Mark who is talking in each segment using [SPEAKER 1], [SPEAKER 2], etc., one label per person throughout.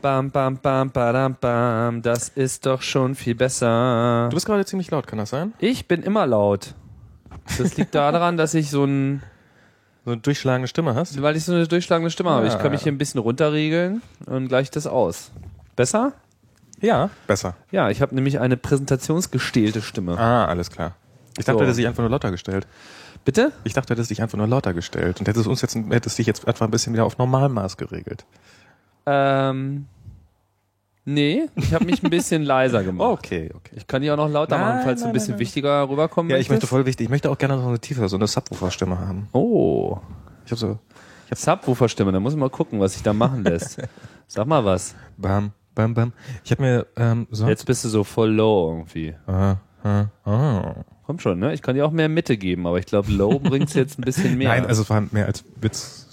[SPEAKER 1] Bam, bam, bam, badam, bam. Das ist doch schon viel besser.
[SPEAKER 2] Du bist gerade ziemlich laut, kann das sein?
[SPEAKER 1] Ich bin immer laut. Das liegt daran, dass ich so ein,
[SPEAKER 2] So eine durchschlagende Stimme hast?
[SPEAKER 1] weil ich so eine durchschlagende Stimme habe. Ich
[SPEAKER 2] Ja.
[SPEAKER 1] kann mich hier ein bisschen runterregeln und gleich das aus. Besser?
[SPEAKER 2] Ja. Besser.
[SPEAKER 1] Ja, ich habe nämlich eine präsentationsgestählte Stimme.
[SPEAKER 2] Ah, alles klar. Ich dachte,
[SPEAKER 1] So.
[SPEAKER 2] du hättest dich einfach nur lauter gestellt.
[SPEAKER 1] Bitte?
[SPEAKER 2] Ich dachte, du hättest dich einfach nur lauter gestellt und hättest uns jetzt, hättest dich jetzt einfach ein bisschen wieder auf Normalmaß geregelt.
[SPEAKER 1] Ähm, nee, ich habe mich ein bisschen leiser gemacht.
[SPEAKER 2] Okay, okay.
[SPEAKER 1] Ich kann die auch noch lauter
[SPEAKER 2] Oh. Nein,
[SPEAKER 1] machen, falls du ein
[SPEAKER 2] nein,
[SPEAKER 1] bisschen
[SPEAKER 2] nein.
[SPEAKER 1] wichtiger rüberkommen
[SPEAKER 2] Ja, ich möchte
[SPEAKER 1] möchtest.
[SPEAKER 2] voll wichtig. Ich möchte auch gerne noch eine tiefe, so eine Subwoofer-Stimme haben.
[SPEAKER 1] Oh,
[SPEAKER 2] Ich habe so
[SPEAKER 1] Subwoofer-Stimme, da muss ich mal gucken, was sich da machen lässt. Sag mal was.
[SPEAKER 2] Bam, Bam, Bam. Ich habe mir ähm, so.
[SPEAKER 1] Jetzt bist du so voll low irgendwie.
[SPEAKER 2] Ah, ah, ah.
[SPEAKER 1] Kommt schon, ne? Ich kann dir auch mehr Mitte geben, aber ich glaube, low bringt's jetzt ein bisschen mehr.
[SPEAKER 2] Nein, also es war mehr als Witz.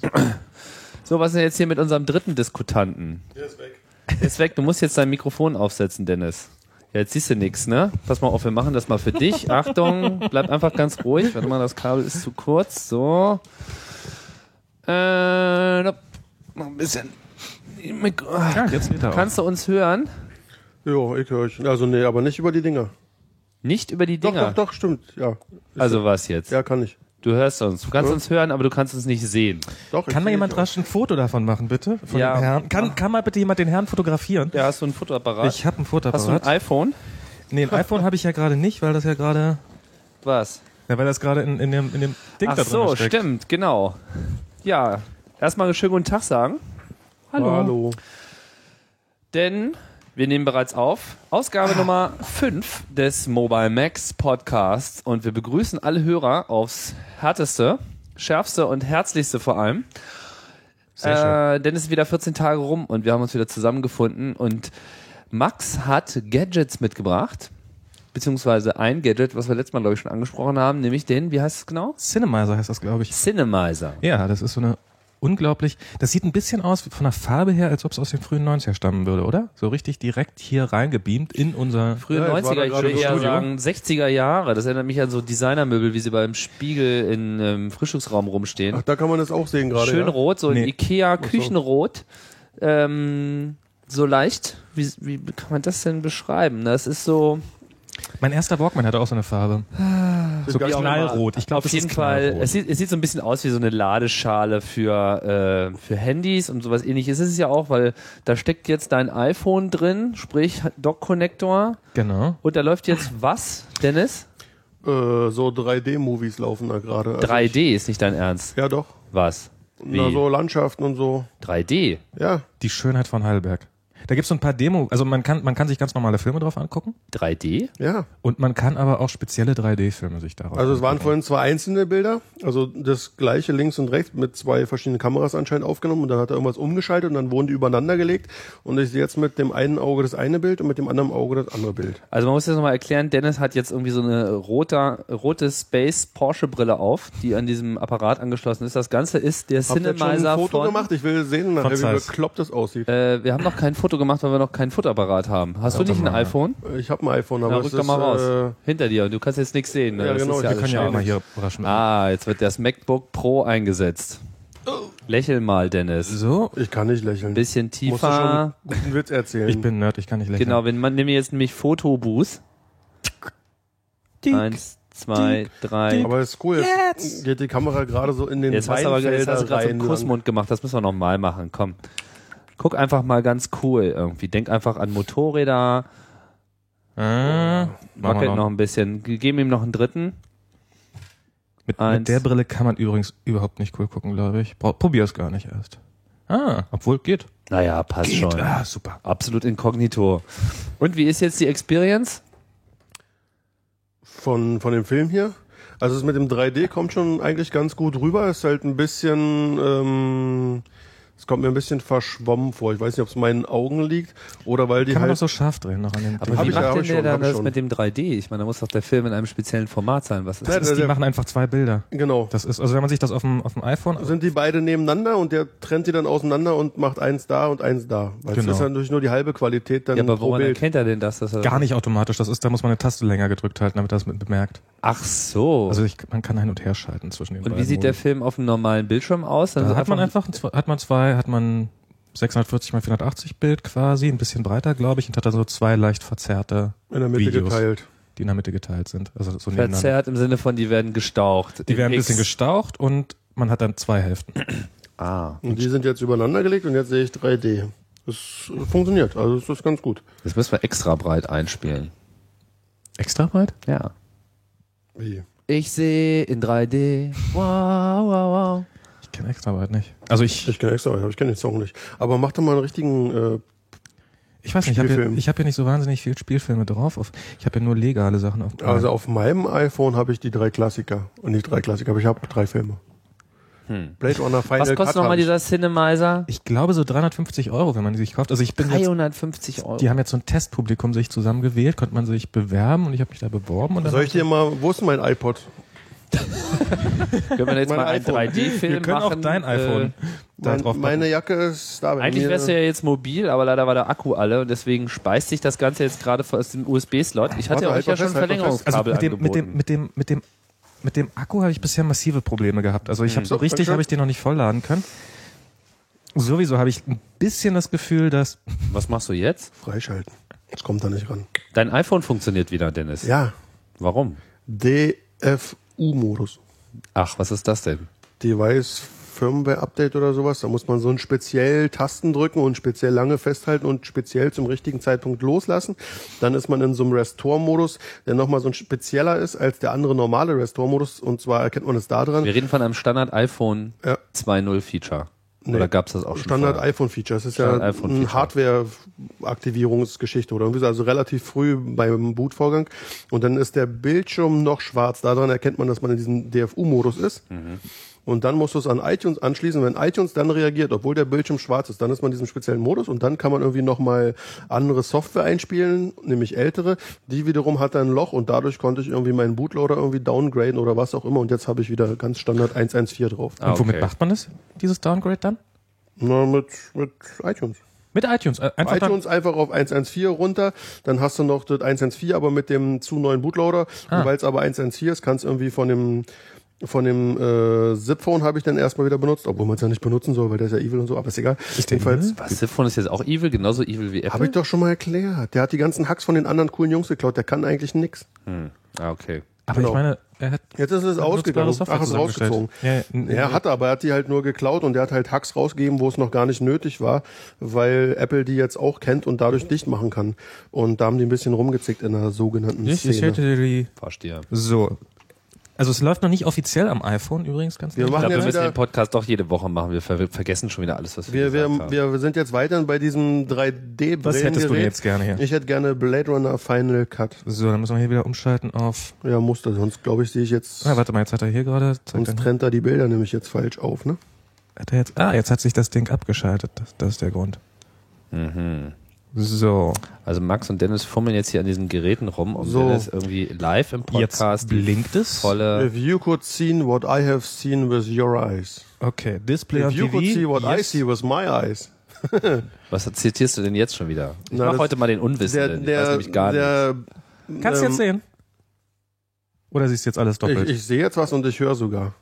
[SPEAKER 1] so, was ist denn jetzt hier mit unserem dritten Diskutanten? Der ist weg. Der ist weg, du musst jetzt dein Mikrofon aufsetzen, Dennis. Ja, jetzt siehst du nichts, ne? Pass mal auf, wir machen das mal für dich. Achtung, bleib einfach ganz ruhig. Warte mal, das Kabel ist zu kurz. So. Äh, nope. noch ein bisschen. Mikro- Ah,
[SPEAKER 2] Ja, jetzt geht er
[SPEAKER 1] Kannst du uns hören?
[SPEAKER 3] Jo, ich höre euch. Also nee, aber nicht über die Dinger.
[SPEAKER 1] Nicht über die
[SPEAKER 3] Doch,
[SPEAKER 1] Dinger.
[SPEAKER 3] doch, doch, stimmt. Ja.
[SPEAKER 1] Also was jetzt?
[SPEAKER 3] Ja, kann ich.
[SPEAKER 1] Du hörst uns. Du kannst uns hören, aber du kannst uns nicht sehen.
[SPEAKER 3] Doch, ich
[SPEAKER 2] Kann mal
[SPEAKER 3] seh
[SPEAKER 2] jemand
[SPEAKER 3] euch.
[SPEAKER 2] rasch ein Foto davon machen, bitte? Von
[SPEAKER 1] Ja. Ah.
[SPEAKER 2] dem Herrn? Kann, kann mal bitte jemand den Herrn fotografieren?
[SPEAKER 1] Ja, hast du ein Fotoapparat?
[SPEAKER 2] Ich habe ein
[SPEAKER 1] hast du ein
[SPEAKER 2] Fotoapparat.
[SPEAKER 1] iPhone?
[SPEAKER 2] nee, ein iPhone habe ich ja gerade nicht, weil das ja gerade,
[SPEAKER 1] Was?
[SPEAKER 2] ja, weil das gerade in, in dem in dem Ding
[SPEAKER 1] Ach
[SPEAKER 2] da drin
[SPEAKER 1] so,
[SPEAKER 2] steckt.
[SPEAKER 1] stimmt, genau. Ja, erstmal einen schönen guten Tag sagen,
[SPEAKER 3] Hallo.
[SPEAKER 1] denn wir nehmen bereits auf Ausgabe Nummer 5 des Mobile Max Podcasts und wir begrüßen alle Hörer aufs härteste, schärfste und herzlichste vor allem.
[SPEAKER 2] Sehr schön.
[SPEAKER 1] Äh, denn es ist wieder 14 Tage rum und wir haben uns wieder zusammengefunden und Max hat Gadgets mitgebracht, beziehungsweise ein Gadget, was wir letztes Mal, glaube ich, schon angesprochen haben, nämlich den, wie heißt es genau?
[SPEAKER 2] Cinemizer heißt das, glaube ich.
[SPEAKER 1] Cinemizer.
[SPEAKER 2] Ja, das ist so eine unglaublich. Das sieht ein bisschen aus von der Farbe her, als ob es aus den frühen 90er stammen würde, oder? So richtig direkt hier reingebeamt in unser.
[SPEAKER 1] Frühe
[SPEAKER 3] Ja, ich war
[SPEAKER 1] 90er,
[SPEAKER 3] da
[SPEAKER 1] ich
[SPEAKER 3] gerade
[SPEAKER 1] würde
[SPEAKER 3] im
[SPEAKER 1] eher
[SPEAKER 3] Studio.
[SPEAKER 1] sagen 60er Jahre. Das erinnert mich an so Designermöbel, wie sie beim Spiegel in ähm, Frühstücksraum rumstehen.
[SPEAKER 3] Ach, da kann man das auch sehen gerade.
[SPEAKER 1] Schön
[SPEAKER 3] ja?
[SPEAKER 1] rot, so in
[SPEAKER 2] Nee.
[SPEAKER 1] Ikea Küchenrot. Ähm, so leicht. Wie, wie kann man das denn beschreiben? Das ist so
[SPEAKER 2] Mein erster Walkman hatte auch so eine Farbe. So
[SPEAKER 1] wie auch
[SPEAKER 2] knallrot. Ich glaube,
[SPEAKER 1] auf jeden Fall. Es sieht, es sieht so ein bisschen aus wie so eine Ladeschale für äh, für Handys und sowas ähnliches. Ist es ja auch, weil da steckt jetzt dein iPhone drin, sprich Dock Connector.
[SPEAKER 2] Genau.
[SPEAKER 1] Und da läuft jetzt was, Dennis?
[SPEAKER 3] Äh, so 3D-Movies laufen da gerade. Also
[SPEAKER 1] 3D ist nicht dein Ernst.
[SPEAKER 3] ich- Ja, doch.
[SPEAKER 1] Was? Wie?
[SPEAKER 3] Na, so Landschaften und so.
[SPEAKER 1] 3D?
[SPEAKER 3] Ja.
[SPEAKER 2] Die Schönheit von Heidelberg. Da gibt's so ein paar Demo, also man kann, man kann sich ganz normale Filme drauf angucken
[SPEAKER 1] 3D?
[SPEAKER 3] Ja,
[SPEAKER 2] und man kann aber auch spezielle 3D-Filme sich darauf
[SPEAKER 3] also es waren
[SPEAKER 2] angucken.
[SPEAKER 3] vorhin zwei einzelne Bilder, also das gleiche links und rechts mit zwei verschiedenen Kameras anscheinend aufgenommen und dann hat er irgendwas umgeschaltet und dann wurden die übereinander gelegt und ich sehe jetzt mit dem einen Auge das eine Bild und mit dem anderen Auge das andere Bild.
[SPEAKER 1] Also man muss jetzt nochmal erklären, Dennis hat jetzt irgendwie so eine rote, rote Space Porsche Brille auf, die an diesem Apparat angeschlossen ist. Das Ganze ist der
[SPEAKER 3] Habt ihr jetzt schon ein
[SPEAKER 1] Cinemizer
[SPEAKER 3] Foto
[SPEAKER 1] von...
[SPEAKER 3] gemacht? Ich will sehen, nachher, wie
[SPEAKER 2] Zeiss.
[SPEAKER 3] bekloppt das aussieht.
[SPEAKER 1] Äh, wir haben noch kein Foto gemacht, weil wir noch kein Fotoapparat haben. Hast du nicht ein
[SPEAKER 2] mal, ja.
[SPEAKER 1] iPhone?
[SPEAKER 3] Ich habe ein iPhone, aber
[SPEAKER 1] Na,
[SPEAKER 3] es
[SPEAKER 1] rück
[SPEAKER 3] ist,
[SPEAKER 1] doch mal raus.
[SPEAKER 3] Äh,
[SPEAKER 1] Hinter dir. Du kannst jetzt nichts sehen. Ne?
[SPEAKER 3] Ja,
[SPEAKER 1] Das
[SPEAKER 3] genau,
[SPEAKER 1] ist
[SPEAKER 3] wir
[SPEAKER 1] alles
[SPEAKER 2] können ja auch
[SPEAKER 1] schade.
[SPEAKER 2] mal hier überraschen.
[SPEAKER 1] Ah, jetzt wird das MacBook Pro eingesetzt. Lächel mal, Dennis.
[SPEAKER 2] So,
[SPEAKER 3] äh, ich kann nicht lächeln.
[SPEAKER 1] Bisschen
[SPEAKER 3] Musst du Oh. schon
[SPEAKER 1] tiefer.
[SPEAKER 3] einen guten Witz erzählen.
[SPEAKER 2] ich bin Nerd, ich kann nicht lächeln.
[SPEAKER 1] Ähm, Genau, wenn man nimmt jetzt nämlich Fotobus.
[SPEAKER 2] Tick,
[SPEAKER 1] Eins, zwei, drei.
[SPEAKER 3] aber ist cool. Jetzt geht die Kamera gerade so in den
[SPEAKER 1] Jetzt hast du aber jetzt hast du gerade so einen
[SPEAKER 3] Weinfelder rein.
[SPEAKER 1] Kussmund gemacht, das müssen wir nochmal machen. Komm. Guck einfach mal ganz cool irgendwie. Denk einfach an Motorräder,
[SPEAKER 2] Ah, machen wir
[SPEAKER 1] wackelt
[SPEAKER 2] noch.
[SPEAKER 1] noch ein bisschen. Ge- Geben ihm noch einen dritten.
[SPEAKER 2] Mit,
[SPEAKER 1] Eins.
[SPEAKER 2] mit der Brille kann man übrigens überhaupt nicht cool gucken, glaube ich. Bra probier's gar nicht erst. Ah, obwohl geht.
[SPEAKER 1] Naja, passt schon.
[SPEAKER 2] Ah, super.
[SPEAKER 1] Absolut inkognito. Und wie ist jetzt die Experience?
[SPEAKER 3] von, von dem Film hier. Also es mit dem 3D kommt schon eigentlich ganz gut rüber. Es ist halt ein bisschen, ähm, es kommt mir ein bisschen verschwommen vor. Ich weiß nicht, ob es meinen Augen liegt oder weil die
[SPEAKER 2] Kann man doch
[SPEAKER 3] halt.
[SPEAKER 2] so scharf drehen noch an dem
[SPEAKER 1] Aber
[SPEAKER 3] Hab
[SPEAKER 1] wie
[SPEAKER 3] ich ja,
[SPEAKER 1] macht
[SPEAKER 3] hab
[SPEAKER 1] denn
[SPEAKER 3] ich
[SPEAKER 1] der
[SPEAKER 3] schon,
[SPEAKER 1] dann
[SPEAKER 3] hab ich
[SPEAKER 1] das
[SPEAKER 3] schon.
[SPEAKER 1] mit dem 3D? Ich meine, da muss doch der Film in einem speziellen Format sein. Was ist
[SPEAKER 3] Ja,
[SPEAKER 1] das?
[SPEAKER 2] Das ist, die
[SPEAKER 3] der-
[SPEAKER 2] machen einfach zwei Bilder.
[SPEAKER 3] Genau.
[SPEAKER 2] Das ist, also wenn man sich das auf dem, auf dem iPhone, also
[SPEAKER 3] sind die beide nebeneinander und der trennt die dann auseinander und macht eins da und eins da. Weil
[SPEAKER 2] Genau.
[SPEAKER 3] es ist ja natürlich nur die halbe Qualität dann
[SPEAKER 1] Ja, aber
[SPEAKER 3] pro
[SPEAKER 1] woran
[SPEAKER 3] Bild.
[SPEAKER 1] erkennt er denn das? Dass er
[SPEAKER 2] gar nicht automatisch, das ist, da muss man eine Taste länger gedrückt halten, damit das mit bemerkt.
[SPEAKER 1] Ach so.
[SPEAKER 2] Also ich, man kann hin und her schalten zwischen den
[SPEAKER 1] Oh. Und
[SPEAKER 2] beiden.
[SPEAKER 1] wie sieht der
[SPEAKER 2] Modi.
[SPEAKER 1] Film auf dem normalen Bildschirm aus? Also Dann
[SPEAKER 2] da
[SPEAKER 1] sind
[SPEAKER 2] hat man einfach, ein- hat man zwei, hat man 640 mal 480 Bild quasi, ein bisschen breiter, glaube ich, und hat dann so zwei leicht verzerrte
[SPEAKER 3] In der Mitte
[SPEAKER 2] Videos,
[SPEAKER 3] geteilt.
[SPEAKER 2] die in der Mitte geteilt sind. Also so nebeneinander.
[SPEAKER 1] Verzerrt im Sinne von, die werden gestaucht.
[SPEAKER 2] Die
[SPEAKER 1] Im
[SPEAKER 2] werden ein
[SPEAKER 1] X.
[SPEAKER 2] bisschen gestaucht und man hat dann zwei Hälften.
[SPEAKER 1] Ah.
[SPEAKER 3] Und die sind jetzt übereinander gelegt und jetzt sehe ich 3D. Das funktioniert, also ist das ganz gut.
[SPEAKER 1] Das müssen wir extra breit einspielen.
[SPEAKER 2] Extra breit?
[SPEAKER 1] Ja.
[SPEAKER 3] Wie?
[SPEAKER 1] Ich sehe in 3D. Wow, wow, wow.
[SPEAKER 2] Ich kenne extra breit nicht. Also ich,
[SPEAKER 3] Ich kenne extra, aber ich kenne den Song nicht. Aber mach doch mal einen richtigen, äh,
[SPEAKER 2] ich weiß nicht, ich habe ja,
[SPEAKER 3] Spielfilm.
[SPEAKER 2] ich hab ja nicht so wahnsinnig viel Spielfilme drauf. Auf, ich habe ja nur legale Sachen auf.
[SPEAKER 3] also auf meinem iPhone habe ich die drei Klassiker. Und nicht drei Klassiker, aber ich habe drei Filme.
[SPEAKER 2] Hm.
[SPEAKER 3] Blade Runner Final
[SPEAKER 1] Was
[SPEAKER 3] Cut
[SPEAKER 1] kostet nochmal
[SPEAKER 3] hab ich.
[SPEAKER 1] dieser Cinemizer?
[SPEAKER 2] ich glaube so 350 Euro, wenn man die sich kauft. Also ich bin jetzt,
[SPEAKER 1] 350 Euro.
[SPEAKER 2] die haben jetzt so ein Testpublikum sich zusammengewählt, konnte man sich bewerben und ich habe mich da beworben und dann
[SPEAKER 3] Soll ich dir mal, wo ist denn mein iPod?
[SPEAKER 1] Können wir jetzt
[SPEAKER 3] Mein
[SPEAKER 1] mal einen
[SPEAKER 3] iPhone.
[SPEAKER 1] 3D-Film machen? äh,
[SPEAKER 2] wir können auch dein iPhone da
[SPEAKER 3] Mein,
[SPEAKER 2] drauf packen.
[SPEAKER 3] meine Jacke ist da. bei
[SPEAKER 1] Eigentlich
[SPEAKER 3] mir.
[SPEAKER 1] wärst du ja jetzt mobil, aber leider war der Akku alle und deswegen speist sich das Ganze jetzt gerade aus dem USB-Slot. Ich hatte
[SPEAKER 3] Warte,
[SPEAKER 1] euch
[SPEAKER 3] halt
[SPEAKER 1] ja schon
[SPEAKER 3] mal fest, halt mal fest.
[SPEAKER 2] Also
[SPEAKER 1] Verlängerungskabel
[SPEAKER 2] mit dem, mit dem,
[SPEAKER 1] angeboten.
[SPEAKER 2] mit dem, mit dem, mit dem Akku habe ich bisher massive Probleme gehabt. Also ich habe so
[SPEAKER 3] So,
[SPEAKER 2] richtig,
[SPEAKER 3] danke.
[SPEAKER 2] habe ich den noch nicht vollladen können. Sowieso habe ich ein bisschen das Gefühl, dass
[SPEAKER 1] Was machst du jetzt?
[SPEAKER 3] Freischalten. Das kommt da nicht ran.
[SPEAKER 1] Dein iPhone funktioniert wieder, Dennis.
[SPEAKER 3] Ja,
[SPEAKER 1] Warum?
[SPEAKER 3] DFU-Modus.
[SPEAKER 1] Ach, was ist das denn?
[SPEAKER 3] Device Firmware Update oder sowas. Da muss man so einen speziell Tasten drücken und speziell lange festhalten und speziell zum richtigen Zeitpunkt loslassen. Dann ist man in so einem Restore-Modus, der nochmal so ein spezieller ist als der andere normale Restore-Modus. Und zwar erkennt man es da dran.
[SPEAKER 1] Wir reden von einem Standard iPhone
[SPEAKER 2] Äh.
[SPEAKER 3] Ja.
[SPEAKER 1] 2.0 Feature.
[SPEAKER 3] Nee.
[SPEAKER 1] Oder gab's das auch schon?
[SPEAKER 3] Standard
[SPEAKER 1] vorher?
[SPEAKER 3] iPhone Feature. Das ist
[SPEAKER 1] Standard
[SPEAKER 3] ja
[SPEAKER 1] iPhone
[SPEAKER 3] eine
[SPEAKER 1] Feature.
[SPEAKER 3] Hardware-Aktivierungsgeschichte oder irgendwie so, also relativ früh beim Bootvorgang. Und dann ist der Bildschirm noch schwarz. Daran erkennt man, dass man in diesem DFU-Modus ist.
[SPEAKER 1] Mhm.
[SPEAKER 3] Und dann musst du es an iTunes anschließen. Wenn iTunes dann reagiert, obwohl der Bildschirm schwarz ist, dann ist man in diesem speziellen Modus und dann kann man irgendwie nochmal andere Software einspielen, nämlich ältere. Die wiederum hat dann ein Loch und dadurch konnte ich irgendwie meinen Bootloader irgendwie downgraden oder was auch immer. Und jetzt habe ich wieder ganz Standard 1.1.4 drauf.
[SPEAKER 1] Ah,
[SPEAKER 2] und womit
[SPEAKER 1] okay.
[SPEAKER 2] macht man das? Dieses Downgrade dann?
[SPEAKER 3] Na, mit, mit iTunes.
[SPEAKER 2] Mit iTunes. äh, Einfach
[SPEAKER 3] iTunes einfach auf 114 runter, dann hast du noch das 114, aber mit dem zu neuen Bootloader.
[SPEAKER 2] Ah.
[SPEAKER 3] Und weil es aber 114 ist, kannst du irgendwie von dem von dem äh, Zip-Phone habe ich dann erstmal wieder benutzt, obwohl man es ja nicht benutzen soll, weil der ist ja evil und so, aber ist egal.
[SPEAKER 2] Ist der
[SPEAKER 3] Jedenfalls
[SPEAKER 1] Was, Siphon ist jetzt auch evil, genauso evil wie
[SPEAKER 3] habe
[SPEAKER 1] Apple?
[SPEAKER 3] ich doch schon mal erklärt. Der hat die ganzen Hacks von den anderen coolen Jungs geklaut, der kann eigentlich nix.
[SPEAKER 1] ah, okay.
[SPEAKER 2] Aber ich
[SPEAKER 3] Genau.
[SPEAKER 2] meine, er hat
[SPEAKER 3] Jetzt ist es ausgegangen,
[SPEAKER 2] nutzbare
[SPEAKER 3] ach, ist
[SPEAKER 2] zusammengestellt.
[SPEAKER 3] rausgezogen.
[SPEAKER 2] Ja, ja, n-
[SPEAKER 3] Er hat aber, er hat die halt nur geklaut und er hat halt Hacks rausgegeben, wo es noch gar nicht nötig war, weil Apple die jetzt auch kennt und dadurch dicht machen kann. Und da haben die ein bisschen rumgezickt in der sogenannten
[SPEAKER 2] ich, ich
[SPEAKER 3] Szene.
[SPEAKER 2] hätte die.
[SPEAKER 1] Verstehe.
[SPEAKER 2] So. Also es läuft noch nicht offiziell am iPhone übrigens ganz
[SPEAKER 3] Wir
[SPEAKER 2] nett.
[SPEAKER 1] Ich
[SPEAKER 3] machen
[SPEAKER 1] glaube, wir
[SPEAKER 3] jetzt
[SPEAKER 1] müssen den
[SPEAKER 3] wieder,
[SPEAKER 1] Podcast doch jede Woche machen. Wir ver vergessen schon wieder alles, was wir,
[SPEAKER 3] wir,
[SPEAKER 1] gesagt
[SPEAKER 3] wir,
[SPEAKER 1] haben.
[SPEAKER 3] wir sind jetzt weiterhin bei diesem 3D-Brillengerät.
[SPEAKER 2] Was hättest du denn jetzt gerne hier?
[SPEAKER 3] Ich hätte gerne Blade Runner Final Cut.
[SPEAKER 2] So, dann müssen wir hier wieder umschalten auf.
[SPEAKER 3] Ja, musste, sonst glaube ich, sehe ich jetzt,
[SPEAKER 2] Ah, warte mal, jetzt hat er hier gerade. zeigt er
[SPEAKER 3] sonst
[SPEAKER 2] hier-
[SPEAKER 3] trennt er die Bilder nämlich jetzt falsch auf, ne?
[SPEAKER 2] Hat er jetzt, ah, jetzt hat sich das Ding abgeschaltet. Das, das ist der Grund. So,
[SPEAKER 1] Mhm. Also Max und Dennis fummeln jetzt hier an diesen Geräten rum, um
[SPEAKER 3] So.
[SPEAKER 1] Dennis irgendwie live im
[SPEAKER 2] jetzt
[SPEAKER 1] Podcast die
[SPEAKER 2] blinkt es.
[SPEAKER 1] volle...
[SPEAKER 3] If you could seen what I have seen with your eyes.
[SPEAKER 2] Okay, Display
[SPEAKER 3] If
[SPEAKER 2] on
[SPEAKER 3] you
[SPEAKER 2] TV.
[SPEAKER 3] could see what I
[SPEAKER 2] yes.
[SPEAKER 3] see with my eyes.
[SPEAKER 1] Was zitierst du denn jetzt schon wieder? Ich
[SPEAKER 3] Na,
[SPEAKER 1] mach
[SPEAKER 3] das-
[SPEAKER 1] heute mal den
[SPEAKER 3] Der,
[SPEAKER 1] Unwissenden. ich weiß
[SPEAKER 3] der,
[SPEAKER 1] nämlich gar nicht.
[SPEAKER 3] der,
[SPEAKER 2] Kannst du
[SPEAKER 3] ähm,
[SPEAKER 2] jetzt sehen? Oder siehst du jetzt alles doppelt?
[SPEAKER 3] Ich, ich sehe jetzt was und ich höre sogar.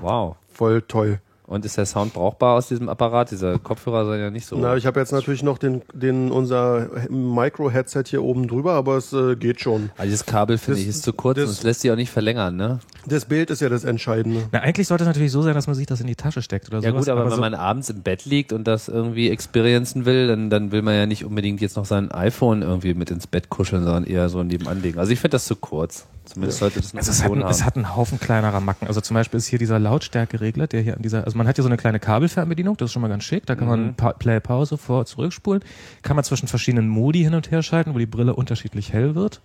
[SPEAKER 1] Wow.
[SPEAKER 3] Voll toll.
[SPEAKER 1] Und ist der Sound brauchbar aus diesem Apparat? Diese Kopfhörer sind ja nicht so...
[SPEAKER 3] Na, ich habe jetzt natürlich noch den, den unser Micro-Headset hier oben drüber, aber es äh, geht schon.
[SPEAKER 1] Ah, dieses Kabel, finde
[SPEAKER 3] Das-
[SPEAKER 1] ich, ist zu kurz
[SPEAKER 3] das-
[SPEAKER 1] und es lässt sich auch nicht verlängern, ne?
[SPEAKER 3] Das Bild ist ja das Entscheidende.
[SPEAKER 2] Na, eigentlich sollte es natürlich so sein, dass man sich das in die Tasche steckt oder
[SPEAKER 1] Ja
[SPEAKER 2] sowas.
[SPEAKER 1] Also gut, aber, wenn
[SPEAKER 2] so,
[SPEAKER 1] man abends im Bett liegt und das irgendwie experiencen will, dann, dann will man ja nicht unbedingt jetzt noch sein iPhone irgendwie mit ins Bett kuscheln, sondern eher so nebenan legen. Also ich finde das zu kurz. Zumindest sollte das eine
[SPEAKER 2] also es, hat,
[SPEAKER 1] Funktion
[SPEAKER 2] es
[SPEAKER 1] haben.
[SPEAKER 2] hat einen Haufen kleinerer Macken. Also zum Beispiel ist hier dieser Lautstärkeregler, der hier an dieser, also man hat hier so eine kleine Kabelfernbedienung, das ist schon mal ganz schick. Da kann man pa Play, Pause, vor, zurückspulen. Kann man zwischen verschiedenen Modi hin und her schalten, wo die Brille unterschiedlich hell wird.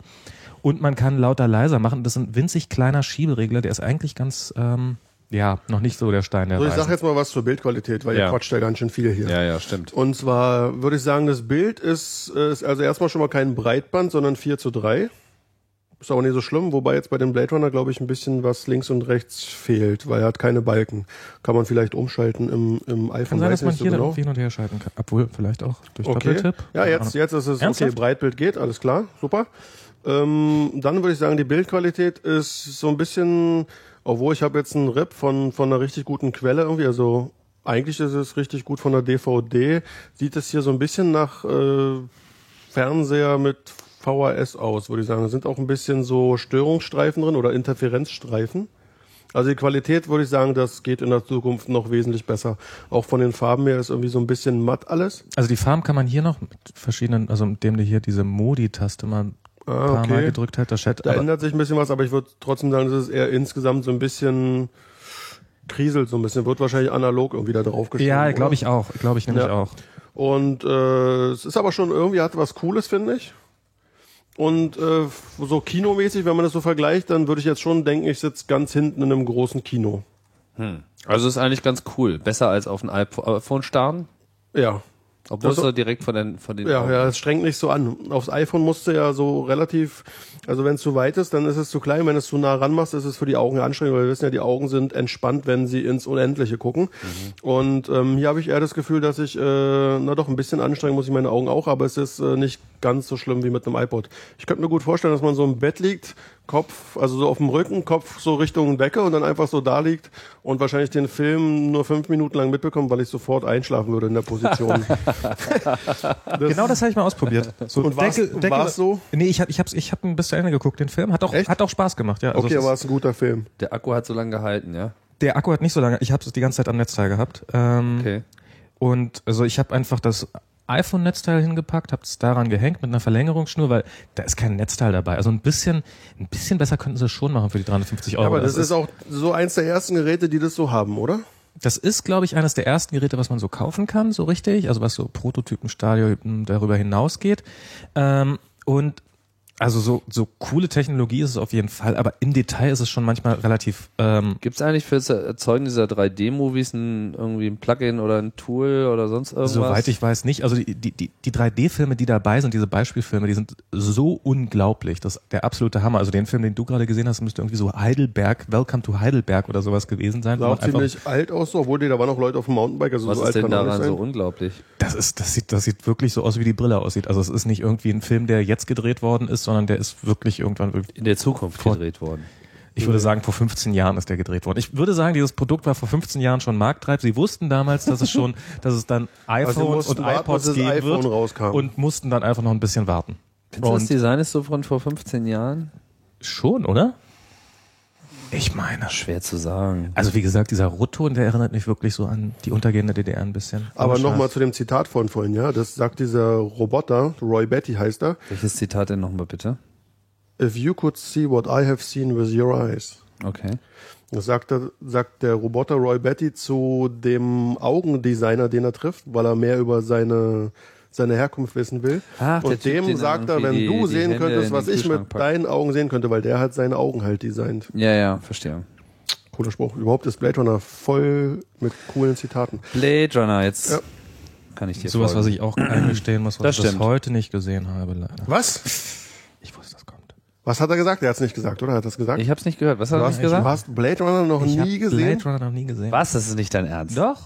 [SPEAKER 2] Und man kann lauter leiser machen. Das ist ein winzig kleiner Schieberegler, der ist eigentlich ganz, ähm, ja, noch nicht so der Stein der
[SPEAKER 3] So, Also ich sag
[SPEAKER 2] Weisen.
[SPEAKER 3] jetzt mal was zur Bildqualität, weil
[SPEAKER 1] Ja.
[SPEAKER 3] ihr quatscht ja ganz schön viel hier.
[SPEAKER 1] ja, ja, stimmt.
[SPEAKER 3] Und zwar würde ich sagen, das Bild ist, ist also erstmal schon mal kein Breitband, sondern 4 zu 3. Ist aber nicht so schlimm, wobei jetzt bei dem Blade Runner, glaube ich, ein bisschen was links und rechts fehlt, weil er hat keine Balken. Kann man vielleicht umschalten im, im
[SPEAKER 2] Kann
[SPEAKER 3] iPhone.
[SPEAKER 2] sein,
[SPEAKER 3] weiß
[SPEAKER 2] dass man
[SPEAKER 3] nicht so
[SPEAKER 2] hier dann
[SPEAKER 3] genau.
[SPEAKER 2] irgendwie hin und her schalten kann. Obwohl, vielleicht auch durch
[SPEAKER 3] Okay.
[SPEAKER 2] Doppeltipp.
[SPEAKER 3] Ja,
[SPEAKER 2] Keine
[SPEAKER 3] jetzt,
[SPEAKER 2] Ahnung.
[SPEAKER 3] jetzt ist es
[SPEAKER 2] Ernsthaft?
[SPEAKER 3] okay. Breitbild geht, alles klar, super. Ähm, dann würde ich sagen, die Bildqualität ist so ein bisschen, obwohl ich habe jetzt einen Rip von von einer richtig guten Quelle irgendwie, also Eigentlich ist es richtig gut von der DVD. Sieht es hier so ein bisschen nach äh, Fernseher mit VHS aus, würde ich sagen. Da sind auch ein bisschen so Störungsstreifen drin oder Interferenzstreifen. Also die Qualität würde ich sagen, das geht in der Zukunft noch wesentlich besser. Auch von den Farben her ist irgendwie so ein bisschen matt alles.
[SPEAKER 2] Also die Farben kann man hier noch mit verschiedenen, also indem du hier diese Modi-Taste mal ein
[SPEAKER 3] Ah,
[SPEAKER 2] paar
[SPEAKER 3] okay.
[SPEAKER 2] Mal gedrückt hast, das Chat.
[SPEAKER 3] Da
[SPEAKER 2] aber-
[SPEAKER 3] ändert sich ein bisschen was, aber ich würde trotzdem sagen, es ist eher insgesamt so ein bisschen kriselt so ein bisschen. Wird wahrscheinlich analog irgendwie da drauf geschrieben.
[SPEAKER 2] Ja,
[SPEAKER 3] oder?
[SPEAKER 2] glaube ich auch. Glaube ich nämlich
[SPEAKER 3] Ja.
[SPEAKER 2] auch.
[SPEAKER 3] Und äh, es ist aber schon irgendwie hat was Cooles, finde ich. Und äh, so kinomäßig, wenn man das so vergleicht, dann würde ich jetzt schon denken, ich sitze ganz hinten in einem großen Kino.
[SPEAKER 1] Also ist eigentlich ganz cool. Besser als auf ein iPhone starren,
[SPEAKER 3] Ja.
[SPEAKER 1] obwohl
[SPEAKER 3] Das-
[SPEAKER 1] es so direkt von den, von den
[SPEAKER 3] Ja,
[SPEAKER 1] Augen-
[SPEAKER 3] ja, es strengt nicht so an. Aufs iPhone musst du ja so relativ, also wenn es zu weit ist, dann ist es zu klein. Wenn du es zu nah ranmachst, ist es für die Augen anstrengend, weil wir wissen ja, die Augen sind entspannt, wenn sie ins Unendliche gucken. Und ähm, hier habe ich eher das Gefühl, dass ich, äh, na doch, ein bisschen anstrengen muss ich meine Augen auch, aber es ist äh, nicht ganz so schlimm wie mit einem iPod. Ich könnte mir gut vorstellen, dass man so im Bett liegt, Kopf, also so auf dem Rücken, Kopf so Richtung Decke und dann einfach so da liegt und wahrscheinlich den Film nur fünf Minuten lang mitbekommt, weil ich sofort einschlafen würde in der Position.
[SPEAKER 2] Genau das habe ich mal ausprobiert. So
[SPEAKER 3] Und war's- war's so?
[SPEAKER 2] Nee, ich habe ich hab's, ich hab ihn bis zu Ende geguckt, den Film. Hat auch,
[SPEAKER 3] Echt?
[SPEAKER 2] hat auch Spaß gemacht, ja. Also
[SPEAKER 3] Okay,
[SPEAKER 2] es
[SPEAKER 3] war
[SPEAKER 2] ist,
[SPEAKER 3] es ein guter Film.
[SPEAKER 1] Der Akku hat so lange gehalten, ja.
[SPEAKER 2] der Akku hat nicht so lange, ich habe es die ganze Zeit am Netzteil gehabt. Ähm,
[SPEAKER 1] Okay.
[SPEAKER 2] Und also ich habe einfach das iPhone-Netzteil hingepackt, habe es daran gehängt mit einer Verlängerungsschnur, weil da ist kein Netzteil dabei. Also ein bisschen, ein bisschen besser könnten sie es schon machen für die 350 Euro.
[SPEAKER 3] aber das, ist auch so eins der ersten Geräte, die das so haben, oder?
[SPEAKER 2] Das ist, glaube ich, eines der ersten Geräte, was man so kaufen kann, so richtig. Also was so Prototypenstadium darüber hinausgeht. Ähm, und also so, so coole Technologie ist es auf jeden Fall, aber im Detail ist es schon manchmal relativ. Ähm,
[SPEAKER 1] Gibt es eigentlich für das Erzeugen dieser 3D-Movies ein, irgendwie ein Plugin oder ein Tool oder sonst irgendwas?
[SPEAKER 2] soweit ich weiß nicht. Also die, die, die die 3D-Filme, die dabei sind, diese Beispielfilme, die sind so unglaublich. Das ist der absolute Hammer. Also den Film, den du gerade gesehen hast, müsste irgendwie so Heidelberg, Welcome to Heidelberg oder sowas gewesen sein. wo
[SPEAKER 3] Sah auch
[SPEAKER 2] man einfach-
[SPEAKER 3] ziemlich alt aus, so, obwohl die, da waren auch Leute auf dem Mountainbike, also
[SPEAKER 1] Was
[SPEAKER 3] so
[SPEAKER 1] ist
[SPEAKER 3] alt
[SPEAKER 1] denn
[SPEAKER 3] kann er
[SPEAKER 1] daran
[SPEAKER 3] nicht
[SPEAKER 1] so
[SPEAKER 3] sein.
[SPEAKER 1] unglaublich?
[SPEAKER 2] Das ist, das sieht, das sieht wirklich so aus, wie die Brille aussieht. Also es ist nicht irgendwie ein Film, der jetzt gedreht worden ist, sondern der ist wirklich irgendwann,
[SPEAKER 1] In der Zukunft
[SPEAKER 2] Vor-
[SPEAKER 1] gedreht worden.
[SPEAKER 2] ich würde sagen, vor 15 Jahren ist der gedreht worden. Ich würde sagen, dieses Produkt war vor 15 Jahren schon marktreif. Sie wussten damals, dass es schon, dass es dann
[SPEAKER 3] Also sie
[SPEAKER 2] iPhones
[SPEAKER 3] mussten
[SPEAKER 2] und
[SPEAKER 3] warten,
[SPEAKER 2] iPods
[SPEAKER 3] bis das
[SPEAKER 2] geben
[SPEAKER 3] iPhone
[SPEAKER 2] wird
[SPEAKER 3] rauskam.
[SPEAKER 2] und mussten dann einfach noch ein bisschen warten.
[SPEAKER 1] Findest du, das
[SPEAKER 2] Und-
[SPEAKER 1] Design ist so von vor 15 Jahren?
[SPEAKER 2] Schon, oder? Ich meine, schwer.
[SPEAKER 1] Schwer zu sagen.
[SPEAKER 2] Also wie gesagt, dieser Rotton, der erinnert mich wirklich so an die untergehende DDR ein bisschen.
[SPEAKER 3] Aber nochmal
[SPEAKER 2] scheiß.
[SPEAKER 3] zu dem Zitat von vorhin, ja, das sagt dieser Roboter, Roy Betty heißt er,
[SPEAKER 1] Welches Zitat denn nochmal bitte?
[SPEAKER 3] if you could see what I have seen with your eyes.
[SPEAKER 1] Okay.
[SPEAKER 3] Das sagt, er, sagt der Roboter Roy Betty zu dem Augendesigner, den er trifft, weil er mehr über seine seine Herkunft wissen will.
[SPEAKER 1] Ach, der
[SPEAKER 3] und
[SPEAKER 1] Typ,
[SPEAKER 3] dem
[SPEAKER 1] den
[SPEAKER 3] sagt er,
[SPEAKER 1] irgendwie
[SPEAKER 3] wenn
[SPEAKER 1] die-
[SPEAKER 3] du
[SPEAKER 1] die
[SPEAKER 3] sehen
[SPEAKER 1] Hände
[SPEAKER 3] könntest,
[SPEAKER 1] in den
[SPEAKER 3] was ich
[SPEAKER 1] Kühlschrank
[SPEAKER 3] mit
[SPEAKER 1] packt.
[SPEAKER 3] deinen Augen sehen könnte, weil der hat seine Augen halt designt.
[SPEAKER 1] Ja, ja, verstehe.
[SPEAKER 3] Cooler Spruch. Überhaupt ist Blade Runner voll mit coolen Zitaten.
[SPEAKER 1] Blade Runner, jetzt
[SPEAKER 3] Ja.
[SPEAKER 1] kann ich dir
[SPEAKER 2] Sowas, was
[SPEAKER 1] folgen.
[SPEAKER 2] ich auch eingestehen muss,
[SPEAKER 1] Das
[SPEAKER 2] was ich bis
[SPEAKER 1] stimmt.
[SPEAKER 2] heute nicht gesehen habe, leider.
[SPEAKER 3] Was?
[SPEAKER 2] Ich wusste, das kommt.
[SPEAKER 3] Was hat er gesagt? Er hat es nicht gesagt, oder? Hat er es gesagt?
[SPEAKER 1] Ich hab's nicht gehört. Was hat
[SPEAKER 3] du,
[SPEAKER 1] er
[SPEAKER 3] hast,
[SPEAKER 1] nicht
[SPEAKER 3] du
[SPEAKER 1] gesagt?
[SPEAKER 3] hast Blade Runner noch
[SPEAKER 2] Ich
[SPEAKER 3] nie
[SPEAKER 2] hab
[SPEAKER 3] gesehen?
[SPEAKER 2] Blade Runner noch nie gesehen.
[SPEAKER 1] Was? Das ist nicht dein Ernst.
[SPEAKER 2] Doch.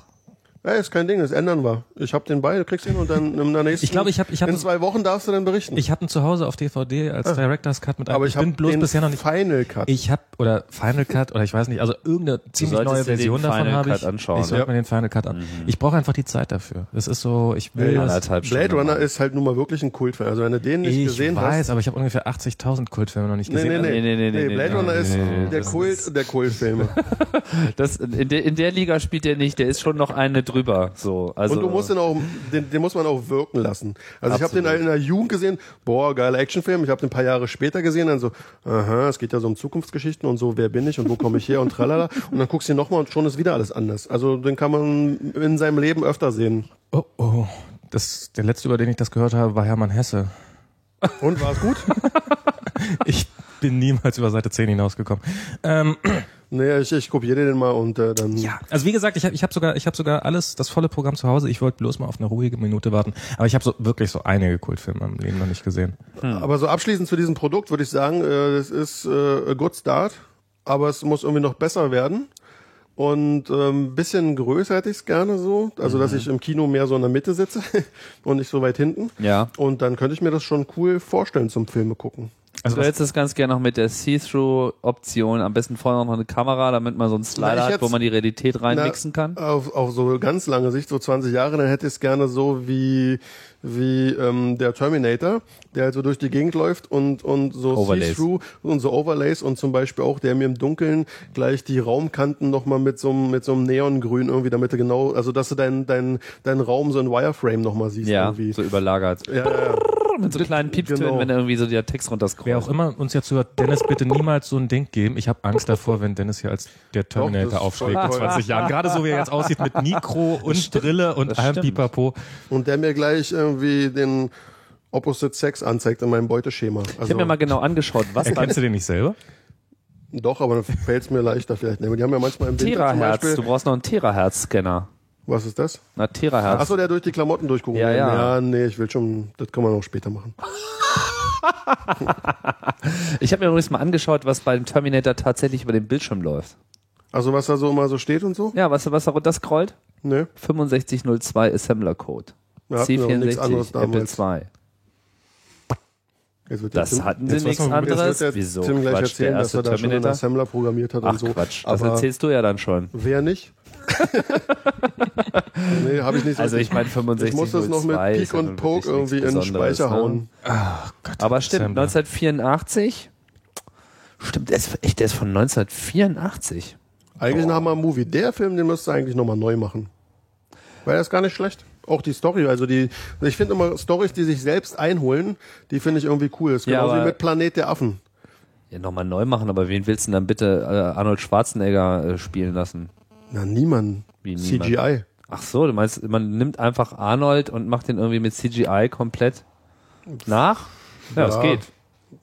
[SPEAKER 3] Ey, ist kein Ding, das ändern wir. Ich hab den bei, du kriegst ihn und dann in der nächsten.
[SPEAKER 2] Ich glaube, ich hab- ich hab-
[SPEAKER 3] in zwei Wochen darfst du dann berichten.
[SPEAKER 2] Ich habe ihn zu Hause auf DVD als Director's Cut mit einem.
[SPEAKER 3] Ah. Aber ich, hab
[SPEAKER 2] bin bloß
[SPEAKER 3] den
[SPEAKER 2] bisher noch nicht.
[SPEAKER 3] Final Cut.
[SPEAKER 2] Ich habe oder Final Cut oder ich weiß nicht, also irgendeine ziemlich
[SPEAKER 1] solltest
[SPEAKER 2] neue
[SPEAKER 1] dir den
[SPEAKER 2] Version davon
[SPEAKER 1] Final
[SPEAKER 2] habe ich.
[SPEAKER 1] Cut anschauen.
[SPEAKER 2] Ich sollte
[SPEAKER 3] Ja. Mhm.
[SPEAKER 2] mir den Final Cut an. Ich brauche einfach die Zeit dafür. Das ist so, ich will
[SPEAKER 3] Ja,
[SPEAKER 2] das.
[SPEAKER 1] Anderthalb
[SPEAKER 3] Blade
[SPEAKER 1] Stunden.
[SPEAKER 3] Runner ist halt nun mal wirklich ein Kultfilm. Also wenn du den nicht
[SPEAKER 2] Ich
[SPEAKER 3] gesehen
[SPEAKER 2] weiß,
[SPEAKER 3] hast.
[SPEAKER 2] aber ich habe ungefähr 80.000 Kultfilme noch nicht
[SPEAKER 3] Nee,
[SPEAKER 2] gesehen.
[SPEAKER 3] nee, nee.
[SPEAKER 1] Nee, nee, nee, nee, nee,
[SPEAKER 3] Blade
[SPEAKER 1] nee,
[SPEAKER 3] Runner
[SPEAKER 1] nee,
[SPEAKER 3] ist
[SPEAKER 1] nee, nee,
[SPEAKER 3] der
[SPEAKER 1] das
[SPEAKER 3] Kult der Kultfilme.
[SPEAKER 1] Das, in, der, in der Liga spielt der nicht. Der ist schon noch eine drüber. So, also,
[SPEAKER 3] Und du musst den auch, den, den muss man auch wirken lassen. Also ich habe den
[SPEAKER 1] Absolut.
[SPEAKER 3] halt in der Jugend gesehen, boah, geiler Actionfilm. Ich habe den ein paar Jahre später gesehen, dann so, aha, es geht ja so um Zukunftsgeschichten und so, wer bin ich und wo komme ich her und tralala. Und dann guckst du ihn nochmal und schon ist wieder alles anders. Also den kann man in seinem Leben öfter sehen.
[SPEAKER 2] Oh, oh. Das, der letzte, über den ich das gehört habe, war Hermann Hesse.
[SPEAKER 3] Und war es gut?
[SPEAKER 2] Ich bin niemals über Seite 10 hinausgekommen. Ähm,
[SPEAKER 3] Nee, ich, ich kopiere den mal und äh, dann.
[SPEAKER 2] Ja, also wie gesagt, ich habe ich hab sogar, ich hab sogar alles, das volle Programm zu Hause. Ich wollte bloß mal auf eine ruhige Minute warten. Aber ich habe so, wirklich so einige Kultfilme im Leben noch nicht gesehen.
[SPEAKER 3] Aber so abschließend zu diesem Produkt würde ich sagen, äh, es ist äh, a good start, aber es muss irgendwie noch besser werden. Und ein ähm, bisschen größer hätte ich es gerne so, also dass ich im Kino mehr so in der Mitte sitze und nicht so weit hinten.
[SPEAKER 1] Ja.
[SPEAKER 3] Und dann könnte ich mir das schon cool vorstellen zum Filme gucken.
[SPEAKER 1] Also du
[SPEAKER 2] was-
[SPEAKER 1] hättest das ganz gerne noch mit der See-Through-Option, am besten vorne noch eine Kamera, damit man so einen Slider
[SPEAKER 3] Na, ich
[SPEAKER 1] hat, wo
[SPEAKER 3] hätt's-
[SPEAKER 1] man die Realität reinmixen kann.
[SPEAKER 3] Auf, auf so ganz lange Sicht, so 20 Jahre, dann hätte ich es gerne so wie, wie ähm, der Terminator, der halt so durch die Gegend läuft und, und so
[SPEAKER 1] Overlays.
[SPEAKER 3] See-Through und so Overlays und zum Beispiel auch der mir im Dunkeln gleich die Raumkanten nochmal mit so einem mit so einem Neongrün irgendwie, damit du genau, also dass du deinen deinen deinen Raum so in Wireframe nochmal siehst
[SPEAKER 1] Ja,
[SPEAKER 3] irgendwie.
[SPEAKER 1] so überlagert.
[SPEAKER 3] Ja, ja, ja.
[SPEAKER 1] Mit so kleinen Piepstönen,
[SPEAKER 3] Genau.
[SPEAKER 1] wenn da irgendwie so der Text
[SPEAKER 2] Wer
[SPEAKER 1] runterscrollt.
[SPEAKER 2] auch immer uns jetzt hört, Dennis, bitte niemals so ein Ding geben. Ich habe Angst davor, wenn Dennis hier als der
[SPEAKER 3] Doch, das
[SPEAKER 2] Terminator
[SPEAKER 3] ist
[SPEAKER 2] aufschlägt
[SPEAKER 3] voll
[SPEAKER 2] in
[SPEAKER 3] toll.
[SPEAKER 2] 20 Jahren. Gerade so, wie er jetzt aussieht mit Mikro und Brille und
[SPEAKER 1] das
[SPEAKER 2] allem
[SPEAKER 1] stimmt.
[SPEAKER 2] Pipapo.
[SPEAKER 3] Und der mir gleich irgendwie den Opposite Sex anzeigt in meinem Beuteschema. Also,
[SPEAKER 1] Ich habe mir mal genau angeschaut, was beim
[SPEAKER 2] Erkennst du den nicht selber?
[SPEAKER 3] doch, aber dann fällt es mir leichter vielleicht. Aber die haben ja manchmal im Winter zum
[SPEAKER 1] Terahertz, du
[SPEAKER 3] Beispiel,
[SPEAKER 1] brauchst noch einen Terahertz-Scanner.
[SPEAKER 3] was ist das?
[SPEAKER 1] Na, Terahertz.
[SPEAKER 3] Achso, der durch die Klamotten durchgucken.
[SPEAKER 1] Ja,
[SPEAKER 3] will.
[SPEAKER 1] ja.
[SPEAKER 3] ja, nee, ich will schon, das kann man auch später machen.
[SPEAKER 1] Ich habe mir übrigens mal angeschaut, was bei dem Terminator tatsächlich über den Bildschirm läuft.
[SPEAKER 3] Also was da so immer so steht und so?
[SPEAKER 1] Ja, weißt du, was da runterscrollt?
[SPEAKER 3] Ne?
[SPEAKER 1] 6502 Assembler Code.
[SPEAKER 3] Wir hatten ja auch nichts anderes
[SPEAKER 1] C64 Apple
[SPEAKER 3] damals.
[SPEAKER 1] II.
[SPEAKER 3] Jetzt wird der
[SPEAKER 1] Das
[SPEAKER 3] Tim-
[SPEAKER 1] hatten sie
[SPEAKER 2] jetzt
[SPEAKER 1] nichts
[SPEAKER 2] was man- jetzt
[SPEAKER 1] anderes.
[SPEAKER 3] Jetzt wird der
[SPEAKER 1] Wieso?
[SPEAKER 3] Tim gleich
[SPEAKER 1] Quatsch,
[SPEAKER 3] erzählen,
[SPEAKER 1] der
[SPEAKER 3] dass
[SPEAKER 1] erste
[SPEAKER 3] er da schon einen
[SPEAKER 1] Terminator.
[SPEAKER 3] Assembler programmiert hat
[SPEAKER 1] Ach
[SPEAKER 3] und so.
[SPEAKER 1] Quatsch, das
[SPEAKER 3] aber
[SPEAKER 1] erzählst du ja dann schon.
[SPEAKER 3] wer nicht? nee, habe ich nicht so
[SPEAKER 1] Also ich meine 65
[SPEAKER 3] Ich muss das noch mit
[SPEAKER 1] 02 ist
[SPEAKER 3] Peak
[SPEAKER 1] ja
[SPEAKER 3] und
[SPEAKER 1] nun
[SPEAKER 3] Poke
[SPEAKER 1] wirklich nichts
[SPEAKER 3] irgendwie in den
[SPEAKER 1] Besonderes,
[SPEAKER 3] Speicher
[SPEAKER 1] ne?
[SPEAKER 3] hauen.
[SPEAKER 1] Aber stimmt,
[SPEAKER 2] Assembler.
[SPEAKER 1] 1984. Stimmt, der ist, echt, der ist von 1984.
[SPEAKER 3] Eigentlich ein Hammer-Movie. Der Film, den müsst ihr eigentlich nochmal neu machen. Weil der ist gar nicht schlecht. Auch die Story, also die, ich finde immer Stories, die sich selbst einholen, die finde ich irgendwie cool. Das ist
[SPEAKER 1] Ja,
[SPEAKER 3] genauso wie
[SPEAKER 1] aber-
[SPEAKER 3] mit Planet der Affen.
[SPEAKER 1] Ja, nochmal neu machen, aber wen willst du denn dann bitte äh, Arnold Schwarzenegger äh, spielen lassen?
[SPEAKER 3] Na, niemand.
[SPEAKER 1] Wie niemand.
[SPEAKER 3] CGI.
[SPEAKER 1] Ach so, du meinst, man nimmt einfach Arnold und macht den irgendwie mit CGI komplett nach? Ja, das
[SPEAKER 3] Ja.
[SPEAKER 1] geht.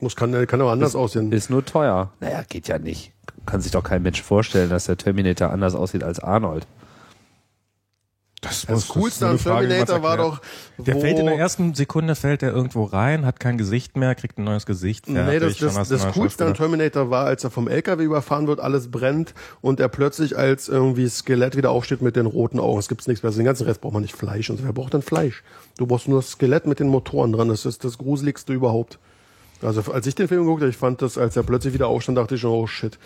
[SPEAKER 3] Muss, kann, kann aber anders aussehen.
[SPEAKER 1] Ist nur teuer. Naja, geht ja nicht. Kann sich doch kein Mensch vorstellen, dass der Terminator anders aussieht als Arnold.
[SPEAKER 2] Das,
[SPEAKER 3] Das Coolste an Terminator war doch,
[SPEAKER 2] Der
[SPEAKER 3] wo-
[SPEAKER 2] fällt in der ersten Sekunde fällt er irgendwo rein, hat kein Gesicht mehr, kriegt ein neues Gesicht.
[SPEAKER 3] Nee,
[SPEAKER 2] fertig,
[SPEAKER 3] das,
[SPEAKER 2] schon
[SPEAKER 3] das,
[SPEAKER 2] hast du einen
[SPEAKER 3] das
[SPEAKER 2] neuen
[SPEAKER 3] Coolste an
[SPEAKER 2] Schauspieler.
[SPEAKER 3] Terminator war, als er vom LKW überfahren wird, alles brennt und er plötzlich als irgendwie Skelett wieder aufsteht mit den roten Augen. Es gibt nichts mehr. Also den ganzen Rest braucht man nicht Fleisch. Und so. wer braucht denn Fleisch? Du brauchst nur das Skelett mit den Motoren dran. Das ist das Gruseligste überhaupt. Also als ich den Film geguckt habe, ich fand das, als er plötzlich wieder aufstand, dachte ich schon, oh shit.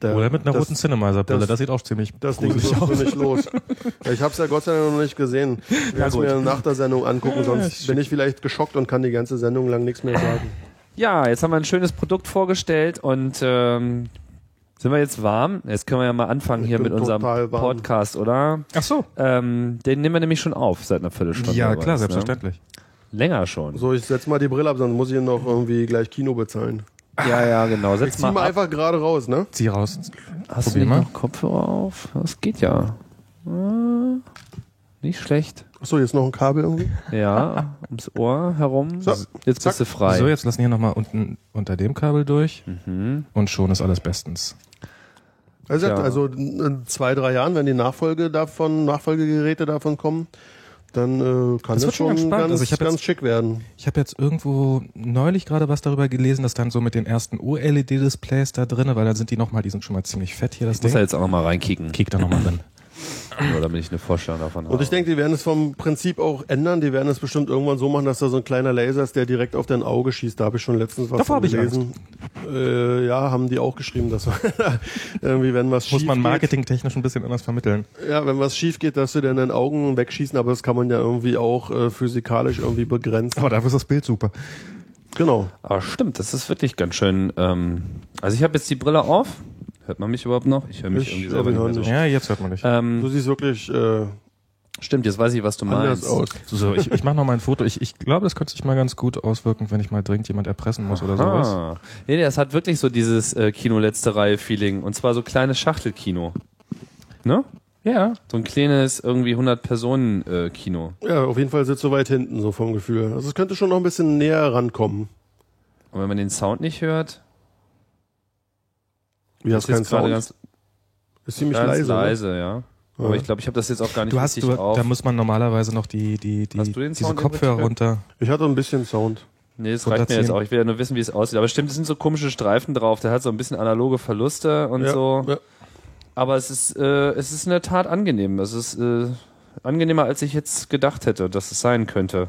[SPEAKER 3] Der,
[SPEAKER 2] Oder mit einer
[SPEAKER 3] das,
[SPEAKER 2] roten Cinemizer-Brille,
[SPEAKER 3] das-
[SPEAKER 2] das, sieht auch ziemlich
[SPEAKER 3] Das Ding
[SPEAKER 2] gruselig
[SPEAKER 3] ist so nicht los. Ich habe es ja Gott sei Dank noch nicht gesehen. Ich werde es
[SPEAKER 2] gut.
[SPEAKER 3] mir nach der Sendung angucken, sonst bin ich vielleicht geschockt und kann die ganze Sendung lang nichts mehr sagen.
[SPEAKER 1] Ja, jetzt haben wir ein schönes Produkt vorgestellt und ähm, sind wir jetzt warm? Jetzt können wir ja mal anfangen hier
[SPEAKER 3] bin
[SPEAKER 1] mit unserem
[SPEAKER 3] total warm.
[SPEAKER 1] Podcast, oder?
[SPEAKER 2] Ach so.
[SPEAKER 1] Ähm, den nehmen wir nämlich schon auf seit einer Viertelstunde.
[SPEAKER 2] Ja,
[SPEAKER 1] jeweils,
[SPEAKER 2] klar,
[SPEAKER 1] ne?
[SPEAKER 2] selbstverständlich.
[SPEAKER 1] Länger schon.
[SPEAKER 3] So, ich setz mal die Brille ab, sonst muss ich noch irgendwie gleich Kino bezahlen.
[SPEAKER 1] Ja, ja, genau.
[SPEAKER 3] Ich
[SPEAKER 1] Setz
[SPEAKER 3] zieh
[SPEAKER 1] mal
[SPEAKER 3] mal
[SPEAKER 1] ab.
[SPEAKER 3] einfach gerade raus, ne?
[SPEAKER 2] Zieh raus.
[SPEAKER 1] Hast du
[SPEAKER 2] Probier
[SPEAKER 1] nicht
[SPEAKER 2] mal.
[SPEAKER 1] noch Kopfhörer auf? Das geht ja. Äh, Nicht schlecht.
[SPEAKER 3] Achso, jetzt noch ein Kabel irgendwie.
[SPEAKER 1] Ja, ums Ohr herum.
[SPEAKER 3] So,
[SPEAKER 1] jetzt
[SPEAKER 3] zack.
[SPEAKER 1] bist du frei.
[SPEAKER 2] So, jetzt lassen wir nochmal unten unter dem Kabel durch und schon ist alles bestens.
[SPEAKER 3] Also,
[SPEAKER 1] Ja.
[SPEAKER 3] also in zwei, drei Jahren, wenn die Nachfolge davon, Nachfolgegeräte davon kommen, dann äh, kann das,
[SPEAKER 2] wird schon
[SPEAKER 3] schon
[SPEAKER 2] ganz
[SPEAKER 3] ganz,
[SPEAKER 2] spannend.
[SPEAKER 3] ganz,
[SPEAKER 2] Also ich hab jetzt-
[SPEAKER 3] schick werden.
[SPEAKER 2] Ich habe jetzt irgendwo neulich gerade was darüber gelesen, dass dann so mit den ersten OLED-Displays da drinne, weil dann sind die nochmal, die sind schon mal ziemlich fett hier, das
[SPEAKER 1] muss ja
[SPEAKER 2] Ding.
[SPEAKER 1] jetzt auch nochmal reinkicken,
[SPEAKER 2] halt Kick da nochmal drin.
[SPEAKER 1] nur damit ich eine Vorstellung davon habe.
[SPEAKER 3] Und ich denke, die werden es vom Prinzip auch ändern. Die werden es bestimmt irgendwann so machen, dass da so ein kleiner Laser ist, der direkt auf dein Auge schießt. Da habe ich schon letztens was
[SPEAKER 2] Davor
[SPEAKER 3] von
[SPEAKER 2] hab ich
[SPEAKER 3] gelesen. Äh, ja, haben die auch geschrieben, dass irgendwie, wenn was
[SPEAKER 2] Muss
[SPEAKER 3] schief
[SPEAKER 2] man
[SPEAKER 3] geht,
[SPEAKER 2] marketingtechnisch ein bisschen anders vermitteln.
[SPEAKER 3] Ja, wenn was schief geht, dass du dann deine Augen wegschießen, aber das kann man ja irgendwie auch äh, physikalisch irgendwie begrenzen.
[SPEAKER 2] Aber dafür ist das Bild super.
[SPEAKER 3] Genau.
[SPEAKER 1] Aber Ah, stimmt, das ist wirklich ganz schön. Ähm, also ich habe jetzt die Brille auf. Hört man mich überhaupt noch? Ich höre mich
[SPEAKER 3] Ich
[SPEAKER 1] irgendwie
[SPEAKER 3] glaub,
[SPEAKER 1] selber nicht
[SPEAKER 3] wir
[SPEAKER 1] mehr so.
[SPEAKER 3] hören
[SPEAKER 2] Ja, jetzt hört man nicht.
[SPEAKER 3] Du
[SPEAKER 1] Ähm,
[SPEAKER 3] siehst wirklich äh,
[SPEAKER 1] stimmt, jetzt weiß ich, was du
[SPEAKER 3] anders
[SPEAKER 1] meinst.
[SPEAKER 3] aus.
[SPEAKER 2] So, ich, ich mache nochmal ein Foto. Ich, ich glaube, das könnte sich mal ganz gut auswirken, wenn ich mal dringend jemand erpressen muss oder sowas.
[SPEAKER 1] Ah. Nee, nee, das hat wirklich so dieses äh, Kino letzte Reihe Feeling und zwar so kleines Schachtelkino. Ne?
[SPEAKER 2] Ja.
[SPEAKER 1] So ein kleines irgendwie 100 Personen äh, Kino.
[SPEAKER 3] Ja, auf jeden Fall sitzt du weit hinten, so vom Gefühl. Also es könnte schon noch ein bisschen näher rankommen.
[SPEAKER 1] Und wenn man den Sound nicht hört,
[SPEAKER 3] Wie
[SPEAKER 1] ist
[SPEAKER 3] hast
[SPEAKER 1] jetzt
[SPEAKER 3] keinen
[SPEAKER 1] gerade
[SPEAKER 3] Sound?
[SPEAKER 1] ganz,
[SPEAKER 3] ist ziemlich
[SPEAKER 1] ganz leise,
[SPEAKER 3] leise. ne?
[SPEAKER 1] ja.
[SPEAKER 3] Ja.
[SPEAKER 1] Aber ich glaube, ich habe das jetzt auch gar nicht
[SPEAKER 2] Du hast,
[SPEAKER 1] richtig
[SPEAKER 2] du,
[SPEAKER 1] auf.
[SPEAKER 2] da muss man normalerweise noch die, die, die,
[SPEAKER 1] Hast du den
[SPEAKER 2] diese
[SPEAKER 1] Sound
[SPEAKER 2] Kopfhörer
[SPEAKER 1] eventuell?
[SPEAKER 2] runter.
[SPEAKER 3] Ich hatte ein bisschen Sound.
[SPEAKER 1] Nee, das reicht mir jetzt
[SPEAKER 2] 110.
[SPEAKER 1] auch. Ich will ja nur wissen, wie es aussieht. Aber stimmt, es sind so komische Streifen drauf. Der hat so ein bisschen analoge Verluste und
[SPEAKER 3] ja,
[SPEAKER 1] so.
[SPEAKER 3] ja.
[SPEAKER 1] Aber es ist, äh, es ist in der Tat angenehm. Es ist äh, angenehmer, als ich jetzt gedacht hätte, dass es sein könnte.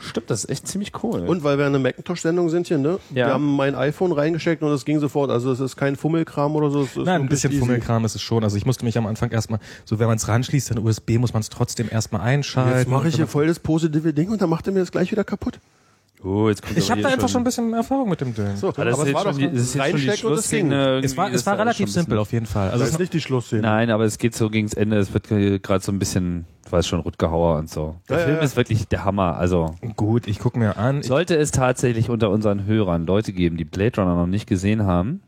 [SPEAKER 1] Stimmt, das ist echt ziemlich cool.
[SPEAKER 3] Und weil wir eine Macintosh-Sendung sind hier, ne?
[SPEAKER 1] Ja.
[SPEAKER 3] Wir haben mein iPhone reingesteckt und es ging sofort. Also es ist kein Fummelkram oder so. Es ist
[SPEAKER 2] Nein, ein
[SPEAKER 3] wirklich
[SPEAKER 2] bisschen
[SPEAKER 3] easy.
[SPEAKER 2] Fummelkram ist es schon. Also ich musste mich am Anfang erstmal, so wenn man es ranschließt an USB, muss man es trotzdem erstmal einschalten.
[SPEAKER 3] Jetzt mache ich hier voll das positive Ding und dann macht er mir das gleich wieder kaputt.
[SPEAKER 1] oh, jetzt kommt
[SPEAKER 2] ich habe
[SPEAKER 1] aber
[SPEAKER 2] da
[SPEAKER 1] hier
[SPEAKER 2] einfach schon ein bisschen Erfahrung mit dem Ding.
[SPEAKER 3] So,
[SPEAKER 1] Ah, das ist jetzt schon die, das ist jetzt schon die
[SPEAKER 3] reinstecken und das Ding.
[SPEAKER 1] Schlussszene. irgendwie,
[SPEAKER 2] es war,
[SPEAKER 1] das
[SPEAKER 2] es war
[SPEAKER 1] ist alles schon
[SPEAKER 2] relativ
[SPEAKER 1] ein bisschen-
[SPEAKER 2] simpel auf jeden Fall. Also
[SPEAKER 3] Das
[SPEAKER 2] es
[SPEAKER 3] ist nicht die Schlussszene.
[SPEAKER 1] Nein, aber es geht so gegens Ende. Es wird gerade so ein bisschen, weiß schon, Rutger Hauer und so. Der
[SPEAKER 3] Ja,
[SPEAKER 1] Film
[SPEAKER 3] ja, ja.
[SPEAKER 1] ist wirklich der Hammer. Also
[SPEAKER 2] Gut, ich gucke mir an. Ich,
[SPEAKER 1] sollte es tatsächlich unter unseren Hörern Leute geben, die Blade Runner noch nicht gesehen haben,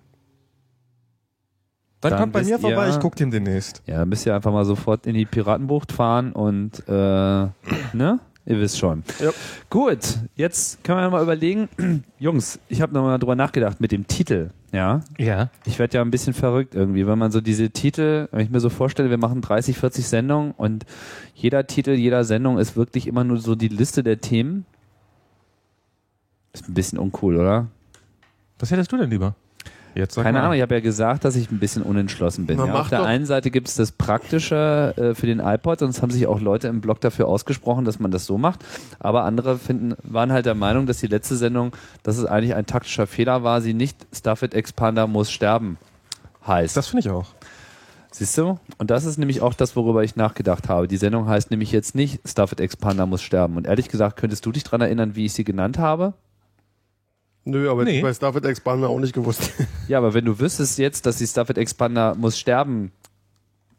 [SPEAKER 2] dann,
[SPEAKER 1] dann
[SPEAKER 2] kommt bei
[SPEAKER 1] wisst
[SPEAKER 2] mir vorbei,
[SPEAKER 1] ihr-
[SPEAKER 2] ich gucke den demnächst.
[SPEAKER 1] ja, dann müsst ihr einfach mal sofort in die Piratenbucht fahren und äh, ne? Ihr wisst schon.
[SPEAKER 3] Ja.
[SPEAKER 1] Gut, jetzt können wir mal überlegen, Jungs, ich habe nochmal drüber nachgedacht mit dem Titel, ja.
[SPEAKER 2] Ja.
[SPEAKER 1] Ich werde ja ein bisschen verrückt irgendwie, wenn man so diese Titel, wenn ich mir so vorstelle, wir machen 30, 40 Sendungen und jeder Titel jeder Sendung ist wirklich immer nur so die Liste der Themen. Ist ein bisschen uncool, oder?
[SPEAKER 2] Was hättest du denn lieber? Jetzt sag
[SPEAKER 1] Keine
[SPEAKER 2] mal.
[SPEAKER 1] Ahnung, ich habe ja gesagt, dass ich ein bisschen unentschlossen bin.
[SPEAKER 3] Na,
[SPEAKER 1] Ja,
[SPEAKER 3] mach
[SPEAKER 1] auf der
[SPEAKER 3] doch.
[SPEAKER 1] einen Seite gibt es das Praktische äh, für den iPod und es haben sich auch Leute im Blog dafür ausgesprochen, dass man das so macht. Aber andere finden, waren halt der Meinung, dass die letzte Sendung, dass es eigentlich ein taktischer Fehler war, sie nicht Stafford Expander muss sterben heißt.
[SPEAKER 2] Das finde ich auch.
[SPEAKER 1] Siehst du? Und das ist nämlich auch das, worüber ich nachgedacht habe. Die Sendung heißt nämlich jetzt nicht Stafford Expander muss sterben. Und ehrlich gesagt, könntest du dich dran erinnern, wie ich sie genannt habe?
[SPEAKER 3] Nö, aber
[SPEAKER 2] Nee.
[SPEAKER 3] ich weiß David Expander auch nicht gewusst.
[SPEAKER 1] Ja, aber wenn du wüsstest jetzt, dass sie Stafford Expander muss sterben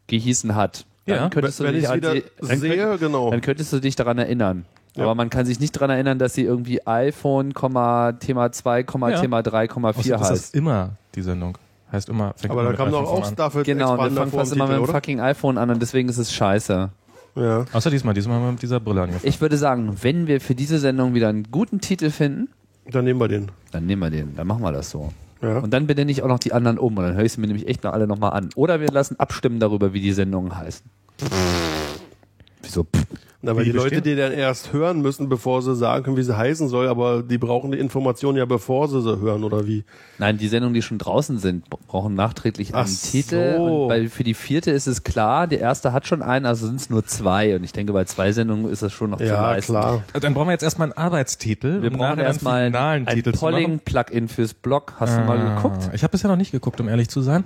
[SPEAKER 1] gehießen hat, dann
[SPEAKER 2] Ja,
[SPEAKER 1] könntest du
[SPEAKER 3] Wenn
[SPEAKER 1] dich
[SPEAKER 3] ich
[SPEAKER 1] an
[SPEAKER 3] wieder
[SPEAKER 1] sie- dann
[SPEAKER 3] sehe,
[SPEAKER 1] könnt-
[SPEAKER 3] genau.
[SPEAKER 1] Dann könntest du dich daran erinnern. Aber man kann sich nicht daran erinnern, dass sie irgendwie iPhone, Komma, Thema 2, Komma,
[SPEAKER 2] Ja.
[SPEAKER 1] Thema 3, Komma 4
[SPEAKER 2] Außerdem ist das
[SPEAKER 1] heißt.
[SPEAKER 2] immer die Sendung. Heißt immer. fängt
[SPEAKER 3] Aber
[SPEAKER 2] immer
[SPEAKER 3] da
[SPEAKER 2] mit
[SPEAKER 3] kam doch
[SPEAKER 2] iPhone
[SPEAKER 3] auch
[SPEAKER 2] an.
[SPEAKER 3] David
[SPEAKER 1] Genau, wir
[SPEAKER 3] Expander
[SPEAKER 1] fangen
[SPEAKER 3] vor
[SPEAKER 1] fast
[SPEAKER 3] dem
[SPEAKER 1] immer mit
[SPEAKER 3] Titel,
[SPEAKER 1] dem
[SPEAKER 3] oder?
[SPEAKER 1] fucking iPhone an und deswegen ist es scheiße.
[SPEAKER 3] Ja.
[SPEAKER 2] Außer diesmal, diesmal haben wir mit dieser Brille angefangen.
[SPEAKER 1] Ich würde sagen, wenn wir für diese Sendung wieder einen guten Titel finden,
[SPEAKER 3] Dann nehmen wir den.
[SPEAKER 1] Dann nehmen wir den, dann machen wir das so.
[SPEAKER 3] Ja.
[SPEAKER 1] Und dann benenne ich auch noch die anderen um und dann höre ich sie mir nämlich echt noch alle nochmal an. Oder wir lassen abstimmen darüber, wie die Sendungen heißen. Wieso? Pff.
[SPEAKER 3] Na, weil
[SPEAKER 2] Wie
[SPEAKER 3] die Leute,
[SPEAKER 2] bestehen-
[SPEAKER 3] die dann erst hören müssen, bevor sie sagen können, wie sie heißen soll, aber die brauchen die Information ja, bevor sie sie hören, oder wie?
[SPEAKER 1] Nein, die Sendungen, die schon draußen sind, b- brauchen nachträglich einen
[SPEAKER 3] Ach
[SPEAKER 1] Titel.
[SPEAKER 3] so.
[SPEAKER 1] Und weil für die vierte ist es klar, der erste hat schon einen, also sind es nur zwei. Und ich denke, bei zwei Sendungen ist das schon noch zu
[SPEAKER 3] Ja,
[SPEAKER 1] leisten.
[SPEAKER 3] klar.
[SPEAKER 2] Also Dann brauchen wir jetzt erstmal einen Arbeitstitel.
[SPEAKER 1] Wir
[SPEAKER 2] um
[SPEAKER 1] brauchen
[SPEAKER 2] nachher einen
[SPEAKER 1] erstmal
[SPEAKER 2] finalen
[SPEAKER 1] ein
[SPEAKER 2] Titel zu machen. Ah,
[SPEAKER 1] Polling-Plugin fürs Blog. Hast du
[SPEAKER 3] Ah.
[SPEAKER 1] mal geguckt?
[SPEAKER 2] Ich habe bisher noch nicht geguckt, um ehrlich zu sein.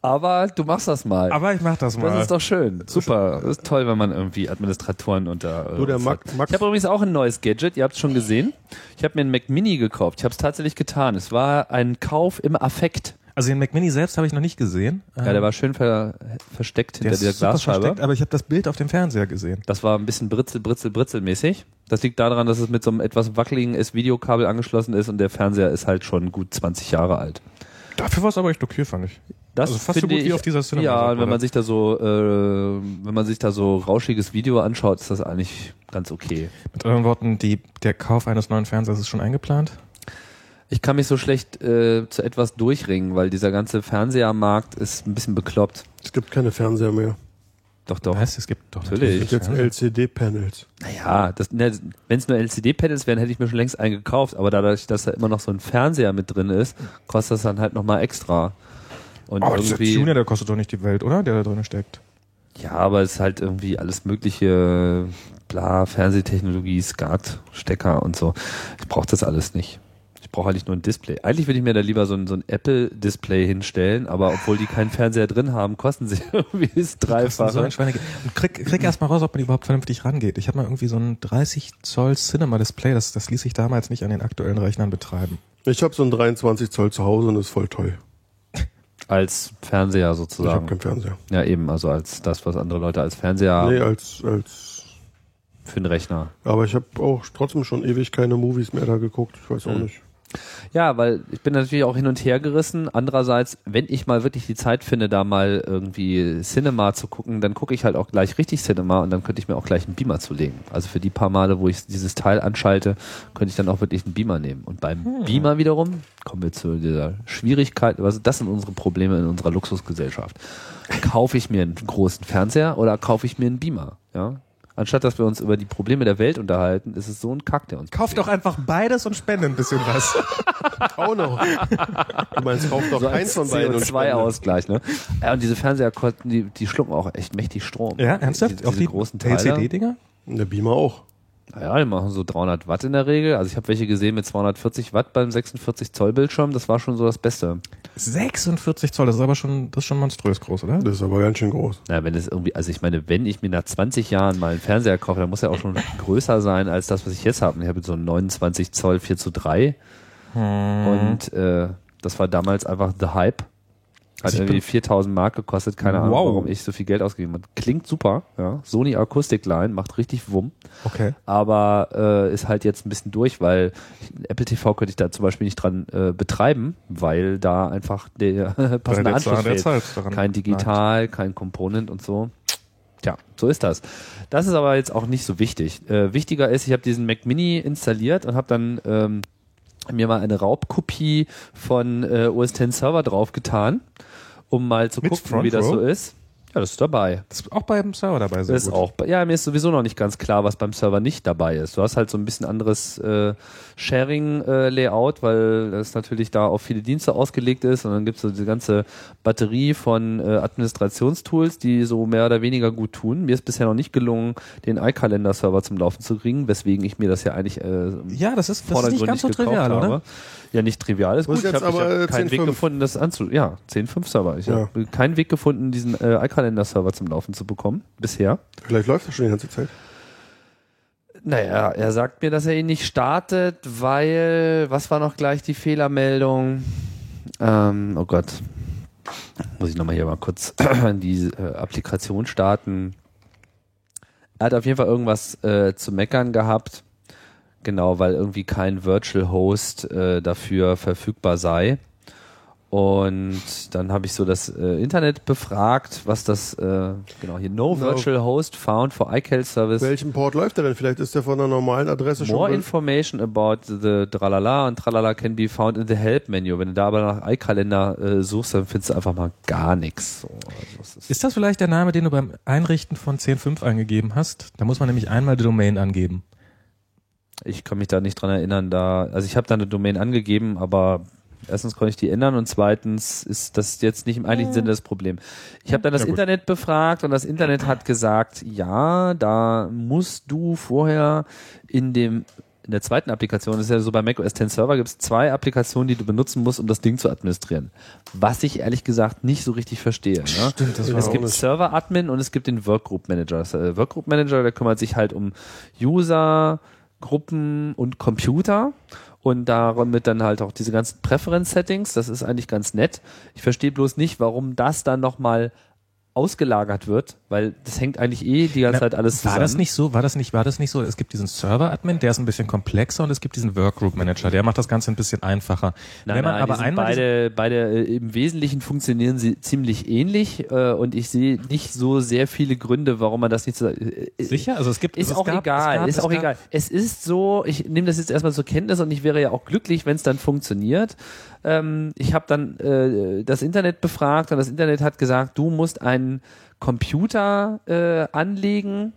[SPEAKER 1] Aber du machst das mal.
[SPEAKER 2] Aber ich mache das mal.
[SPEAKER 1] Das ist doch schön. Super. Das ist toll, wenn man irgendwie Administratoren unter. äh,
[SPEAKER 3] Du, der
[SPEAKER 1] uns
[SPEAKER 3] Max-
[SPEAKER 1] hat.
[SPEAKER 3] Max-
[SPEAKER 1] Ich habe übrigens auch ein neues Gadget. Ihr habt es schon gesehen. Ich habe mir einen Mac Mini gekauft. Ich habe es tatsächlich getan. Es war ein Kauf im Affekt.
[SPEAKER 2] also den Mac Mini selbst habe ich noch nicht gesehen. Ähm,
[SPEAKER 1] Ja, der war schön ver versteckt
[SPEAKER 2] Ah. der
[SPEAKER 1] hinter
[SPEAKER 2] ist
[SPEAKER 1] dieser
[SPEAKER 2] super
[SPEAKER 1] Glasscheibe.
[SPEAKER 2] versteckt, aber ich habe das Bild auf dem Fernseher gesehen.
[SPEAKER 1] Das war ein bisschen britzel, britzel, britzel mäßig. Das liegt daran, dass es mit so einem etwas wackeligen S-Videokabel angeschlossen ist und der Fernseher ist halt schon gut 20 Jahre alt.
[SPEAKER 2] Dafür war es aber echt okay, fand ich.
[SPEAKER 1] Das
[SPEAKER 2] Also fast so
[SPEAKER 1] finde
[SPEAKER 2] gut wie
[SPEAKER 1] ich-
[SPEAKER 2] auf dieser Cinema
[SPEAKER 1] Ja,
[SPEAKER 2] Sache,
[SPEAKER 1] wenn man
[SPEAKER 2] oder?
[SPEAKER 1] sich da so, äh, wenn man sich da so rauschiges Video anschaut, ist das eigentlich ganz okay.
[SPEAKER 2] Mit anderen Worten, die, der Kauf eines neuen Fernsehers ist schon eingeplant.
[SPEAKER 1] Ich kann mich so schlecht äh, zu etwas durchringen, weil dieser ganze Fernsehermarkt ist ein bisschen bekloppt.
[SPEAKER 3] Es gibt keine Fernseher mehr.
[SPEAKER 1] Doch, doch.
[SPEAKER 2] Was? Es gibt doch
[SPEAKER 1] Natürlich.
[SPEAKER 3] Es gibt jetzt
[SPEAKER 2] Fernseher.
[SPEAKER 3] LCD-Panels.
[SPEAKER 1] Naja, ne, wenn es nur LCD-Panels wären, hätte ich mir schon längst einen gekauft. Aber dadurch, dass da immer noch so ein Fernseher mit drin ist, kostet das dann halt nochmal extra. Und
[SPEAKER 2] Aber Oh, dieser
[SPEAKER 1] irgendwie,
[SPEAKER 2] Tuner, der kostet doch nicht die Welt, oder? Der da drin steckt.
[SPEAKER 1] ja, aber es ist halt irgendwie alles mögliche, bla, Fernsehtechnologie, SCART, Stecker und so. Ich brauche das alles nicht. Ich brauche eigentlich nur ein Display. Eigentlich würde ich mir da lieber so ein, so ein Apple-Display hinstellen, aber obwohl die keinen Fernseher drin haben, kosten sie irgendwie das
[SPEAKER 2] Kosten so
[SPEAKER 1] Dreifache.
[SPEAKER 2] ein Schweinegeld. Und krieg, krieg erst mal raus, ob man überhaupt vernünftig rangeht. Ich habe mal irgendwie so ein 30 Zoll Cinema Display, das, das ließ sich damals nicht an den aktuellen Rechnern betreiben.
[SPEAKER 3] Ich habe so einen 23 Zoll zu Hause und ist voll toll. Also
[SPEAKER 1] Als Fernseher
[SPEAKER 3] Ich habe
[SPEAKER 1] sozusagen.
[SPEAKER 3] keinen Fernseher.
[SPEAKER 1] Ja, eben, also als das, was andere Leute als Fernseher haben
[SPEAKER 3] Nee, als, als.
[SPEAKER 1] für den Rechner.
[SPEAKER 3] Aber ich habe auch trotzdem schon ewig keine Movies mehr da geguckt. Ich weiß auch
[SPEAKER 1] Hm.
[SPEAKER 3] nicht.
[SPEAKER 1] Ja, weil ich bin natürlich auch hin und her gerissen. Andererseits, wenn ich mal wirklich die Zeit finde, da mal irgendwie Cinema zu gucken, dann gucke ich halt auch gleich richtig Cinema und dann könnte ich mir auch gleich einen Beamer zulegen. Also für die paar Male, wo ich dieses Teil anschalte, könnte ich dann auch wirklich einen Beamer nehmen. Und beim Beamer wiederum kommen wir zu dieser Schwierigkeit. Also das sind unsere Probleme in unserer Luxusgesellschaft. Kaufe ich mir einen großen Fernseher oder kaufe ich mir einen Beamer? Ja. Anstatt dass wir uns über die Probleme der Welt unterhalten, ist es so ein Kack, der uns
[SPEAKER 2] Kauf doch einfach beides und spende ein bisschen was.
[SPEAKER 3] Auch noch. Du meinst, kauf doch
[SPEAKER 1] so
[SPEAKER 3] eins
[SPEAKER 1] als
[SPEAKER 3] von beiden und spende.
[SPEAKER 1] CO2-Ausgleich, ne? Ja, und diese Fernseher konnten, die, die schlucken auch echt mächtig Strom.
[SPEAKER 2] Ja, ernsthaft?
[SPEAKER 1] Diese, diese großen Teile.
[SPEAKER 2] LCD-Dinger?
[SPEAKER 3] Der Beamer auch.
[SPEAKER 1] Ja, die machen so 300 Watt in der Regel. Also ich habe welche gesehen mit 240 Watt beim 46 Zoll Bildschirm. Das war schon so das Beste.
[SPEAKER 2] 46 Zoll, das ist aber schon, das ist schon monströs groß, oder?
[SPEAKER 3] Das ist aber ganz schön groß.
[SPEAKER 1] Na, wenn es irgendwie, also ich meine, wenn ich mir nach 20 Jahren mal einen Fernseher kaufe, dann muss er auch schon größer sein als das, was ich jetzt habe. Und Ich habe jetzt so einen 29 Zoll 4 zu 3.
[SPEAKER 2] Hm.
[SPEAKER 1] Und äh, das war damals einfach The Hype. Hat
[SPEAKER 2] Also ich
[SPEAKER 1] irgendwie
[SPEAKER 2] bin-
[SPEAKER 1] 4000 Mark gekostet, keine Ahnung,
[SPEAKER 2] Wow.
[SPEAKER 1] warum ich so viel Geld ausgegeben habe. Klingt super, ja. Sony Akustikline macht richtig Wumm
[SPEAKER 2] Okay.
[SPEAKER 1] aber äh, ist halt jetzt ein bisschen durch, weil Apple TV könnte ich da zum Beispiel nicht dran äh, betreiben, weil da einfach der
[SPEAKER 2] Weil
[SPEAKER 1] passende
[SPEAKER 2] der
[SPEAKER 1] Anschluss
[SPEAKER 2] Zahn der
[SPEAKER 1] fehlt.
[SPEAKER 2] Zeit daran
[SPEAKER 1] Kein Digital, kein Component und so. Tja, so ist das. Das ist aber jetzt auch nicht so wichtig. Äh, wichtiger ist, ich habe diesen Mac Mini installiert und habe dann ähm, mir mal eine Raubkopie von äh, OS X Server draufgetan, um mal zu
[SPEAKER 2] Mit
[SPEAKER 1] gucken,
[SPEAKER 2] Front
[SPEAKER 1] wie das
[SPEAKER 2] Row?
[SPEAKER 1] so ist. Ja, das ist dabei.
[SPEAKER 2] Das ist auch beim Server dabei sehr
[SPEAKER 1] Das ist
[SPEAKER 2] gut.
[SPEAKER 1] auch. Ja, mir ist sowieso noch nicht ganz klar, was beim Server nicht dabei ist. Du hast halt so ein bisschen anderes äh, Sharing-Layout, weil es natürlich da auf viele Dienste ausgelegt ist und dann gibt es so diese ganze Batterie von äh, Administrationstools, die so mehr oder weniger gut tun. Mir ist bisher noch nicht gelungen, den iCalendar-Server zum Laufen zu kriegen, weswegen ich mir das ja eigentlich äh,
[SPEAKER 2] Ja, das ist, das ist nicht
[SPEAKER 1] vordergründig
[SPEAKER 2] ganz so
[SPEAKER 1] gekauft
[SPEAKER 2] trivial,
[SPEAKER 1] habe.
[SPEAKER 2] oder?
[SPEAKER 1] Ja, nicht trivial ist
[SPEAKER 3] Muss
[SPEAKER 1] gut. Ich
[SPEAKER 3] jetzt
[SPEAKER 1] habe hab
[SPEAKER 3] aber, äh,
[SPEAKER 1] keinen
[SPEAKER 3] 10.5.
[SPEAKER 1] Weg gefunden, das anzu... Ja, 10.5 Server. Ich
[SPEAKER 3] Ja.
[SPEAKER 1] habe keinen Weg gefunden, diesen äh, iCalendar-Server zum Laufen zu bekommen, bisher.
[SPEAKER 3] Vielleicht läuft das schon die ganze Zeit.
[SPEAKER 1] Naja, er sagt mir, dass er ihn nicht startet, weil, was war noch gleich die Fehlermeldung? Ähm, oh Gott. Muss ich nochmal hier mal kurz die äh, Applikation starten. Er hat auf jeden Fall irgendwas äh, zu meckern gehabt. Genau, weil irgendwie kein Virtual Host äh, dafür verfügbar sei. Und dann habe ich so das äh, Internet befragt, was das, äh, genau, hier No,
[SPEAKER 3] No.
[SPEAKER 1] Virtual Host found for iCal Service.
[SPEAKER 3] Welchen Port läuft der denn? Vielleicht ist der von einer normalen Adresse
[SPEAKER 1] More
[SPEAKER 3] schon.
[SPEAKER 1] information about the Tralala und Tralala can be found in the Help Menu. Wenn du da aber nach iKalender äh, suchst, dann findest du einfach mal gar nichts. So, also es ist-
[SPEAKER 2] Ist das vielleicht der Name, den du beim Einrichten von 10.5 eingegeben hast? Da muss man nämlich einmal die Domain angeben.
[SPEAKER 1] ich kann mich da nicht dran erinnern. Da, also ich habe da eine Domain angegeben, aber erstens konnte ich die ändern und zweitens ist das jetzt nicht im eigentlichen Sinne das Problem. Ich habe dann das
[SPEAKER 2] Na gut.
[SPEAKER 1] Internet befragt und das Internet hat gesagt, ja, da musst du vorher in dem in der zweiten Applikation, das ist ja so bei macOS 10 Server, gibt es zwei Applikationen, die du benutzen musst, um das Ding zu administrieren. Was ich ehrlich gesagt nicht so richtig verstehe. Ne?
[SPEAKER 2] Stimmt, das
[SPEAKER 1] Es
[SPEAKER 3] auch
[SPEAKER 1] gibt
[SPEAKER 3] nicht.
[SPEAKER 1] Server-Admin und es gibt den Workgroup-Manager. Das, äh, Workgroup-Manager, der kümmert sich halt um User, Gruppen und Computer und damit dann halt auch diese ganzen Preference-Settings. Das ist eigentlich ganz nett. Ich verstehe bloß nicht, warum das dann nochmal ausgelagert wird, weil das hängt eigentlich eh die ganze
[SPEAKER 2] Na,
[SPEAKER 1] Zeit alles zusammen.
[SPEAKER 2] War das nicht so? War das nicht? War das nicht so? Es gibt diesen Server-Admin, der ist ein bisschen komplexer, und es gibt diesen Workgroup-Manager, der macht das Ganze ein bisschen einfacher.
[SPEAKER 1] Nein, nein, aber die sind
[SPEAKER 2] einmal diesen-
[SPEAKER 1] beide, beide äh, im Wesentlichen funktionieren sie ziemlich ähnlich äh, und ich sehe nicht so sehr viele Gründe, warum man das nicht so. Äh, äh,
[SPEAKER 2] sicher, also es gibt
[SPEAKER 1] Ist
[SPEAKER 2] also es
[SPEAKER 1] auch
[SPEAKER 2] gab-
[SPEAKER 1] egal,
[SPEAKER 2] es gab-
[SPEAKER 1] ist
[SPEAKER 2] es
[SPEAKER 1] auch
[SPEAKER 2] gab-
[SPEAKER 1] egal. Es ist so, ich nehme das jetzt erstmal zur Kenntnis und ich wäre ja auch glücklich, wenn es dann funktioniert. Ähm, ich habe dann äh, das Internet befragt und das Internet hat gesagt, du musst einen Computer äh, anlegen.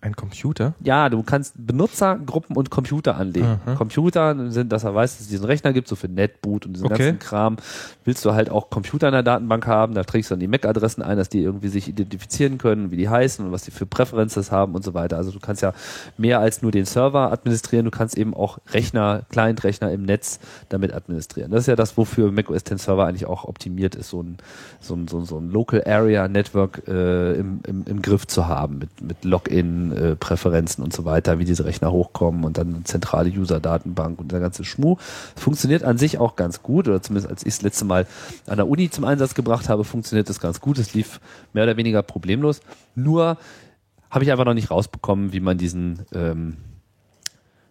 [SPEAKER 2] Ein Computer.
[SPEAKER 1] Ja, du kannst Benutzergruppen und Computer anlegen. Computer sind, dass er weiß, dass es diesen Rechner gibt, so für Netboot und diesen
[SPEAKER 2] Okay.
[SPEAKER 1] ganzen Kram. Willst du halt auch Computer in der Datenbank haben, da trägst du dann die MAC-Adressen ein, dass die irgendwie sich identifizieren können, wie die heißen und was die für Präferences haben und so weiter. Also du kannst ja mehr als nur den Server administrieren, du kannst eben auch Rechner, Client-Rechner im Netz damit administrieren. Das ist ja das, wofür macOS 10 Server eigentlich auch optimiert ist, so ein, so ein, so ein, so ein Local Area Network äh, im, im, im Griff zu haben, mit, mit Login, äh, Präferenzen und so weiter, wie diese Rechner hochkommen und dann eine zentrale User-Datenbank und der ganze Schmuh. Das funktioniert an sich auch ganz gut, oder zumindest als ich es letzte Mal an der Uni zum Einsatz gebracht habe, funktioniert das ganz gut. Es lief mehr oder weniger problemlos. Nur habe ich einfach noch nicht rausbekommen, wie man diesen ähm,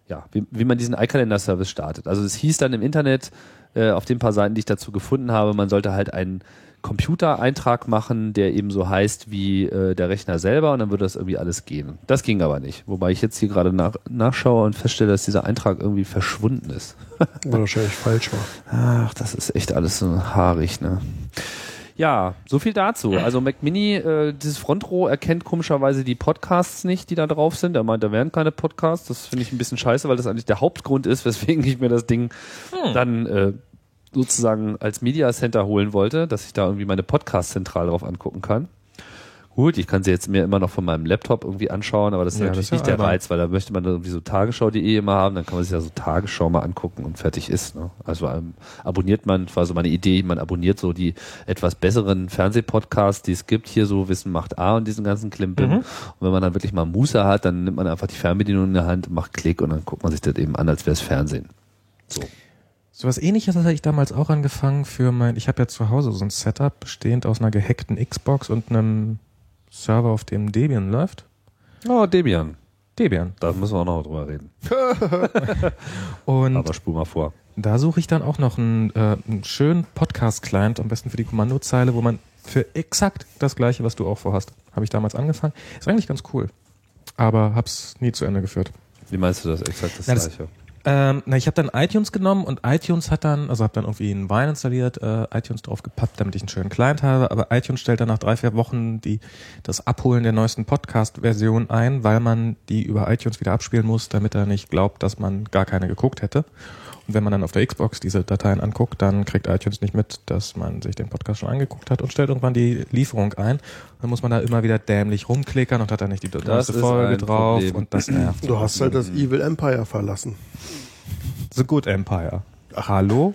[SPEAKER 1] ja, wie, wie man diesen iCalendar-Service startet. Also es hieß dann im Internet, äh, auf den paar Seiten, die ich dazu gefunden habe, man sollte halt einen Computereintrag machen, der eben so heißt wie äh, der Rechner selber und dann würde das irgendwie alles gehen. Das ging aber nicht. Wobei ich jetzt hier gerade nach, nachschaue und feststelle, dass dieser Eintrag irgendwie verschwunden ist.
[SPEAKER 3] Weil wahrscheinlich falsch war.
[SPEAKER 1] Ach, das ist echt alles so haarig, ne? Ja, so viel dazu. Also Mac Mini, äh, dieses Frontrow erkennt komischerweise die Podcasts nicht, die da drauf sind. Er meint, da wären keine Podcasts. Das finde ich ein bisschen scheiße, weil das eigentlich der Hauptgrund ist, weswegen ich mir das Ding
[SPEAKER 2] Hm.
[SPEAKER 1] dann äh, sozusagen als Media Center holen wollte, dass ich da irgendwie meine Podcast zentral drauf angucken kann. Gut, ich kann sie jetzt mir immer noch von meinem Laptop irgendwie anschauen, aber das ist
[SPEAKER 2] Ja,
[SPEAKER 1] natürlich
[SPEAKER 2] das
[SPEAKER 1] nicht
[SPEAKER 2] ist ja
[SPEAKER 1] der
[SPEAKER 2] albern.
[SPEAKER 1] Reiz, weil da möchte man irgendwie so tagesschau.de immer haben, dann kann man sich ja so Tagesschau mal angucken und fertig ist. Ne? Also ähm, abonniert man, war so meine Idee, man abonniert so die etwas besseren Fernsehpodcasts, die es gibt, hier so Wissen macht A und diesen ganzen Klimbim.
[SPEAKER 2] Mhm.
[SPEAKER 1] Und wenn man dann wirklich mal Muße hat, dann nimmt man einfach die Fernbedienung in der Hand, macht Klick und dann guckt man sich das eben an, als wäre es Fernsehen.
[SPEAKER 2] So was ähnliches hatte ich damals auch angefangen für mein, ich habe ja zu Hause so ein Setup bestehend aus einer gehackten Xbox und einem Server, auf dem Debian läuft.
[SPEAKER 1] Oh, Debian,
[SPEAKER 2] Debian.
[SPEAKER 1] da müssen wir auch noch drüber reden.
[SPEAKER 2] Und
[SPEAKER 1] Aber spul mal vor.
[SPEAKER 2] da suche ich dann auch noch einen, äh, einen schönen Podcast-Client, am besten für die Kommandozeile, wo man für exakt das gleiche, was du auch vorhast, habe ich damals angefangen. Ist eigentlich ganz cool, aber hab's nie zu Ende geführt.
[SPEAKER 1] Wie meinst du das exakt das
[SPEAKER 2] Na, das-
[SPEAKER 1] gleiche?
[SPEAKER 2] Ähm, na, ich habe dann iTunes genommen und iTunes hat dann, also habe dann irgendwie einen Wein installiert, äh, iTunes draufgepappt, damit ich einen schönen Client habe. Aber iTunes stellt dann nach drei, vier Wochen die, das Abholen der neuesten Podcast-Version ein, weil man die über iTunes wieder abspielen muss, damit er nicht glaubt, dass man gar keine geguckt hätte. Und wenn man dann auf der Xbox diese Dateien anguckt, dann kriegt iTunes nicht mit, dass man sich den Podcast schon angeguckt hat und stellt irgendwann die Lieferung ein. Dann muss man da immer wieder dämlich rumklickern und hat dann nicht die neueste
[SPEAKER 1] ist
[SPEAKER 2] Folge
[SPEAKER 1] ein
[SPEAKER 2] drauf
[SPEAKER 1] Problem.
[SPEAKER 2] und das nervt.
[SPEAKER 3] Du hast halt das Evil Empire verlassen.
[SPEAKER 2] The Good Empire. Hallo?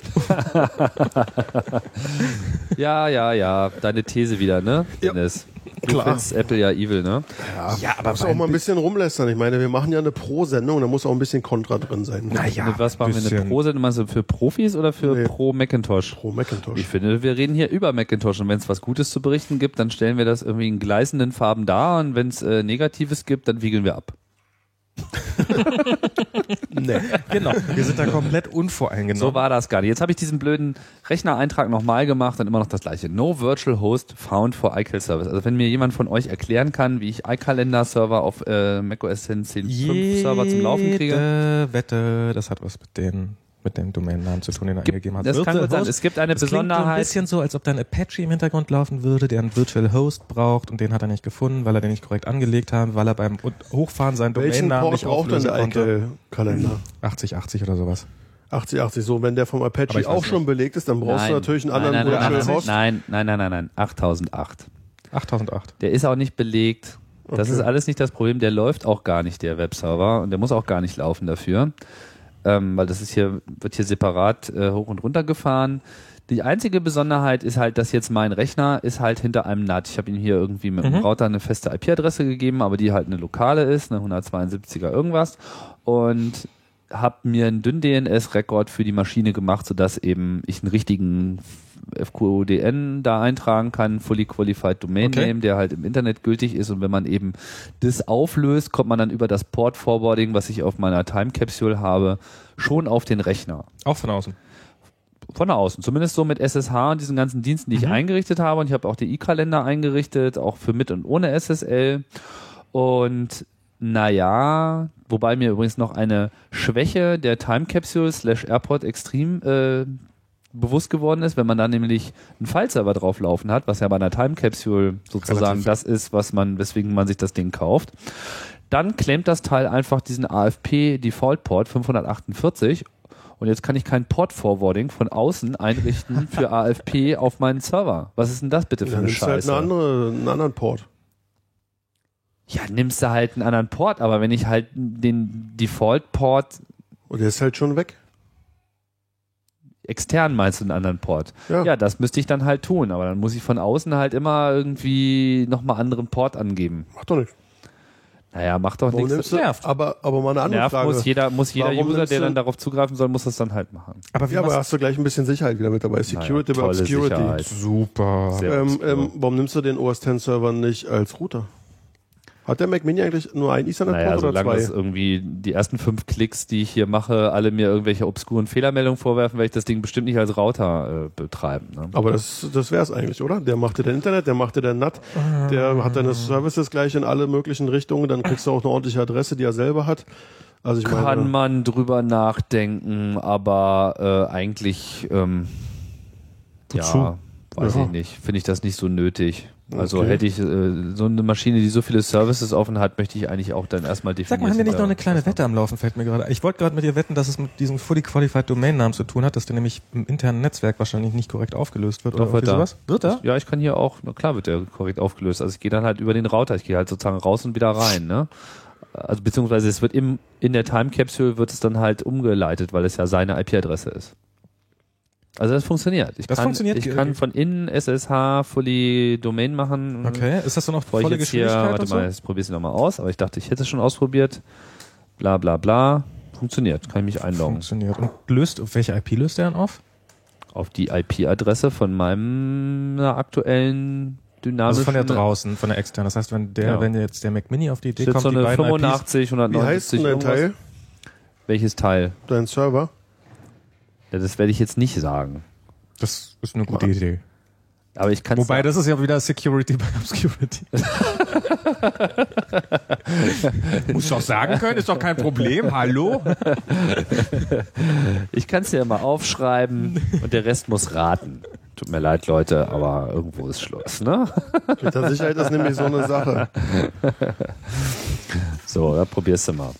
[SPEAKER 1] Ja, ja, ja. Deine These wieder, ne?
[SPEAKER 3] Ja.
[SPEAKER 1] Dennis. Du
[SPEAKER 3] Klar.
[SPEAKER 1] findest Apple ja evil, ne?
[SPEAKER 3] Ja, aber muss auch mal ein bisschen rumlästern. Ich meine, wir machen ja eine Pro-Sendung, da muss auch ein bisschen Kontra drin sein.
[SPEAKER 2] Naja,
[SPEAKER 1] Mit was machen wir eine Pro-Sendung? Meinst du für Profis oder für
[SPEAKER 3] Nee.
[SPEAKER 1] Pro Macintosh?
[SPEAKER 3] Pro Macintosh.
[SPEAKER 1] Ich finde, wir reden hier über Macintosh und wenn es was Gutes zu berichten gibt, dann stellen wir das irgendwie in gleißenden Farben dar und wenn es äh, Negatives gibt, dann wiegeln wir ab.
[SPEAKER 3] Nee.
[SPEAKER 2] Genau, wir sind da komplett unvoreingenommen.
[SPEAKER 3] Ne?
[SPEAKER 1] So war das gar nicht. Jetzt habe ich diesen blöden Rechnereintrag nochmal gemacht und immer noch das gleiche. No Virtual Host found for iCal Service. Also wenn mir jemand von euch erklären kann, wie ich iCalendar-Server auf äh, macOS 10.5 Server zum Laufen kriege.
[SPEAKER 2] Jede Wette, das hat was mit den mit dem Domainnamen zu tun, den er
[SPEAKER 1] Gibt-
[SPEAKER 2] eingegeben hat.
[SPEAKER 1] das kann
[SPEAKER 2] Virtual
[SPEAKER 1] gut sein.
[SPEAKER 2] Host,
[SPEAKER 1] Es gibt eine
[SPEAKER 2] das klingt so ein
[SPEAKER 1] Besonderheit.
[SPEAKER 2] bisschen so, als ob da ein Apache im Hintergrund laufen würde, der einen Virtual Host braucht und den hat er nicht gefunden, weil er den nicht korrekt angelegt hat, weil er beim Un- Hochfahren seinen
[SPEAKER 3] Welchen
[SPEAKER 2] Domainnamen
[SPEAKER 3] Port
[SPEAKER 2] nicht
[SPEAKER 3] braucht denn
[SPEAKER 2] auflösen
[SPEAKER 3] der
[SPEAKER 2] konnte.
[SPEAKER 3] iCal-Kalender?
[SPEAKER 2] 8080 oder sowas.
[SPEAKER 3] 8080, so, wenn der vom
[SPEAKER 2] Aber ich
[SPEAKER 3] Apache
[SPEAKER 2] weiß
[SPEAKER 3] auch schon belegt ist, dann brauchst
[SPEAKER 1] Nein.
[SPEAKER 3] du natürlich einen
[SPEAKER 1] Nein,
[SPEAKER 3] anderen
[SPEAKER 1] nein, nein,
[SPEAKER 3] Virtual
[SPEAKER 1] nein,
[SPEAKER 3] Host.
[SPEAKER 1] Nein, nein, nein, nein, nein, 8008.
[SPEAKER 2] 8008.
[SPEAKER 1] Der ist auch nicht belegt. Das
[SPEAKER 3] Okay.
[SPEAKER 1] ist alles nicht das Problem. Der läuft auch gar nicht, der Webserver. Und der muss auch gar nicht laufen dafür. Ähm, weil das ist hier, wird hier separat äh, hoch und runter gefahren. Die einzige Besonderheit ist halt, dass jetzt mein Rechner ist halt hinter einem NAT. Ich habe ihm hier irgendwie mit dem Router eine feste IP-Adresse gegeben, aber die halt eine lokale ist, eine 172er irgendwas. Und habe mir einen dünn DNS-Rekord für die Maschine gemacht, sodass eben ich einen richtigen FQDN da eintragen kann, Fully Qualified Domain
[SPEAKER 2] Okay.
[SPEAKER 1] Name, der halt im Internet gültig ist. Und wenn man eben das auflöst, kommt man dann über das Port Forwarding, was ich auf meiner Time Capsule habe, schon auf den Rechner.
[SPEAKER 2] Auch von außen.
[SPEAKER 1] Von außen, zumindest so mit SSH und diesen ganzen Diensten, die ich eingerichtet habe. Und ich habe auch den E-Kalender eingerichtet, auch für mit und ohne SSL. Und naja, wobei mir übrigens noch eine Schwäche der Time Capsule slash Airport Extreme äh, bewusst geworden ist, wenn man da nämlich einen File-Server drauflaufen hat, was ja bei einer Time Capsule sozusagen
[SPEAKER 2] Relativ.
[SPEAKER 1] das ist, was man, weswegen man sich das Ding kauft, dann klemmt das Teil einfach diesen AFP Default Port 548 und jetzt kann ich kein Port Forwarding von außen einrichten für AFP auf meinen Server. Was ist denn das bitte für
[SPEAKER 3] Dann
[SPEAKER 1] eine
[SPEAKER 3] nimmst du halt
[SPEAKER 1] Scheiße?
[SPEAKER 3] eine andere, einen anderen Port.
[SPEAKER 1] Ja, nimmst du halt einen anderen Port, aber wenn ich halt den Default-Port
[SPEAKER 3] Und der ist halt schon weg.
[SPEAKER 1] extern meinst du einen anderen Port.
[SPEAKER 3] Ja.
[SPEAKER 1] Ja, das müsste ich dann halt tun, aber dann muss ich von außen halt immer irgendwie nochmal anderen Port angeben.
[SPEAKER 3] Macht doch nichts.
[SPEAKER 1] Naja, macht doch
[SPEAKER 3] Warum
[SPEAKER 1] nichts.
[SPEAKER 3] nimmst du,
[SPEAKER 2] nervt.
[SPEAKER 3] aber, aber mal eine andere
[SPEAKER 1] Nerv
[SPEAKER 3] Frage.
[SPEAKER 1] muss jeder, muss jeder
[SPEAKER 3] Warum
[SPEAKER 1] User,
[SPEAKER 3] nimmst
[SPEAKER 1] der
[SPEAKER 3] du-
[SPEAKER 1] dann darauf zugreifen soll, muss das dann halt machen.
[SPEAKER 2] Aber wie
[SPEAKER 3] ja, aber
[SPEAKER 2] machst
[SPEAKER 3] hast du gleich ein bisschen Sicherheit wieder mit dabei. Security
[SPEAKER 1] Naja,
[SPEAKER 3] by
[SPEAKER 1] tolle
[SPEAKER 3] Obscurity.
[SPEAKER 1] Sicherheit. genau.
[SPEAKER 2] super.
[SPEAKER 1] Sehr
[SPEAKER 3] Ähm,
[SPEAKER 1] obskur.
[SPEAKER 3] ähm, warum nimmst du den OS X Server nicht als Router? Hat der Mac Mini eigentlich nur einen Ethernet Port
[SPEAKER 1] Naja,
[SPEAKER 3] oder
[SPEAKER 1] solange
[SPEAKER 3] zwei?
[SPEAKER 1] das irgendwie die ersten fünf Klicks, die ich hier mache, alle mir irgendwelche obskuren Fehlermeldungen vorwerfen, werde ich das Ding bestimmt nicht als Router äh, betreiben. Ne?
[SPEAKER 3] Aber das, das wär's eigentlich, oder? Der macht dir dein Internet, der macht dir dein NAT, der hat
[SPEAKER 1] Ah.
[SPEAKER 3] deine Services gleich in alle möglichen Richtungen, dann kriegst du auch eine ordentliche Adresse, die er selber hat. Also ich
[SPEAKER 1] Kann
[SPEAKER 3] meine,
[SPEAKER 1] man drüber nachdenken, aber äh, eigentlich ähm, ja,
[SPEAKER 2] Wozu?
[SPEAKER 1] weiß ich nicht. Finde ich das nicht so nötig. Also hätte ich äh, so eine Maschine, die so viele Services offen hat, möchte ich eigentlich auch dann erstmal definieren.
[SPEAKER 2] Sag mal, haben wir nicht noch eine kleine Wette am Laufen, fällt mir gerade. ein. Ich wollte gerade mit dir wetten, dass es mit diesem Fully Qualified Domain Namen zu tun hat, dass der nämlich im internen Netzwerk wahrscheinlich nicht korrekt aufgelöst wird
[SPEAKER 1] Doch,
[SPEAKER 2] oder
[SPEAKER 1] wird
[SPEAKER 2] irgendwie
[SPEAKER 1] er.
[SPEAKER 2] sowas. Wird er?
[SPEAKER 1] Ja, ich kann hier auch, na klar wird der korrekt aufgelöst. Also ich gehe dann halt über den Router, ich gehe halt sozusagen raus und wieder rein, ne? Also beziehungsweise es wird im, in der Time Capsule wird es dann halt umgeleitet, weil es ja seine IP-Adresse ist. Also das funktioniert. Ich
[SPEAKER 2] Das
[SPEAKER 1] kann,
[SPEAKER 2] funktioniert,
[SPEAKER 1] Ich
[SPEAKER 2] äh,
[SPEAKER 1] kann von innen SSH fully Domain machen.
[SPEAKER 2] Okay, ist das dann auch
[SPEAKER 1] Bevor ich
[SPEAKER 2] volle
[SPEAKER 1] jetzt hier,
[SPEAKER 2] Geschwindigkeit
[SPEAKER 1] warte
[SPEAKER 2] und so?
[SPEAKER 1] mal, jetzt probiere ich es nochmal aus, aber ich dachte, ich hätte es schon ausprobiert. Bla bla bla. Funktioniert, kann ich mich einloggen.
[SPEAKER 2] Funktioniert. Und löst, auf welche IP löst er dann auf?
[SPEAKER 1] Auf die IP-Adresse von meinem äh, aktuellen dynamischen
[SPEAKER 2] Also von der draußen, von der externen. Das heißt, wenn der,
[SPEAKER 1] Ja.
[SPEAKER 2] wenn jetzt der Mac Mini auf die Idee
[SPEAKER 1] Steht
[SPEAKER 2] kommt,
[SPEAKER 1] so
[SPEAKER 2] die
[SPEAKER 1] eine
[SPEAKER 2] beiden
[SPEAKER 1] 85, 190.
[SPEAKER 3] Wie heißt denn dein
[SPEAKER 1] irgendwas.
[SPEAKER 3] Teil?
[SPEAKER 1] Welches Teil?
[SPEAKER 3] Dein Server?
[SPEAKER 1] Ja, das werde ich jetzt nicht sagen.
[SPEAKER 2] IPs, das ist eine gute Idee.
[SPEAKER 1] Aber ich kann
[SPEAKER 2] Wobei, das ist ja wieder Security bei Obscurity. Muss doch sagen können, ist doch kein Problem. Hallo?
[SPEAKER 1] ich kann es ja mal aufschreiben und der Rest muss raten. Tut mir leid, Leute, aber irgendwo ist Schluss, ne?
[SPEAKER 3] Mit der Sicherheit ist nämlich so eine Sache.
[SPEAKER 1] So, da probierst du mal.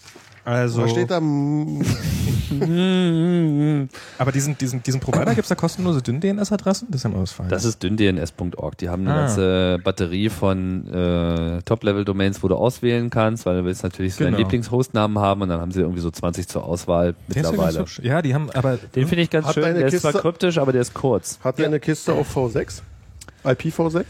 [SPEAKER 2] Also,
[SPEAKER 3] Da steht da, mm,
[SPEAKER 2] aber diesen, diesen, diesen Provider gibt's da kostenlose Dünn-DNS-Adressen? Das ist ja mal was Feines.
[SPEAKER 1] Das ist dünndns.org. Die haben eine
[SPEAKER 2] Ah.
[SPEAKER 1] ganze Batterie von äh, Top-Level-Domains, wo du auswählen kannst, weil du willst natürlich so deinen
[SPEAKER 2] Genau.
[SPEAKER 1] Lieblingshostnamen haben und dann haben sie irgendwie so 20 zur Auswahl
[SPEAKER 2] Den ist ja ganz
[SPEAKER 1] mittlerweile.
[SPEAKER 2] hübsch. Ja, die haben, aber hm?
[SPEAKER 1] Den finde ich ganz
[SPEAKER 3] Hat
[SPEAKER 1] schön.
[SPEAKER 3] deine
[SPEAKER 1] Der ist zwar
[SPEAKER 3] Kiste-
[SPEAKER 1] kryptisch, aber der ist kurz.
[SPEAKER 3] hat deine Kiste auch V6? IPv6?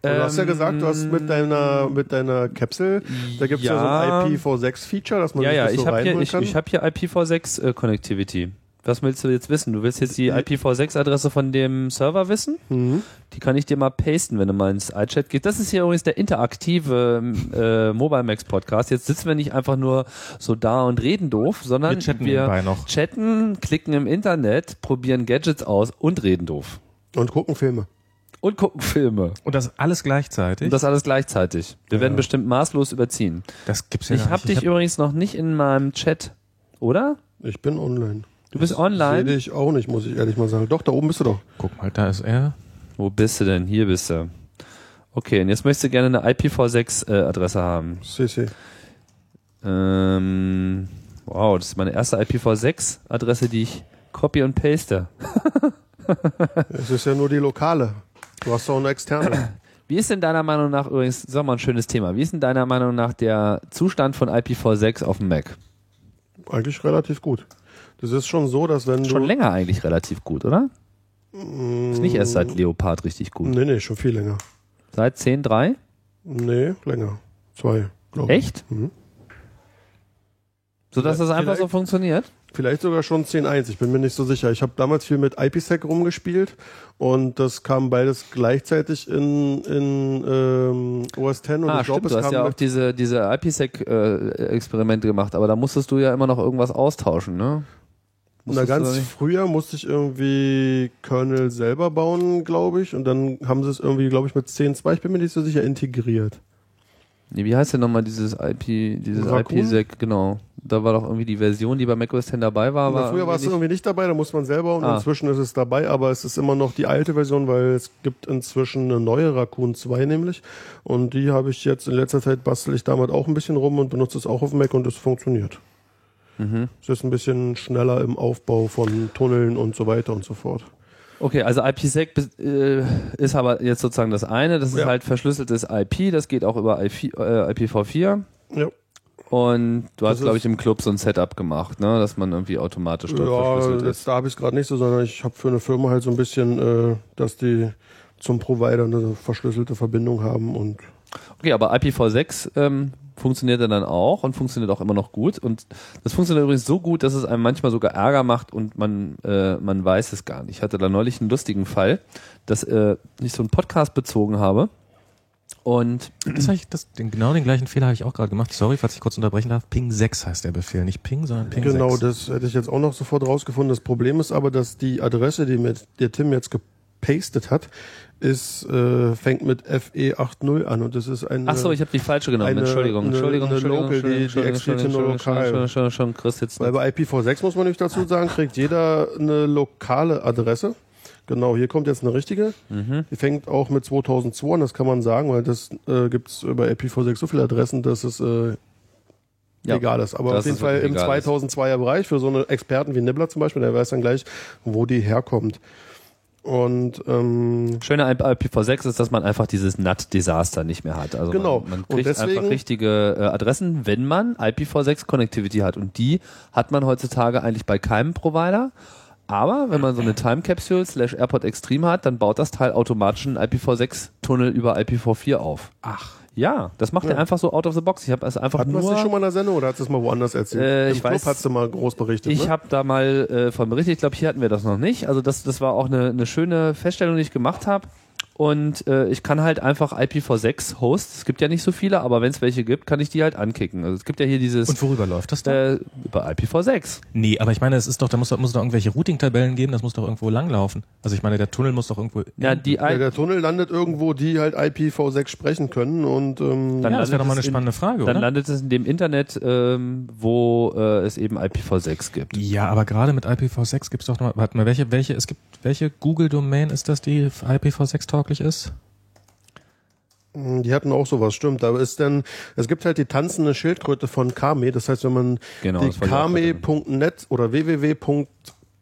[SPEAKER 3] Du hast ja
[SPEAKER 1] Ähm,
[SPEAKER 3] gesagt, du hast mit deiner, mit deiner Capsule, da gibt es ja.
[SPEAKER 1] ja.
[SPEAKER 3] so ein IPv6-Feature, dass man
[SPEAKER 1] Ja,
[SPEAKER 3] sich
[SPEAKER 1] ja,
[SPEAKER 3] das so
[SPEAKER 1] ich habe hier,
[SPEAKER 3] reinholen
[SPEAKER 1] ich,
[SPEAKER 3] kann.
[SPEAKER 1] ich hab hier IPv6-Connectivity. äh, Was willst du jetzt wissen? Du willst jetzt
[SPEAKER 3] Hm.
[SPEAKER 1] die IPv6-Adresse von dem Server wissen?
[SPEAKER 3] Mhm.
[SPEAKER 1] Die kann ich dir mal pasten, wenn du mal ins iChat gehst. Das ist hier übrigens der interaktive äh, Mobile Max Podcast. Jetzt sitzen wir nicht einfach nur so da und reden doof, sondern
[SPEAKER 2] Wir chatten nebenbei
[SPEAKER 1] wir
[SPEAKER 2] noch.
[SPEAKER 1] chatten, klicken im Internet, probieren Gadgets aus und reden doof.
[SPEAKER 3] Und gucken Filme.
[SPEAKER 1] Und gucken Filme.
[SPEAKER 2] und das alles gleichzeitig.
[SPEAKER 1] Und das alles gleichzeitig. Wir werden bestimmt maßlos überziehen.
[SPEAKER 2] das gibt's
[SPEAKER 1] Ich
[SPEAKER 2] gar
[SPEAKER 1] habe
[SPEAKER 2] nicht.
[SPEAKER 1] dich übrigens noch nicht in meinem Chat, oder?
[SPEAKER 3] Ich bin online.
[SPEAKER 1] Du bist
[SPEAKER 3] Nein. Sehe
[SPEAKER 1] online.
[SPEAKER 3] dich auch nicht, muss ich ehrlich mal sagen. Doch, da oben bist du doch.
[SPEAKER 2] Guck mal, da ist er.
[SPEAKER 1] Wo bist du denn? Hier bist du. Okay, und jetzt möchtest du gerne eine IPv6-Adresse äh, haben.
[SPEAKER 3] CC.
[SPEAKER 1] Ähm, wow, das ist meine erste IPv6-Adresse, die ich copy und paste.
[SPEAKER 3] Es ist ja nur die lokale. Du hast doch eine externe.
[SPEAKER 1] Wie ist denn deiner Meinung nach, übrigens, sag mal ein schönes Thema, wie ist denn deiner Meinung nach der Zustand von IPv6 auf dem Mac?
[SPEAKER 3] Eigentlich relativ gut. Das ist schon so, dass wenn
[SPEAKER 1] Schon
[SPEAKER 3] du... mm,
[SPEAKER 1] länger eigentlich relativ gut, oder? Ist nicht erst seit Leopard richtig gut.
[SPEAKER 3] Nee, nee, schon viel länger.
[SPEAKER 1] Seit 10.3?
[SPEAKER 3] Nee, länger. Zwei, glaube ich. Mhm.
[SPEAKER 1] Echt? So dass das einfach so funktioniert?
[SPEAKER 3] Vielleicht sogar schon 10.1, ich bin mir nicht so sicher. Ich habe damals viel mit IPsec rumgespielt und das kam beides gleichzeitig in, in ähm, OS X und
[SPEAKER 1] Ah,
[SPEAKER 3] ich glaube,
[SPEAKER 1] stimmt,
[SPEAKER 3] es
[SPEAKER 1] du hast
[SPEAKER 3] kam
[SPEAKER 1] ja auch
[SPEAKER 3] mit,
[SPEAKER 1] diese, diese IPsec-Experimente gemacht, aber da musstest du ja immer noch irgendwas austauschen, ne?
[SPEAKER 3] na,
[SPEAKER 1] musstest du
[SPEAKER 3] ganz
[SPEAKER 1] da nicht-
[SPEAKER 3] früher musste ich irgendwie Kernel selber bauen, glaube ich, und dann haben sie es irgendwie, glaube ich, mit 10.2, ich bin mir nicht so sicher, integriert.
[SPEAKER 1] Nee, wie heißt denn nochmal dieses IP, dieses
[SPEAKER 3] Raccoon?
[SPEAKER 1] IPsec, genau. Da war doch irgendwie die Version, die bei macOS 10 dabei war,
[SPEAKER 3] Na,
[SPEAKER 1] aber
[SPEAKER 3] früher war es irgendwie nicht dabei, da muss man selber und
[SPEAKER 1] Ah.
[SPEAKER 3] inzwischen ist es dabei, aber es ist immer noch die alte Version, weil es gibt inzwischen eine neue Raccoon 2 nämlich und die habe ich jetzt in letzter Zeit bastel ich damit auch ein bisschen rum und benutze es auch auf dem Mac und es funktioniert.
[SPEAKER 1] Mhm.
[SPEAKER 3] Es ist ein bisschen schneller im Aufbau von Tunneln und so weiter und so fort.
[SPEAKER 1] Okay, also IPsec bis- äh, ist aber jetzt sozusagen das eine, das ist
[SPEAKER 3] Ja.
[SPEAKER 1] halt verschlüsseltes IP, das geht auch über IP, äh, IPv4
[SPEAKER 3] Ja,
[SPEAKER 1] und du hast,
[SPEAKER 3] ist-
[SPEAKER 1] glaube ich, im Club so ein Setup gemacht, ne, dass man irgendwie automatisch dort
[SPEAKER 3] ja
[SPEAKER 1] verschlüsselt ist.
[SPEAKER 3] jetzt, da habe ich es gerade nicht so, sondern ich habe für eine Firma halt so ein bisschen, äh, dass die zum Provider eine verschlüsselte Verbindung haben und
[SPEAKER 1] Okay, aber IPv6 ähm, funktioniert er dann auch und funktioniert auch immer noch gut. Und das funktioniert übrigens so gut, dass es einem manchmal sogar Ärger macht und man, äh, man weiß es gar nicht. Ich hatte da neulich einen lustigen Fall, dass äh, ich so einen Podcast bezogen habe. Und
[SPEAKER 2] Das hab ich, das, den, genau den gleichen Fehler habe ich auch gerade gemacht. Sorry, falls ich kurz unterbrechen darf. Ping 6 heißt der Befehl. Nicht Ping, sondern Ping
[SPEAKER 3] Genau,
[SPEAKER 2] 6.
[SPEAKER 3] das hätte ich jetzt auch noch sofort rausgefunden. Das Problem ist aber, dass die Adresse, die mir der Tim jetzt gepastet hat, ist, äh, fängt mit FE80 an und das ist äh, eine.
[SPEAKER 1] ach so, ich habe die falsche genommen.
[SPEAKER 3] Eine-
[SPEAKER 1] Entschuldigung,
[SPEAKER 3] eine-
[SPEAKER 1] Entschuldigung,
[SPEAKER 3] eine
[SPEAKER 1] Entschuldigung,
[SPEAKER 3] Local, die- die
[SPEAKER 1] Entschuldigung,
[SPEAKER 3] existiert
[SPEAKER 1] Entschuldigung, Entschuldigung,
[SPEAKER 3] nur lokal.
[SPEAKER 1] Entschuldigung, Entschuldigung, Entschuldigung, Chris jetzt.
[SPEAKER 3] weil bei IPv6 muss man nämlich dazu sagen, kriegt jeder eine lokale Adresse. Genau, hier kommt jetzt eine richtige.
[SPEAKER 1] Mhm.
[SPEAKER 3] Die fängt auch mit 2002 an, das kann man sagen, weil das äh, gibt's bei IP46 so viele Adressen, dass es äh,
[SPEAKER 1] Ja.
[SPEAKER 3] egal ist. Aber
[SPEAKER 1] Dass
[SPEAKER 3] auf jeden
[SPEAKER 1] es
[SPEAKER 3] Fall
[SPEAKER 1] wirklich
[SPEAKER 3] im
[SPEAKER 1] egal ist.
[SPEAKER 3] 2002er Bereich für so eine Experten wie Nibbler zum Beispiel, der weiß dann gleich, wo die herkommt. Und ähm,
[SPEAKER 1] Schöne an IPv6 ist, dass man einfach dieses NAT-Desaster nicht mehr hat. Also
[SPEAKER 3] Genau.
[SPEAKER 1] man, man
[SPEAKER 3] Und
[SPEAKER 1] kriegt
[SPEAKER 3] deswegen-
[SPEAKER 1] einfach richtige äh, Adressen, wenn man IPv6-Connectivity hat. Und die hat man heutzutage eigentlich bei keinem Provider. Aber wenn man so eine Time Capsule slash Airport Extreme hat, dann baut das Teil automatisch einen IPv6-Tunnel über IPv4 auf.
[SPEAKER 2] Ach.
[SPEAKER 1] Ja, das macht er einfach so out of the box. Ich habe es einfach
[SPEAKER 3] hatten wir
[SPEAKER 1] nur...
[SPEAKER 3] das nicht schon mal in der Sendung oder hast du das mal woanders erzählt?
[SPEAKER 1] Äh,
[SPEAKER 3] Im
[SPEAKER 1] ich
[SPEAKER 3] Club
[SPEAKER 1] weiß-
[SPEAKER 3] hast du mal groß berichtet.
[SPEAKER 1] Ich
[SPEAKER 3] ne?
[SPEAKER 1] habe da mal äh, von berichtet. Ich glaube, hier hatten wir das noch nicht. Also das, das war auch eine, eine schöne Feststellung, die ich gemacht habe. Und äh, ich kann halt einfach IPv6 Hosts. Es gibt ja nicht so viele, aber wenn es welche gibt, kann ich die halt ankicken. Also es gibt ja hier dieses
[SPEAKER 2] Und worüber läuft das da?
[SPEAKER 1] äh, über IPv6.
[SPEAKER 2] nee, aber ich meine, es ist doch, da muss, doch- muss doch irgendwelche Routing-Tabellen geben, das muss doch irgendwo langlaufen. Also ich meine, der Tunnel muss doch irgendwo.
[SPEAKER 1] Ja, die I-
[SPEAKER 3] Ja, der Tunnel landet irgendwo, die halt IPv6 sprechen können und ähm,
[SPEAKER 1] Dann
[SPEAKER 2] ja, das wäre
[SPEAKER 1] landet
[SPEAKER 2] doch mal
[SPEAKER 1] es
[SPEAKER 2] eine
[SPEAKER 1] in-
[SPEAKER 2] spannende
[SPEAKER 3] genau.
[SPEAKER 2] Frage,
[SPEAKER 1] dann
[SPEAKER 2] oder?
[SPEAKER 1] landet es in dem Internet, ähm, wo äh, es eben IPv6 gibt.
[SPEAKER 2] Ja, aber gerade mit IPv6 gibt's doch noch, warte mal, welche, welche, es gibt, welche Google-Domain ist das, die IPv6-tauglich ist?
[SPEAKER 3] Die hatten auch sowas, stimmt. Aber ist dann, es gibt halt die tanzende Schildkröte von Kame. Das heißt, wenn man
[SPEAKER 1] Genau,
[SPEAKER 3] die
[SPEAKER 1] das wollte ich auch
[SPEAKER 3] kame.net oder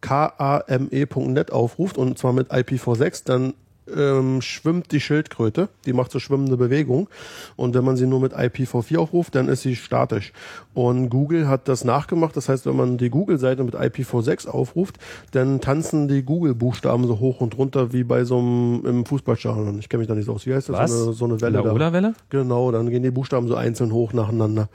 [SPEAKER 3] www.kame.net E aufruft und zwar mit IPv6, dann ähm, schwimmt die Schildkröte. Die macht so schwimmende Bewegung. Und wenn man sie nur mit IPv4 aufruft, dann ist sie statisch. Und Google hat das nachgemacht. Das heißt, wenn man die Google-Seite mit IPv6 aufruft, dann tanzen die Google-Buchstaben so hoch und runter wie bei so einem im Fußballstadion. Ich kenne mich da nicht so aus. Wie heißt das?
[SPEAKER 1] Was?
[SPEAKER 3] So eine, so eine Welle da.
[SPEAKER 2] Laola-Welle?
[SPEAKER 3] Genau, dann gehen die Buchstaben so einzeln hoch nacheinander.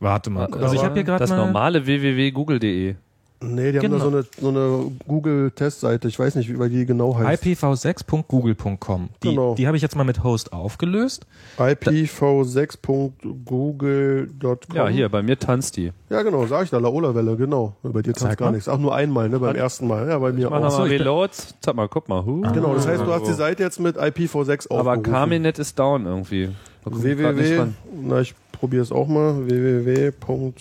[SPEAKER 2] Warte mal. Also ich
[SPEAKER 1] Aber
[SPEAKER 2] habe hier gerade
[SPEAKER 1] das
[SPEAKER 2] mal.
[SPEAKER 1] normale www.google.de.
[SPEAKER 3] Nee, die haben da
[SPEAKER 2] Genau.
[SPEAKER 3] so eine, so eine Google-Testseite. Ich weiß nicht, wie- weil die genau heißt.
[SPEAKER 2] IPv6.google.com. Die,
[SPEAKER 3] Genau.
[SPEAKER 2] die habe ich jetzt mal mit Host aufgelöst.
[SPEAKER 3] IPv6.google.com.
[SPEAKER 1] Ja, hier, bei mir tanzt die.
[SPEAKER 3] Ja, genau, sag ich da, Laola-Welle, genau. Bei dir
[SPEAKER 2] Zeig
[SPEAKER 3] tanzt gar
[SPEAKER 2] mal.
[SPEAKER 3] nichts. Ach, nur einmal, ne, beim ersten Mal. Ja, bei mir
[SPEAKER 1] Mach
[SPEAKER 3] auch.
[SPEAKER 2] so,
[SPEAKER 1] nochmal
[SPEAKER 2] ich bin-
[SPEAKER 1] Reload. Sag mal, guck mal. Huh.
[SPEAKER 3] Genau, das heißt, du hast die Seite jetzt mit IPv6
[SPEAKER 1] Aber
[SPEAKER 3] aufgerufen.
[SPEAKER 1] Carminet ist down irgendwie. Da komm ich grad nicht
[SPEAKER 3] www.
[SPEAKER 1] ran.
[SPEAKER 3] Na, ich probiere es auch mal. www.kame.net.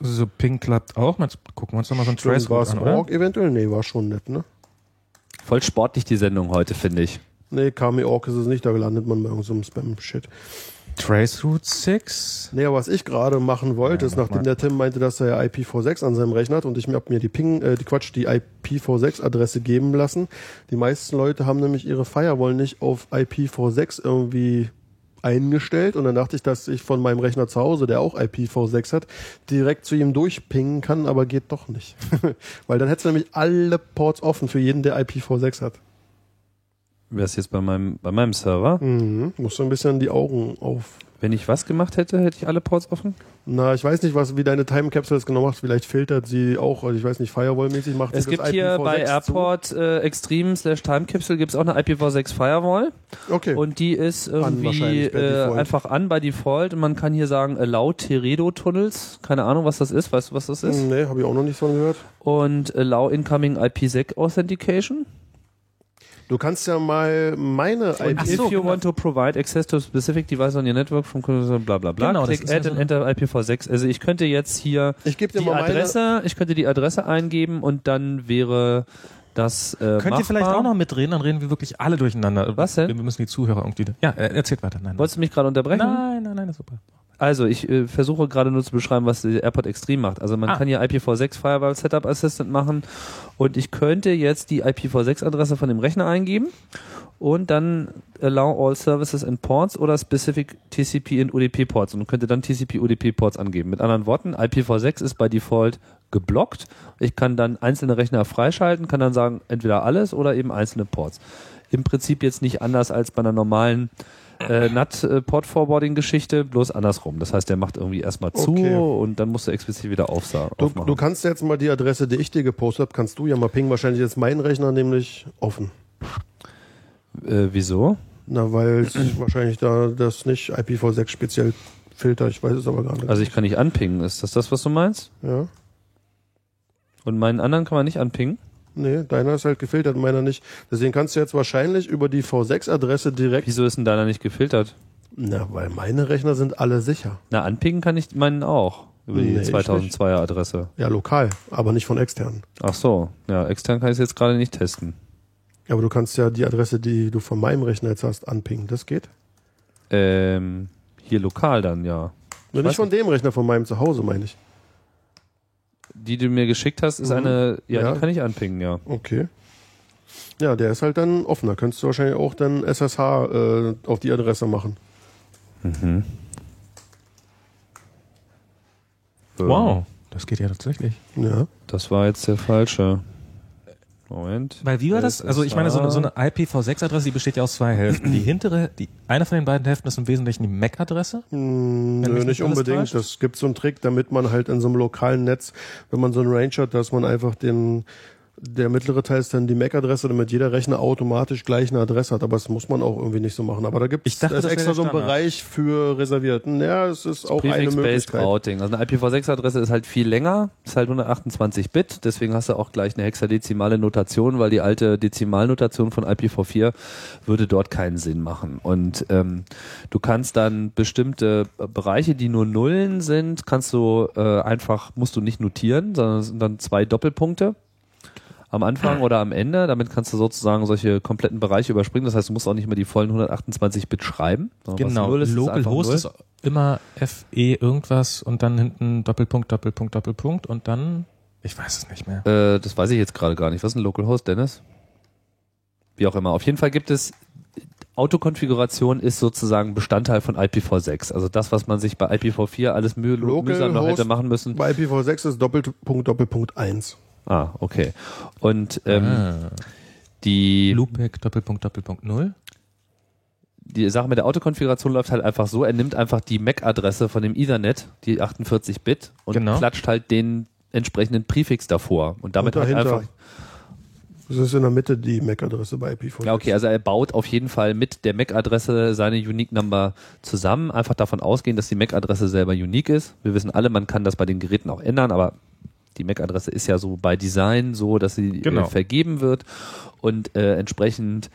[SPEAKER 2] So, Ping klappt auch. Mal gucken wir uns nochmal so ein
[SPEAKER 3] Stimmt,
[SPEAKER 2] Traceroute
[SPEAKER 3] War es
[SPEAKER 2] an, oder?
[SPEAKER 3] Org eventuell? Nee, war schon nett, ne?
[SPEAKER 1] Voll sportlich die Sendung heute, finde ich.
[SPEAKER 3] Nee, Kame Org ist es nicht, da landet man bei irgendeinem Spam-Shit.
[SPEAKER 2] Traceroute 6.
[SPEAKER 3] Nee, aber was ich gerade machen wollte, ist,
[SPEAKER 2] mach
[SPEAKER 3] nachdem
[SPEAKER 2] mal.
[SPEAKER 3] der Tim meinte, dass er ja IPv6 an seinem Rechner hat und ich mir hab mir die Ping, äh, die Quatsch, die IPv6-Adresse geben lassen. Die meisten Leute haben nämlich ihre Firewall nicht auf IPv6 irgendwie eingestellt und dann dachte ich, dass ich von meinem Rechner zu Hause, der auch IPv6 hat, direkt zu ihm durchpingen kann, aber geht doch nicht. Weil dann hättest du nämlich alle Ports offen für jeden, der IPv6 hat.
[SPEAKER 1] Wäre es jetzt bei meinem, bei meinem Server?
[SPEAKER 3] Mhm. Musst du ein bisschen die Augen auf
[SPEAKER 1] Wenn ich was gemacht hätte, hätte ich alle Ports offen?
[SPEAKER 3] Na, ich weiß nicht, was wie deine Time Capsule das genau macht. Vielleicht filtert sie auch, also ich weiß nicht, Firewall-mäßig macht
[SPEAKER 1] Es
[SPEAKER 3] sie
[SPEAKER 1] gibt
[SPEAKER 3] das
[SPEAKER 1] hier
[SPEAKER 3] IPv6
[SPEAKER 1] bei Airport äh, Extreme slash Time Capsule gibt's auch eine IPv6 Firewall
[SPEAKER 3] Zu. Okay. Hm,
[SPEAKER 1] und die ist irgendwie
[SPEAKER 3] wahrscheinlich, per
[SPEAKER 1] äh,
[SPEAKER 3] Default.
[SPEAKER 1] einfach an bei Default und man kann hier sagen Allow Teredo Tunnels. Keine Ahnung, was das ist. Weißt du, was das ist?
[SPEAKER 3] nee, habe ich auch noch nichts von gehört.
[SPEAKER 1] Und Allow Incoming IPsec Authentication.
[SPEAKER 3] Du kannst ja mal meine IP.
[SPEAKER 1] If you want to provide access to a specific device on your network from bla bla bla.
[SPEAKER 2] Genau, das
[SPEAKER 1] Click
[SPEAKER 2] ist ja
[SPEAKER 1] add
[SPEAKER 2] so
[SPEAKER 1] and
[SPEAKER 2] eine-
[SPEAKER 1] enter IPv6. Also ich könnte jetzt hier
[SPEAKER 3] Ich gebe dir
[SPEAKER 1] die
[SPEAKER 3] mal meine.
[SPEAKER 1] Adresse, ich könnte die Adresse eingeben und dann wäre das äh,
[SPEAKER 2] Könnt
[SPEAKER 1] machbar.
[SPEAKER 2] ihr vielleicht auch noch mitreden, dann reden wir wirklich alle durcheinander.
[SPEAKER 1] Was denn?
[SPEAKER 2] Wir müssen die Zuhörer irgendwie. Ja, äh, erzählt weiter. Nein, nein,
[SPEAKER 1] Wolltest du mich gerade unterbrechen?
[SPEAKER 2] nein, nein, nein, ist super.
[SPEAKER 1] Also, ich äh, versuche gerade nur zu beschreiben, was der Airport Extreme macht. Also, man
[SPEAKER 2] Ah.
[SPEAKER 1] kann hier IPv6 Firewall Setup Assistant machen und ich könnte jetzt die IPv6 Adresse von dem Rechner eingeben und dann allow all services and ports oder specific TCP and UDP Ports und könnte dann TCP UDP Ports angeben. Mit anderen Worten, IPv6 ist bei Default geblockt. Ich kann dann einzelne Rechner freischalten, kann dann sagen, entweder alles oder eben einzelne Ports. Im Prinzip jetzt nicht anders als bei einer normalen äh, NAT-Port-Forwarding-Geschichte, bloß andersrum. Das heißt, der macht irgendwie erstmal zu
[SPEAKER 3] Okay.
[SPEAKER 1] und dann musst du explizit wieder aufsagen.
[SPEAKER 3] Du, du kannst jetzt mal die Adresse, die ich dir gepostet habe, kannst du ja mal pingen. Wahrscheinlich ist mein Rechner nämlich offen.
[SPEAKER 1] äh, wieso?
[SPEAKER 3] Na, weil es wahrscheinlich da das nicht IPv6 speziell filtert. Ich weiß es aber gar nicht.
[SPEAKER 1] Also ich kann nicht anpingen. Ist das das, was du meinst?
[SPEAKER 3] ja.
[SPEAKER 1] Und meinen anderen kann man nicht anpingen?
[SPEAKER 3] Nee, deiner ist halt gefiltert, meiner nicht. Deswegen kannst du jetzt wahrscheinlich über die V6-Adresse direkt.
[SPEAKER 1] Wieso ist denn deiner nicht gefiltert?
[SPEAKER 3] Na, weil meine Rechner sind alle sicher.
[SPEAKER 1] Na, anpingen kann ich meinen auch. Über die
[SPEAKER 3] Nee, ich
[SPEAKER 1] 2002er Adresse.
[SPEAKER 3] Ja, lokal, aber nicht von extern.
[SPEAKER 1] Ach so, ja, extern kann ich es jetzt gerade nicht testen.
[SPEAKER 3] Aber du kannst ja die Adresse, die du von meinem Rechner jetzt hast, anpingen. Das geht.
[SPEAKER 1] Ähm, hier lokal dann, ja.
[SPEAKER 3] Nur nicht
[SPEAKER 1] weiß
[SPEAKER 3] von dem Rechner, von meinem Zuhause, meine ich.
[SPEAKER 1] Die, die du mir geschickt hast, ist
[SPEAKER 3] Mhm.
[SPEAKER 1] eine, ja,
[SPEAKER 3] Ja.
[SPEAKER 1] die kann ich anpingen, ja.
[SPEAKER 3] Okay. Ja, der ist halt dann offen. Da könntest du wahrscheinlich auch dann SSH äh, auf die Adresse machen. Mhm.
[SPEAKER 2] Wow, das geht ja tatsächlich.
[SPEAKER 3] Ja.
[SPEAKER 1] Das war jetzt der falsche. Moment.
[SPEAKER 2] Weil wie war das? Also ich meine, so eine, so eine IPv6-Adresse, die besteht ja aus zwei Hälften. Die hintere, die eine von den beiden Hälften ist im Wesentlichen die E MAC-Adresse.
[SPEAKER 1] Um
[SPEAKER 3] Hm,
[SPEAKER 2] Wenn
[SPEAKER 3] nö,
[SPEAKER 2] mich
[SPEAKER 3] nicht
[SPEAKER 2] nicht alles
[SPEAKER 3] unbedingt.
[SPEAKER 2] täuscht.
[SPEAKER 3] Das gibt so einen Trick, damit man halt in so einem lokalen Netz, wenn man so einen Range hat, dass man einfach den der mittlere Teil ist dann die MAC-Adresse, damit jeder Rechner automatisch gleich eine Adresse hat. Aber das muss man auch irgendwie nicht so machen. Aber da gibt
[SPEAKER 2] Ich dachte,
[SPEAKER 3] es
[SPEAKER 2] das
[SPEAKER 3] extra
[SPEAKER 2] wäre der
[SPEAKER 3] so einen
[SPEAKER 2] Standard.
[SPEAKER 3] Bereich für Reservierten. Ja, es ist auch eine
[SPEAKER 1] Prefix-Based
[SPEAKER 3] Möglichkeit.
[SPEAKER 1] Routing. Also eine IPv6-Adresse ist halt viel länger, ist halt 128 Bit, deswegen hast du auch gleich eine hexadezimale Notation, weil die alte Dezimalnotation von IPv4 würde dort keinen Sinn machen. Und ähm, du kannst dann bestimmte äh, Bereiche, die nur Nullen sind, kannst du äh, einfach, musst du nicht notieren, sondern es sind dann zwei Doppelpunkte am Anfang oder am Ende. Damit kannst du sozusagen solche kompletten Bereiche überspringen. Das heißt, du musst auch nicht mehr die vollen 128 Bit schreiben. sondern was
[SPEAKER 2] Genau,
[SPEAKER 1] Null ist, ist einfach
[SPEAKER 2] Localhost
[SPEAKER 1] Null.
[SPEAKER 2] ist immer FE irgendwas und dann hinten Doppelpunkt, Doppelpunkt, Doppelpunkt und dann, ich weiß es nicht mehr.
[SPEAKER 1] Äh, das weiß ich jetzt gerade gar nicht. Was ist ein Localhost, Dennis? Wie auch immer. Auf jeden Fall gibt es Autokonfiguration ist sozusagen Bestandteil von IPv6. Also das, was man sich bei IPv4 alles mühe mühsam noch
[SPEAKER 3] Localhost-
[SPEAKER 1] hätte machen müssen.
[SPEAKER 3] Bei IPv6 ist Doppelpunkt, Doppelpunkt 1.
[SPEAKER 1] Ah, okay. Und ähm,
[SPEAKER 2] ah,
[SPEAKER 1] die
[SPEAKER 2] Loopback, Doppelpunkt, Doppelpunkt, Null.
[SPEAKER 1] die Sache mit der Autokonfiguration läuft halt einfach so, er nimmt einfach die MAC-Adresse von dem Ethernet, die 48-Bit, und
[SPEAKER 2] Genau.
[SPEAKER 1] klatscht halt den entsprechenden Präfix davor. Und damit
[SPEAKER 3] Und
[SPEAKER 1] halt
[SPEAKER 3] dahinter.
[SPEAKER 1] einfach.
[SPEAKER 3] Das ist in der Mitte die MAC-Adresse bei IPv6.
[SPEAKER 1] Ja, okay, also er baut auf jeden Fall mit der MAC-Adresse seine Unique Number zusammen. Einfach davon ausgehen, dass die MAC-Adresse selber unique ist. Wir wissen alle, man kann das bei den Geräten auch ändern, aber die MAC-Adresse ist ja so bei Design so, dass sie äh,
[SPEAKER 2] Genau.
[SPEAKER 1] vergeben wird und äh, entsprechend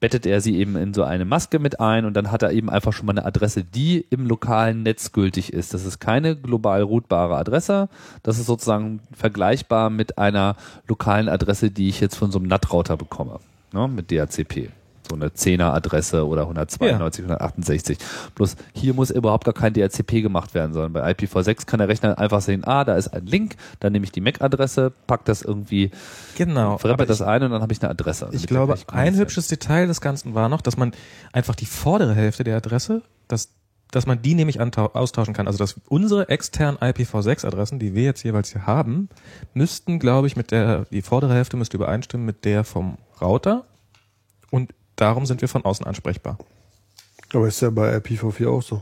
[SPEAKER 1] bettet er sie eben in so eine Maske mit ein und dann hat er eben einfach schon mal eine Adresse, die im lokalen Netz gültig ist. Das ist keine global routbare Adresse. Das ist sozusagen vergleichbar mit einer lokalen Adresse, die ich jetzt von so einem NAT-Router bekomme. Ne? Mit DHCP. So eine 10er-Adresse oder 192, 168. Bloß hier muss überhaupt gar kein DHCP gemacht werden, sondern bei IPv6 kann der Rechner einfach sehen, ah, da ist ein Link, dann nehme ich die MAC-Adresse, pack das irgendwie,
[SPEAKER 2] Genau.
[SPEAKER 1] verreppert das ein und dann habe ich eine Adresse.
[SPEAKER 2] Ich
[SPEAKER 1] Damit
[SPEAKER 2] glaube,
[SPEAKER 1] kann ich
[SPEAKER 2] ein
[SPEAKER 1] kommunizieren.
[SPEAKER 2] hübsches Detail des Ganzen war noch, dass man einfach die vordere Hälfte der Adresse, dass, dass man die nämlich antau- austauschen kann. Also dass unsere externen IPv6-Adressen, die wir jetzt jeweils hier haben, müssten, glaube ich, mit der, die vordere Hälfte müsste übereinstimmen mit der vom Router und darum sind wir von außen ansprechbar.
[SPEAKER 3] Aber ist ja bei IPv4 auch so.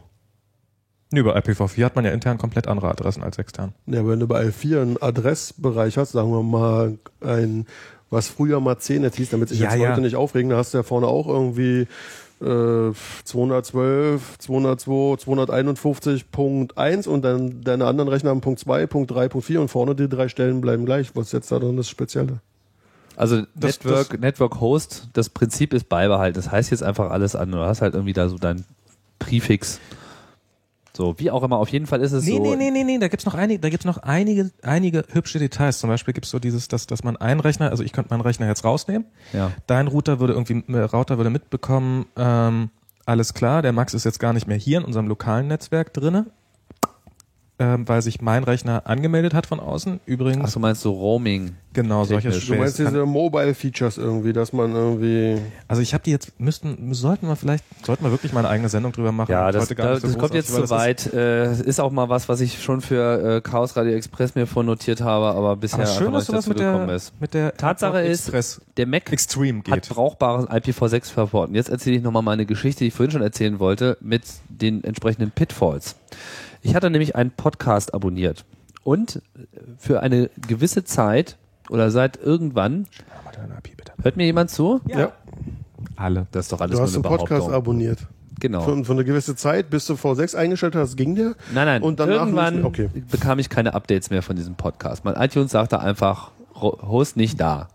[SPEAKER 2] Nö, bei IPv4 hat man ja intern komplett andere Adressen als extern.
[SPEAKER 3] Ja, aber wenn du bei L4 einen Adressbereich hast, sagen wir mal ein, was früher mal CNET hieß, damit sich
[SPEAKER 2] Ja,
[SPEAKER 3] jetzt
[SPEAKER 2] ja.
[SPEAKER 3] Leute nicht aufregen, da hast du ja vorne auch irgendwie äh, 212, 202, 251.1 und dann deine anderen Rechner haben Punkt 2, Punkt 3, Punkt 4 und vorne die drei Stellen bleiben gleich. Was ist jetzt da drin das Spezielle?
[SPEAKER 1] Also
[SPEAKER 2] Das-
[SPEAKER 1] Network,
[SPEAKER 2] das-
[SPEAKER 1] Network Host, das Prinzip ist beibehalten. Das heißt jetzt einfach alles an. Du hast halt irgendwie da so deinen Präfix. So, wie auch immer, auf jeden Fall ist es
[SPEAKER 2] Nee,
[SPEAKER 1] so.
[SPEAKER 2] nee, nee, nee, nee, da gibt's noch einige, da gibt's noch einige, einige hübsche Details. Zum Beispiel gibt's so dieses, dass, dass man einen Rechner, also ich könnte meinen Rechner jetzt rausnehmen.
[SPEAKER 1] Ja.
[SPEAKER 2] Dein Router würde irgendwie, äh, Router würde mitbekommen, ähm, alles klar, der Max ist jetzt gar nicht mehr hier in unserem lokalen Netzwerk drinne, ähm, weil sich mein Rechner angemeldet hat von außen.
[SPEAKER 1] Ach,
[SPEAKER 2] Übrigens,
[SPEAKER 1] du meinst so Roaming.
[SPEAKER 2] genau, solche
[SPEAKER 1] technisch.
[SPEAKER 3] Du meinst
[SPEAKER 2] Späße kann-
[SPEAKER 3] diese Mobile Features irgendwie, dass man irgendwie
[SPEAKER 2] Also ich habe die jetzt, müssten, sollten wir vielleicht, sollten wir wirklich mal eine eigene Sendung drüber machen.
[SPEAKER 1] Ja,
[SPEAKER 2] Ich
[SPEAKER 1] das,
[SPEAKER 2] wollte gar
[SPEAKER 1] da,
[SPEAKER 2] nicht so
[SPEAKER 1] das kommt
[SPEAKER 2] großartig,
[SPEAKER 1] jetzt
[SPEAKER 2] weil
[SPEAKER 1] zu
[SPEAKER 2] das ist-
[SPEAKER 1] weit. Äh, ist auch mal was, was ich schon für äh, Chaos Radio Express mir vornotiert habe, aber bisher
[SPEAKER 2] Aber schön,
[SPEAKER 1] einfach noch nicht
[SPEAKER 2] dass du das
[SPEAKER 1] dazu
[SPEAKER 2] mit
[SPEAKER 1] gekommen
[SPEAKER 2] der,
[SPEAKER 1] ist.
[SPEAKER 2] mit der
[SPEAKER 1] Tatsache ist,
[SPEAKER 2] Express
[SPEAKER 1] Der Mac
[SPEAKER 2] Extreme
[SPEAKER 1] hat
[SPEAKER 2] geht.
[SPEAKER 1] brauchbaren IPv6-Verport. Und jetzt erzähle ich nochmal meine Geschichte, die ich vorhin schon erzählen wollte, mit den entsprechenden Pitfalls. Ich hatte nämlich einen Podcast abonniert und äh, für eine gewisse Zeit oder seit irgendwann,
[SPEAKER 2] Mach mal deine IP bitte.
[SPEAKER 1] hört mir jemand zu?
[SPEAKER 3] Ja.
[SPEAKER 2] Alle.
[SPEAKER 1] Das ist doch alles
[SPEAKER 3] Du
[SPEAKER 1] nur
[SPEAKER 3] hast
[SPEAKER 1] eine
[SPEAKER 3] einen Podcast
[SPEAKER 1] Behauptung.
[SPEAKER 3] abonniert.
[SPEAKER 1] Genau.
[SPEAKER 3] Für, für eine gewisse Zeit, bis du V6 eingeschaltet hast, ging der.
[SPEAKER 1] Nein, nein.
[SPEAKER 3] Und danach
[SPEAKER 1] irgendwann
[SPEAKER 3] nicht- okay.
[SPEAKER 1] bekam ich keine Updates mehr von diesem Podcast. Mein iTunes sagte einfach, Ro- Host nicht da.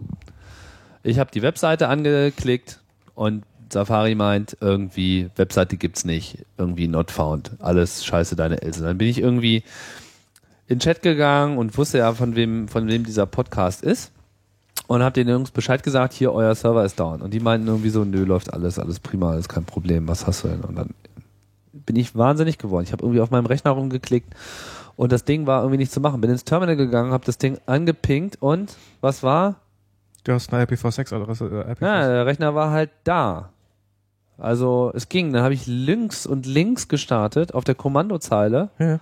[SPEAKER 1] Ich habe die Webseite angeklickt und Safari meint irgendwie, Webseite gibt's nicht, irgendwie not found, alles scheiße deine Else. Dann bin ich irgendwie in den Chat gegangen und wusste ja, von wem, von wem dieser Podcast ist. Und hab den Jungs Bescheid gesagt, hier, euer Server ist down. Und die meinten irgendwie so, nö, läuft alles, alles prima, alles kein Problem, was hast du denn? Und dann bin ich wahnsinnig geworden. Ich habe irgendwie auf meinem Rechner rumgeklickt und das Ding war irgendwie nicht zu machen. Bin ins Terminal gegangen, habe das Ding angepinkt und was war?
[SPEAKER 2] Du hast eine IPv6-Adresse. Äh, IPv6.
[SPEAKER 1] Ja, der Rechner war halt da. Also es ging. Dann habe ich links und links gestartet auf der Kommandozeile.
[SPEAKER 2] Ja.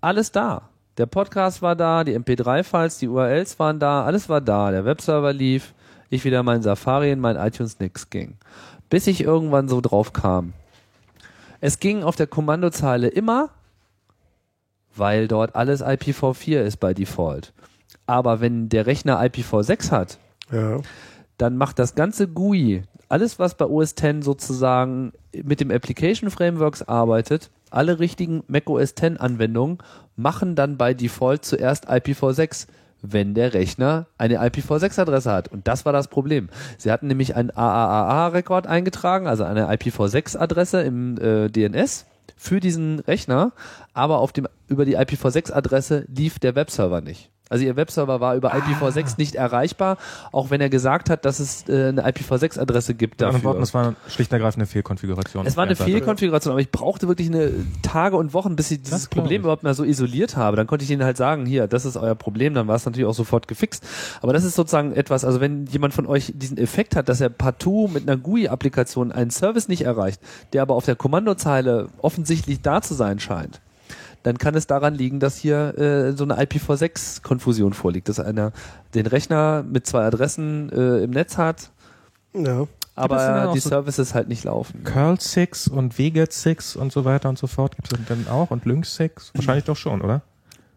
[SPEAKER 1] Alles da. Der Podcast war da, die MP3-Files, die URLs waren da, alles war da. Der Webserver lief. Ich wieder mein Safari in mein iTunes nix ging. Bis ich irgendwann so drauf kam. Es ging auf der Kommandozeile immer, weil dort alles IPv4 ist bei Default. Aber wenn der Rechner IPv6 hat,
[SPEAKER 3] Ja.
[SPEAKER 1] dann macht das ganze GUI, alles was bei OS X sozusagen mit dem Application Frameworks arbeitet, alle richtigen Mac OS X Anwendungen machen dann bei Default zuerst IPv6, wenn der Rechner eine IPv6 Adresse hat. Und das war das Problem. Sie hatten nämlich einen AAAA-Rekord eingetragen, also eine IPv6 Adresse im äh, DNS für diesen Rechner, aber auf dem, über die IPv6 Adresse lief der Webserver nicht. Also ihr Webserver war über IPv6 nicht erreichbar, auch wenn er gesagt hat, dass es äh, eine IPv6 Adresse gibt
[SPEAKER 2] Mit anderen
[SPEAKER 1] dafür.
[SPEAKER 2] Worten, das war schlicht und ergreifend eine Fehlkonfiguration.
[SPEAKER 1] Es war eine Fehlkonfiguration, aber ich brauchte wirklich eine Tage und Wochen, bis ich dieses
[SPEAKER 2] Das glaub
[SPEAKER 1] Problem
[SPEAKER 2] ich.
[SPEAKER 1] überhaupt mal so isoliert habe. Dann konnte ich ihnen halt sagen, hier, das ist euer Problem, dann war es natürlich auch sofort gefixt. Aber das ist sozusagen etwas, also wenn jemand von euch diesen Effekt hat, dass er partout mit einer GUI-Applikation einen Service nicht erreicht, der aber auf der Kommandozeile offensichtlich da zu sein scheint, dann kann es daran liegen, dass hier äh, so eine IPv6-Konfusion vorliegt, dass einer den Rechner mit zwei Adressen äh, im Netz hat,
[SPEAKER 3] Ja.
[SPEAKER 2] das sind dann
[SPEAKER 1] aber
[SPEAKER 2] auch
[SPEAKER 1] die
[SPEAKER 2] so-
[SPEAKER 1] Services halt nicht laufen.
[SPEAKER 2] Curl 6 und Veget 6 und so weiter und so fort gibt es dann auch und Lynx 6? Wahrscheinlich doch schon, oder?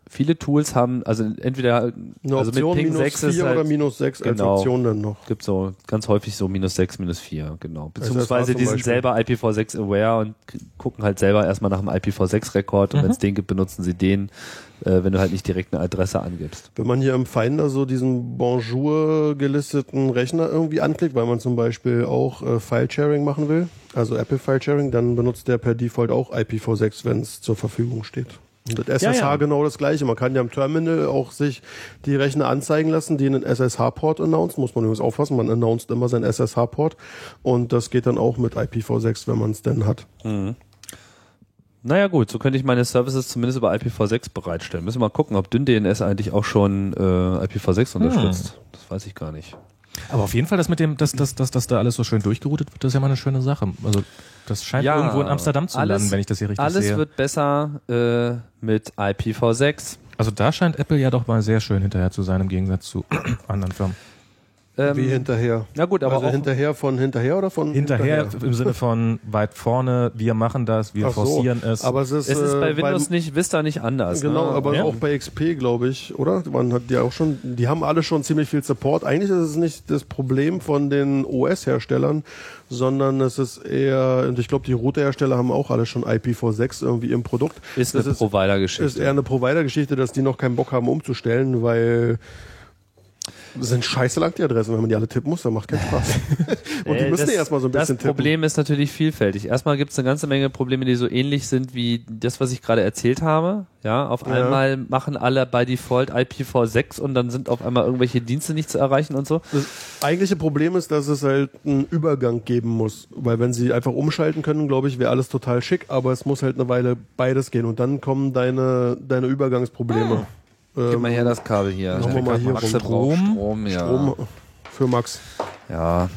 [SPEAKER 1] viele Tools haben, also entweder
[SPEAKER 3] Eine
[SPEAKER 1] also mit
[SPEAKER 3] Option
[SPEAKER 1] Ping
[SPEAKER 3] minus
[SPEAKER 1] 6 ist
[SPEAKER 3] 4 oder
[SPEAKER 1] halt,
[SPEAKER 3] minus 6
[SPEAKER 1] Genau.
[SPEAKER 3] als Option dann noch.
[SPEAKER 1] gibt so ganz häufig so minus 6, minus 4, genau.
[SPEAKER 3] Also das war
[SPEAKER 1] Beziehungsweise
[SPEAKER 3] zum
[SPEAKER 1] die sind
[SPEAKER 3] Beispiel.
[SPEAKER 1] selber IPv6 aware und k- gucken halt selber erstmal nach dem IPv6-Rekord und
[SPEAKER 2] Mhm.
[SPEAKER 1] wenn es den gibt, benutzen sie den, äh, wenn du halt nicht direkt eine Adresse angibst.
[SPEAKER 3] Wenn man hier im Finder so diesen Bonjour gelisteten Rechner irgendwie anklickt, weil man zum Beispiel auch äh, File-Sharing machen will, also Apple File-Sharing, dann benutzt der per Default auch IPv6, wenn es zur Verfügung steht. Und das SSH
[SPEAKER 1] ja.
[SPEAKER 3] genau das gleiche. Man kann ja im Terminal auch sich die Rechner anzeigen lassen, die einen SSH-Port announced. Muss man übrigens aufpassen, man announced immer seinen SSH-Port. Und das geht dann auch mit IPv6, wenn man es denn hat.
[SPEAKER 1] Naja gut, so könnte ich meine Services zumindest über IPv6 bereitstellen. Müssen wir mal gucken, ob dünn DNS eigentlich auch schon äh, IPv6
[SPEAKER 2] Hm.
[SPEAKER 1] unterstützt. Das weiß ich gar nicht.
[SPEAKER 2] Aber auf jeden Fall, das mit dem, dass, dass, dass, dass da alles so schön durchgeroutet wird, das ist ja mal eine schöne Sache. Also das scheint
[SPEAKER 1] Ja,
[SPEAKER 2] irgendwo in Amsterdam zu
[SPEAKER 1] alles-
[SPEAKER 2] landen, wenn ich das hier richtig
[SPEAKER 1] Alles
[SPEAKER 2] sehe.
[SPEAKER 1] wird besser äh, mit IPv6.
[SPEAKER 2] Also da scheint Apple ja doch mal sehr schön hinterher zu sein, im Gegensatz zu anderen Firmen.
[SPEAKER 1] Ähm,
[SPEAKER 3] Wie hinterher.
[SPEAKER 1] na gut, aber
[SPEAKER 3] also
[SPEAKER 1] auch
[SPEAKER 3] hinterher von hinterher oder von
[SPEAKER 2] Hinterher im Sinne von weit vorne, wir machen das, wir
[SPEAKER 3] Ach so.
[SPEAKER 2] forcieren es.
[SPEAKER 3] Aber es ist,
[SPEAKER 1] Es ist
[SPEAKER 3] äh,
[SPEAKER 1] bei Windows nicht, Vista nicht anders. ne?
[SPEAKER 3] Genau, aber
[SPEAKER 2] Ja.
[SPEAKER 3] auch bei XP, glaube ich, oder? Man hat die auch schon, die haben alle schon ziemlich viel Support. Eigentlich ist es nicht das Problem von den OS-Herstellern, sondern es ist eher, und ich glaube, die Router-Hersteller haben auch alle schon IPv6 irgendwie im Produkt.
[SPEAKER 1] ist
[SPEAKER 3] das
[SPEAKER 1] eine
[SPEAKER 3] ist, ist eher
[SPEAKER 1] Provider-Geschichte.
[SPEAKER 3] eine Provider-Geschichte, dass die noch keinen Bock haben umzustellen, weil das sind scheiße lang die Adressen, wenn man die alle tippen muss, dann macht keinen Spaß. und die
[SPEAKER 1] Äh,
[SPEAKER 3] müssen
[SPEAKER 1] das-
[SPEAKER 3] ja erstmal so ein bisschen
[SPEAKER 1] Das Problem ist natürlich vielfältig. Erstmal gibt es eine ganze Menge Probleme, die so ähnlich sind wie das, was ich gerade erzählt habe. Ja, auf
[SPEAKER 3] Ja.
[SPEAKER 1] einmal machen alle bei Default IPv6 und dann sind auf einmal irgendwelche Dienste nicht zu erreichen und so.
[SPEAKER 3] Das eigentliche Problem ist, dass es halt einen Übergang geben muss. Weil wenn sie einfach umschalten können, glaube ich, wäre alles total schick, aber es muss halt eine Weile beides gehen und dann kommen deine, deine Übergangsprobleme.
[SPEAKER 1] Gib
[SPEAKER 3] Ähm,
[SPEAKER 1] mal her das Kabel hier.
[SPEAKER 3] Machen wir mal hier
[SPEAKER 1] Maxe
[SPEAKER 3] rum.
[SPEAKER 1] braucht
[SPEAKER 2] Strom.
[SPEAKER 1] Strom, ja.
[SPEAKER 3] Strom für Max.
[SPEAKER 1] Ja,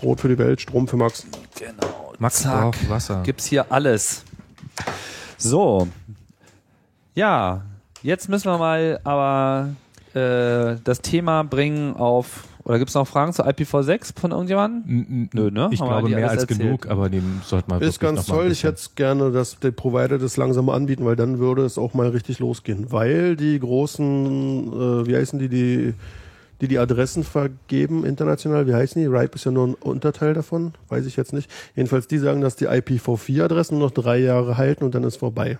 [SPEAKER 3] Brot für die Welt, Strom für Max.
[SPEAKER 1] genau.
[SPEAKER 2] Max
[SPEAKER 1] Zack.
[SPEAKER 2] braucht Wasser.
[SPEAKER 1] gibt's hier alles. So. Ja, jetzt müssen wir mal aber äh, das Thema bringen auf. Oder gibt's noch Fragen zu IPv6 von irgendjemandem? Nö, ne?
[SPEAKER 2] Nö, Ich
[SPEAKER 1] Haben wir
[SPEAKER 2] glaube
[SPEAKER 1] eigentlich
[SPEAKER 2] mehr
[SPEAKER 1] alles
[SPEAKER 2] als
[SPEAKER 1] erzählt.
[SPEAKER 2] genug, aber dem sollte man
[SPEAKER 3] Ist
[SPEAKER 2] wirklich
[SPEAKER 3] ganz
[SPEAKER 2] noch mal ein
[SPEAKER 3] toll. Ich
[SPEAKER 2] bisschen-
[SPEAKER 3] hätte es gerne, dass der Provider das langsam anbieten, weil dann würde es auch mal richtig losgehen. Weil die großen, äh, wie heißen die, die, die die Adressen vergeben international, wie heißen die? RIPE ist ja nur ein Unterteil davon, weiß ich jetzt nicht. Jedenfalls die sagen, dass die IPv4-Adressen nur noch drei Jahre halten und dann ist vorbei.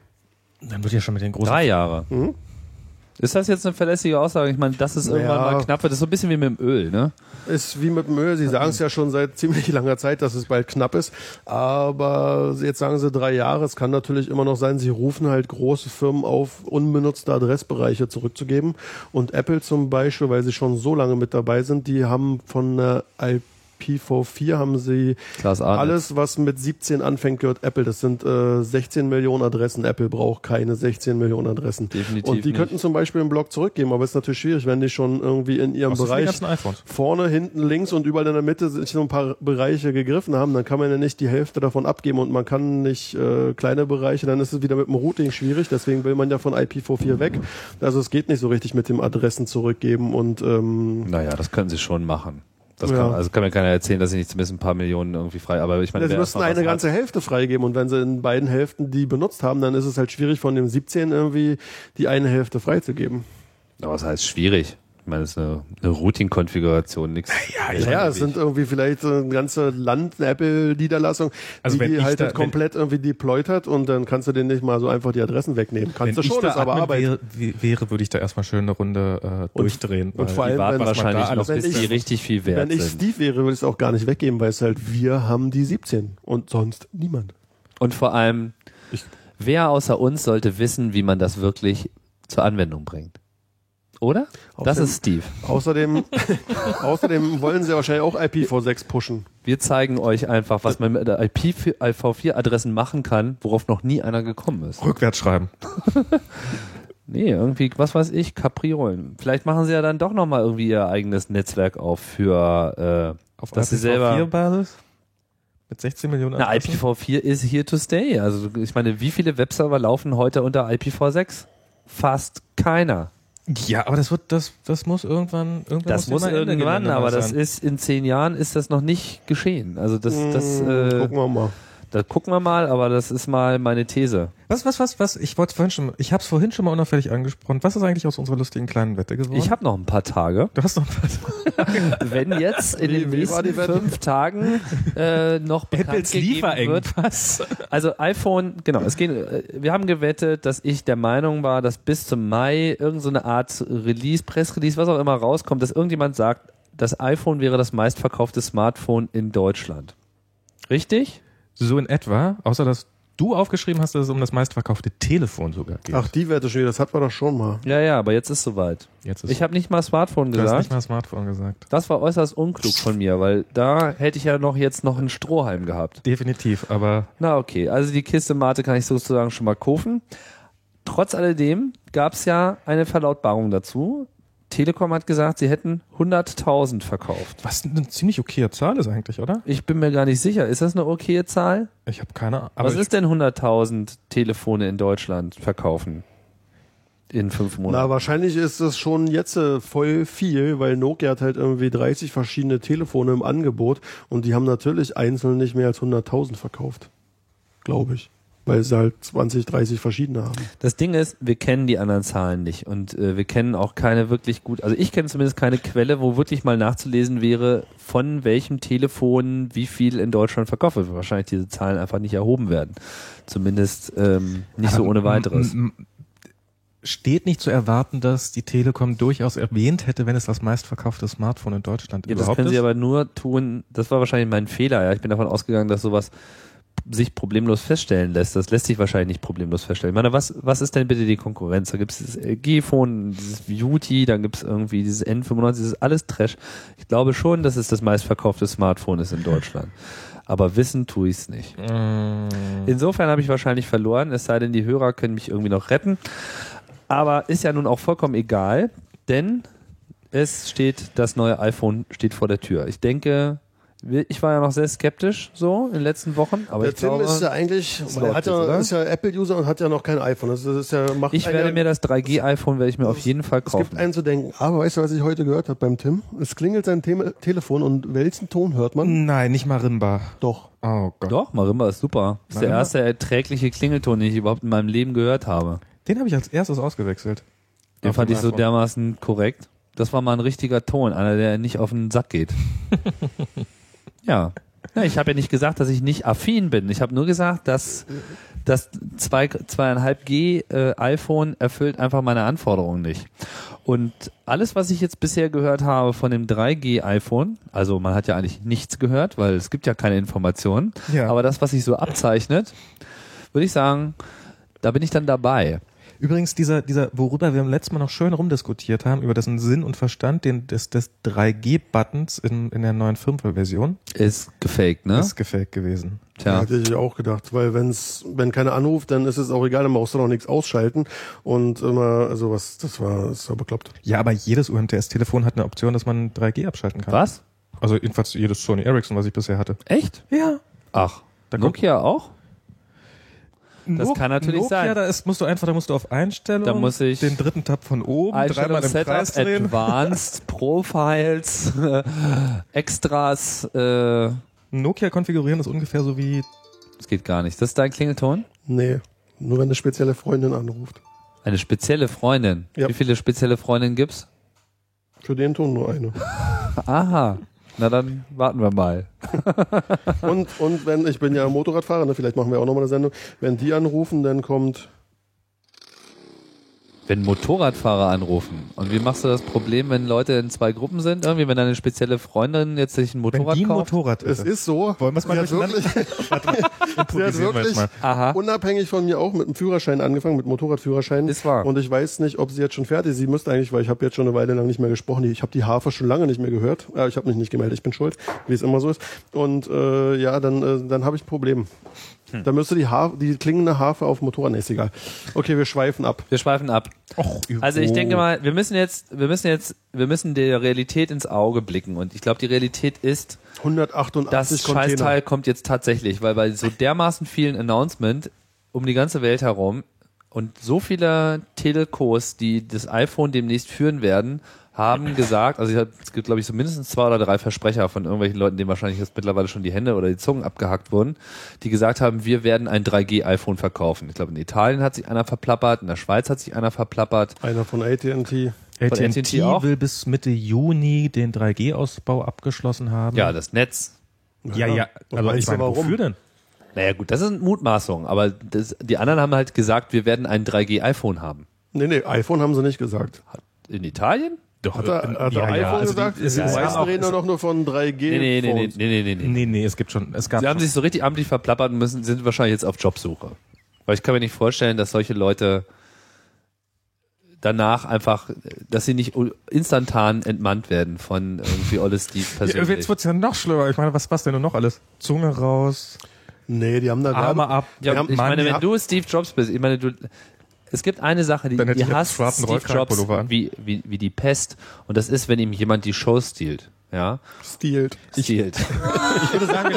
[SPEAKER 3] Mhm.
[SPEAKER 2] Dann wird ja schon mit den großen
[SPEAKER 1] Drei Jahre. Ist das jetzt eine verlässliche Aussage? Ich meine, das ist irgendwann
[SPEAKER 3] Naja.
[SPEAKER 1] mal knapp wird. Das ist so ein bisschen wie mit dem Öl, ne?
[SPEAKER 3] Ist wie mit dem Öl. Sie sagen es ja schon seit ziemlich langer Zeit, dass es bald knapp ist. Aber jetzt sagen sie drei Jahre. Es kann natürlich immer noch sein, sie rufen halt große Firmen auf, unbenutzte Adressbereiche zurückzugeben. Und Apple zum Beispiel, weil sie schon so lange mit dabei sind, die haben von der IPv4 haben sie
[SPEAKER 1] Klaas Arnold.
[SPEAKER 3] alles, was mit 17 anfängt, gehört Apple. Das sind äh, 16 Millionen Adressen. Apple braucht keine 16 Millionen Adressen.
[SPEAKER 1] Definitiv
[SPEAKER 3] Und die
[SPEAKER 1] nicht.
[SPEAKER 3] könnten zum Beispiel einen Blog zurückgeben, aber ist natürlich schwierig, wenn die schon irgendwie in ihrem
[SPEAKER 2] Was ist mit den
[SPEAKER 3] Bereich
[SPEAKER 2] ganzen iPhones?
[SPEAKER 3] vorne, hinten, links und überall in der Mitte sich so ein paar Bereiche gegriffen haben, dann kann man ja nicht die Hälfte davon abgeben und man kann nicht äh, kleine Bereiche, dann ist es wieder mit dem Routing schwierig, deswegen will man ja von IPv4 weg. Also es geht nicht so richtig mit dem Adressen zurückgeben und ähm,
[SPEAKER 1] Naja, das können sie schon machen. Das
[SPEAKER 3] Ja.
[SPEAKER 1] kann, also kann mir keiner erzählen, dass sie nicht zumindest ein paar Millionen irgendwie frei, aber ich meine,
[SPEAKER 3] sie
[SPEAKER 1] wer
[SPEAKER 3] müssten
[SPEAKER 1] erstmal
[SPEAKER 3] eine
[SPEAKER 1] was
[SPEAKER 3] ganze
[SPEAKER 1] hat-
[SPEAKER 3] Hälfte freigeben und wenn sie in beiden Hälften die benutzt haben, dann ist es halt schwierig von dem 17 irgendwie die eine Hälfte freizugeben.
[SPEAKER 1] Aber das heißt schwierig. Ich meine, das ist eine, eine Routing-Konfiguration, nichts.
[SPEAKER 3] Ja, ja, es sind irgendwie vielleicht so ein ganze Land Apple-Niederlassung,
[SPEAKER 2] Also
[SPEAKER 3] die,
[SPEAKER 2] wenn
[SPEAKER 3] die
[SPEAKER 2] ich
[SPEAKER 3] halt
[SPEAKER 2] da-
[SPEAKER 3] das komplett irgendwie deployed hat und dann kannst du denen nicht mal so einfach die Adressen wegnehmen. Kannst du schon, ist aber
[SPEAKER 2] Admin
[SPEAKER 3] Arbeit.
[SPEAKER 2] wäre, wie- wäre, würde ich da erstmal schön eine Runde äh, durchdrehen.
[SPEAKER 3] und
[SPEAKER 2] weil
[SPEAKER 3] vor
[SPEAKER 1] Die
[SPEAKER 3] allem,
[SPEAKER 1] warten
[SPEAKER 3] wenn- was man
[SPEAKER 1] wahrscheinlich
[SPEAKER 2] da alles-
[SPEAKER 1] noch, bis
[SPEAKER 3] wenn ich-
[SPEAKER 1] die richtig viel wert
[SPEAKER 3] Wenn ich
[SPEAKER 1] sind.
[SPEAKER 3] Steve wäre, würde ich es auch gar nicht weggeben, weil es halt, wir haben die 17 und sonst niemand.
[SPEAKER 1] Und vor allem, wer außer uns sollte wissen, wie man das wirklich zur Anwendung bringt? Oder? Das
[SPEAKER 3] Außerdem-
[SPEAKER 1] ist Steve.
[SPEAKER 3] Außerdem, außerdem wollen sie wahrscheinlich auch IPv6 pushen.
[SPEAKER 1] Wir zeigen euch einfach, was man mit IPv4-Adressen machen kann, worauf noch nie einer gekommen ist.
[SPEAKER 2] rückwärts schreiben.
[SPEAKER 1] Nee, irgendwie, was weiß ich, Kapriolen. Vielleicht machen sie ja dann doch nochmal irgendwie ihr eigenes Netzwerk auf für, äh,
[SPEAKER 2] Auf
[SPEAKER 1] dass sie selber...
[SPEAKER 2] IPv4-Basis? Mit 16 Millionen
[SPEAKER 1] Na,
[SPEAKER 2] Adressen?
[SPEAKER 1] IPv4 is here to stay. Also ich meine, wie viele Webserver laufen heute unter IPv6? Fast keiner.
[SPEAKER 2] Ja, aber das wird, das, das muss irgendwann, irgendwann
[SPEAKER 1] Das muss
[SPEAKER 2] immer Ende
[SPEAKER 1] irgendwann,
[SPEAKER 2] Gelände
[SPEAKER 1] aber
[SPEAKER 2] sein.
[SPEAKER 1] das ist in zehn Jahren ist das noch nicht geschehen. Also das, das, äh,
[SPEAKER 3] Gucken wir Mm, mal.
[SPEAKER 1] da gucken wir mal, aber das ist mal meine These.
[SPEAKER 2] Was, was, was, was? Ich wollte vorhin schon, ich hab's vorhin schon mal unauffällig angesprochen. Was ist eigentlich aus unserer lustigen kleinen Wette geworden?
[SPEAKER 1] Ich habe noch ein paar Tage.
[SPEAKER 2] du hast noch ein paar
[SPEAKER 1] Wenn jetzt in
[SPEAKER 3] Wie-
[SPEAKER 1] den
[SPEAKER 3] wie war
[SPEAKER 1] nächsten
[SPEAKER 3] die Wette?
[SPEAKER 1] fünf Tagen äh, noch bekannt gegeben wird, Also iPhone, genau, es ging, äh, wir haben gewettet, dass ich der Meinung war, dass bis zum Mai irgendeine so eine Art Release, Pressrelease, was auch immer rauskommt, dass irgendjemand sagt, das iPhone wäre das meistverkaufte Smartphone in Deutschland. Richtig?
[SPEAKER 2] So in etwa, außer dass du aufgeschrieben hast, dass es um das meistverkaufte Telefon sogar geht.
[SPEAKER 3] Ach, die Werte schon wieder, das hatten wir doch schon mal.
[SPEAKER 1] Ja, ja, aber jetzt ist soweit.
[SPEAKER 2] jetzt ist
[SPEAKER 1] Ich habe nicht mal Smartphone
[SPEAKER 2] du hast
[SPEAKER 1] gesagt.
[SPEAKER 2] nicht mal Smartphone gesagt.
[SPEAKER 1] das war äußerst unklug von mir, weil da hätte ich ja noch jetzt noch einen Strohhalm gehabt.
[SPEAKER 2] Definitiv, aber
[SPEAKER 1] Na okay, also die Kiste Mate kann ich sozusagen schon mal kaufen. Trotz alledem gab es ja eine Verlautbarung dazu. Telekom hat gesagt, sie hätten 100.000 verkauft.
[SPEAKER 2] was eine ziemlich okaye Zahl ist eigentlich, oder?
[SPEAKER 1] Ich bin mir gar nicht sicher, ist das eine okaye Zahl?
[SPEAKER 2] Ich habe keine Ahnung. Aber
[SPEAKER 1] Was ist denn 100.000 Telefone in Deutschland verkaufen? In fünf
[SPEAKER 3] Na,
[SPEAKER 1] Monaten.
[SPEAKER 3] wahrscheinlich ist das schon jetzt äh, voll viel, weil Nokia hat halt irgendwie 30 verschiedene Telefone im Angebot und die haben natürlich einzeln nicht mehr als 100.000 verkauft. Glaube ich. Weil sie halt 20, 30 verschiedene haben.
[SPEAKER 1] Das Ding ist, wir kennen die anderen Zahlen nicht und äh, wir kennen auch keine wirklich gut, also ich kenne zumindest keine Quelle, wo wirklich mal nachzulesen wäre, von welchem Telefon wie viel in Deutschland verkauft wird. weil Wahrscheinlich diese Zahlen einfach nicht erhoben werden. Zumindest ähm, nicht so
[SPEAKER 2] Aber
[SPEAKER 1] ohne
[SPEAKER 2] m-
[SPEAKER 1] weiteres.
[SPEAKER 2] m- m- Steht nicht zu erwarten, dass die Telekom durchaus erwähnt hätte, wenn es das meistverkaufte Smartphone in Deutschland
[SPEAKER 1] Ja, das
[SPEAKER 2] überhaupt
[SPEAKER 1] können sie
[SPEAKER 2] ist.
[SPEAKER 1] aber nur tun, das war wahrscheinlich mein Fehler. Ja. Ich bin davon ausgegangen, dass sowas sich problemlos feststellen lässt. Das lässt sich wahrscheinlich nicht problemlos feststellen. Ich meine, was, was ist denn bitte die Konkurrenz? Da gibt es dieses LG-Phone, dieses Beauty, dann gibt es irgendwie dieses N95, das ist alles Trash. Ich glaube schon, dass es das meistverkaufte Smartphone ist in Deutschland. Aber wissen tue ich es nicht.
[SPEAKER 2] Mm.
[SPEAKER 1] Mhm. Insofern habe ich wahrscheinlich verloren, es sei denn, die Hörer können mich irgendwie noch retten. Aber ist ja nun auch vollkommen egal, denn es steht, das neue iPhone steht vor der Tür. Ich denke, wir- ich war ja noch sehr skeptisch so in den letzten Wochen, aber ich glaube,
[SPEAKER 3] eigentlich,
[SPEAKER 1] weil er hat ja- oder? ist
[SPEAKER 3] ja Apple-User und hat ja noch kein iPhone. Das ist ja, macht
[SPEAKER 1] ich werde mir das 3G-iPhone werde ich mir auf jeden Fall
[SPEAKER 3] Es gibt
[SPEAKER 1] kaufen.
[SPEAKER 3] einen zu denken. Aber weißt du, was ich heute gehört habe beim Tim? Es klingelt sein Thema- Telefon und welchen Ton hört man?
[SPEAKER 2] Nein, nicht marimba.
[SPEAKER 3] Doch.
[SPEAKER 2] Oh Gott.
[SPEAKER 1] Doch, Marimba ist super. Ist der
[SPEAKER 2] Marimba?
[SPEAKER 1] erste erträgliche Klingelton, den ich überhaupt in meinem Leben gehört habe.
[SPEAKER 2] Den habe ich als erstes ausgewechselt.
[SPEAKER 1] Den
[SPEAKER 2] Auf
[SPEAKER 1] fand
[SPEAKER 2] dem
[SPEAKER 1] ich so
[SPEAKER 2] iPhone.
[SPEAKER 1] dermaßen korrekt. Das war mal ein richtiger Ton, einer, der nicht auf den Sack geht. ja. Ja, ich habe ja nicht gesagt, dass ich nicht affin bin. Ich habe nur gesagt, dass das 2,5G äh, iPhone erfüllt einfach meine Anforderungen nicht. Und alles, was ich jetzt bisher gehört habe von dem 3G iPhone, also man hat ja eigentlich nichts gehört, weil es gibt ja keine Informationen,
[SPEAKER 4] Ja.
[SPEAKER 1] aber das, was sich so abzeichnet, würde ich sagen, da bin ich dann dabei.
[SPEAKER 2] Übrigens, dieser, dieser, worüber wir im letzten Mal noch schön rumdiskutiert haben, über dessen Sinn und Verstand den, des, des 3G-Buttons in, in der neuen Firmware-Version,
[SPEAKER 1] Ist gefaked, ne?
[SPEAKER 2] ist gefaked gewesen.
[SPEAKER 1] Tja.
[SPEAKER 3] Hatte ich auch gedacht, weil wenn's, wenn keiner anruft, dann ist es auch egal, dann brauchst du noch nichts ausschalten. Und immer, also was, das war, das war bekloppt.
[SPEAKER 2] Ja, aber jedes UMTS-Telefon hat eine Option, dass man 3G abschalten kann.
[SPEAKER 1] Was?
[SPEAKER 2] Also jedenfalls jedes Sony Ericsson, was ich bisher hatte.
[SPEAKER 1] Echt?
[SPEAKER 2] Ja.
[SPEAKER 1] Ach,
[SPEAKER 2] Da kommt-
[SPEAKER 1] Nokia auch? Das kann natürlich
[SPEAKER 2] Nokia,
[SPEAKER 1] sein.
[SPEAKER 2] Da ist, musst du einfach, da musst du auf Einstellung,
[SPEAKER 1] Da muss ich-
[SPEAKER 2] den dritten Tab von oben,
[SPEAKER 1] Einstellung,
[SPEAKER 2] dreimal im
[SPEAKER 1] Setup,
[SPEAKER 2] Kreis drehen.
[SPEAKER 1] Advanced, Profiles, äh, Extras. Äh,
[SPEAKER 2] Nokia konfigurieren ist ungefähr so wie
[SPEAKER 1] das geht gar nicht. Das ist dein Klingelton?
[SPEAKER 3] Nee. Nur wenn eine spezielle Freundin anruft.
[SPEAKER 1] Eine spezielle Freundin.
[SPEAKER 3] Ja.
[SPEAKER 1] Wie viele spezielle Freundinnen gibt's?
[SPEAKER 3] Für den Ton nur eine.
[SPEAKER 1] Aha. Na dann warten wir mal.
[SPEAKER 3] Und, und wenn, ich bin ja Motorradfahrer, ne, vielleicht machen wir auch nochmal eine Sendung. Wenn die anrufen, dann kommt,
[SPEAKER 1] Wenn Motorradfahrer anrufen. Und wie machst du das Problem, wenn Leute in zwei Gruppen sind? Irgendwie, wenn deine spezielle Freundin jetzt sich ein
[SPEAKER 2] wenn
[SPEAKER 1] Motorrad
[SPEAKER 2] die ein
[SPEAKER 1] kauft?
[SPEAKER 2] Motorrad
[SPEAKER 3] es ist so.
[SPEAKER 2] Wollen wir's mal
[SPEAKER 3] Sie hat
[SPEAKER 2] durcheinander-
[SPEAKER 3] wirklich, sie hat
[SPEAKER 2] Improvisieren wir jetzt
[SPEAKER 3] wirklich
[SPEAKER 2] mal.
[SPEAKER 1] Aha.
[SPEAKER 3] unabhängig von mir auch mit dem Führerschein angefangen, mit Motorradführerschein.
[SPEAKER 1] Ist wahr.
[SPEAKER 3] Und ich weiß nicht, ob sie jetzt schon fertig ist. Sie müsste eigentlich, weil ich habe jetzt schon eine Weile lang nicht mehr gesprochen. Ich habe die Hafer schon lange nicht mehr gehört. Äh, ich habe mich nicht gemeldet, ich bin schuld, wie es immer so ist. Und äh, ja, dann, äh, dann habe ich ein Problem.
[SPEAKER 2] Hm.
[SPEAKER 3] Da müsste die, ha die klingende Hafer auf dem Motorrad. Nee, ist egal. Okay, wir schweifen ab.
[SPEAKER 1] Wir schweifen ab.
[SPEAKER 2] Och,
[SPEAKER 1] Also ich
[SPEAKER 2] oh.
[SPEAKER 1] denke mal, wir müssen jetzt, wir müssen jetzt, wir müssen der Realität ins Auge blicken. Und ich glaube, die Realität ist, das halt-
[SPEAKER 3] 188 Container.
[SPEAKER 1] Scheißteil kommt jetzt tatsächlich, weil bei so dermaßen vielen Announcement um die ganze Welt herum und so viele Telcos, die das iPhone demnächst führen werden, haben gesagt, also ich hab, es gibt glaube ich so mindestens zwei oder drei Versprecher von irgendwelchen Leuten, denen wahrscheinlich jetzt mittlerweile schon die Hände oder die Zungen abgehackt wurden, die gesagt haben, wir werden ein 3G iPhone verkaufen. Ich glaube in Italien hat sich einer verplappert, in der Schweiz hat sich einer verplappert.
[SPEAKER 3] Einer von AT&T.
[SPEAKER 1] Von
[SPEAKER 2] AT&T
[SPEAKER 1] AT&T auch?
[SPEAKER 2] will bis Mitte Juni den 3G-Ausbau abgeschlossen haben.
[SPEAKER 1] Ja, das Netz,
[SPEAKER 2] ja, ja.
[SPEAKER 3] Und
[SPEAKER 2] Aber
[SPEAKER 3] weißt
[SPEAKER 2] ich
[SPEAKER 3] du,
[SPEAKER 2] meine,
[SPEAKER 3] warum?
[SPEAKER 2] wofür denn?
[SPEAKER 1] Naja gut, das sind Mutmaßungen, aber das, die anderen haben halt gesagt, wir werden ein 3G iPhone haben.
[SPEAKER 3] Nee, nee, iPhone haben sie nicht gesagt.
[SPEAKER 1] In Italien?
[SPEAKER 2] Doch,
[SPEAKER 3] Hat er, hat
[SPEAKER 2] ja,
[SPEAKER 3] er iPhone
[SPEAKER 2] ja. Also die-
[SPEAKER 3] gesagt?
[SPEAKER 2] es-
[SPEAKER 3] die
[SPEAKER 2] es
[SPEAKER 3] meisten
[SPEAKER 2] war auch-
[SPEAKER 3] reden
[SPEAKER 2] es-
[SPEAKER 3] doch nur von 3G.
[SPEAKER 1] Nee, nee, nee, nee,
[SPEAKER 3] Phones.
[SPEAKER 1] nee, nee, nee, nee.
[SPEAKER 2] Nee, nee, es gibt schon, es gab
[SPEAKER 1] Sie haben
[SPEAKER 2] schon.
[SPEAKER 1] sich so richtig amtlich verplappert und müssen, sind wahrscheinlich jetzt auf Jobsuche. Weil ich kann mir nicht vorstellen, dass solche Leute danach einfach, dass sie nicht instantan entmannt werden von irgendwie alles die
[SPEAKER 2] Ja,
[SPEAKER 1] persönlich.
[SPEAKER 2] jetzt wird's ja noch schlimmer. Ich meine, was passt denn nur noch alles? Zunge raus,
[SPEAKER 3] Nee, die haben da
[SPEAKER 2] Arme
[SPEAKER 3] Werbe-
[SPEAKER 2] ab.
[SPEAKER 1] Ja,
[SPEAKER 3] Mann,
[SPEAKER 1] ich meine,
[SPEAKER 3] ja.
[SPEAKER 1] wenn du Steve Jobs bist, ich meine, du, es gibt eine Sache, die,
[SPEAKER 2] Dann hätte
[SPEAKER 1] die
[SPEAKER 2] ich jetzt
[SPEAKER 1] hasst
[SPEAKER 2] einen schwarzen
[SPEAKER 1] Steve Jobs
[SPEAKER 2] Rollkragenpullover an.
[SPEAKER 1] wie, wie, wie die Pest und das ist, wenn ihm jemand die Show stiehlt. Ja,
[SPEAKER 3] Stealt.
[SPEAKER 1] stiehlt.
[SPEAKER 2] Ich würde sagen,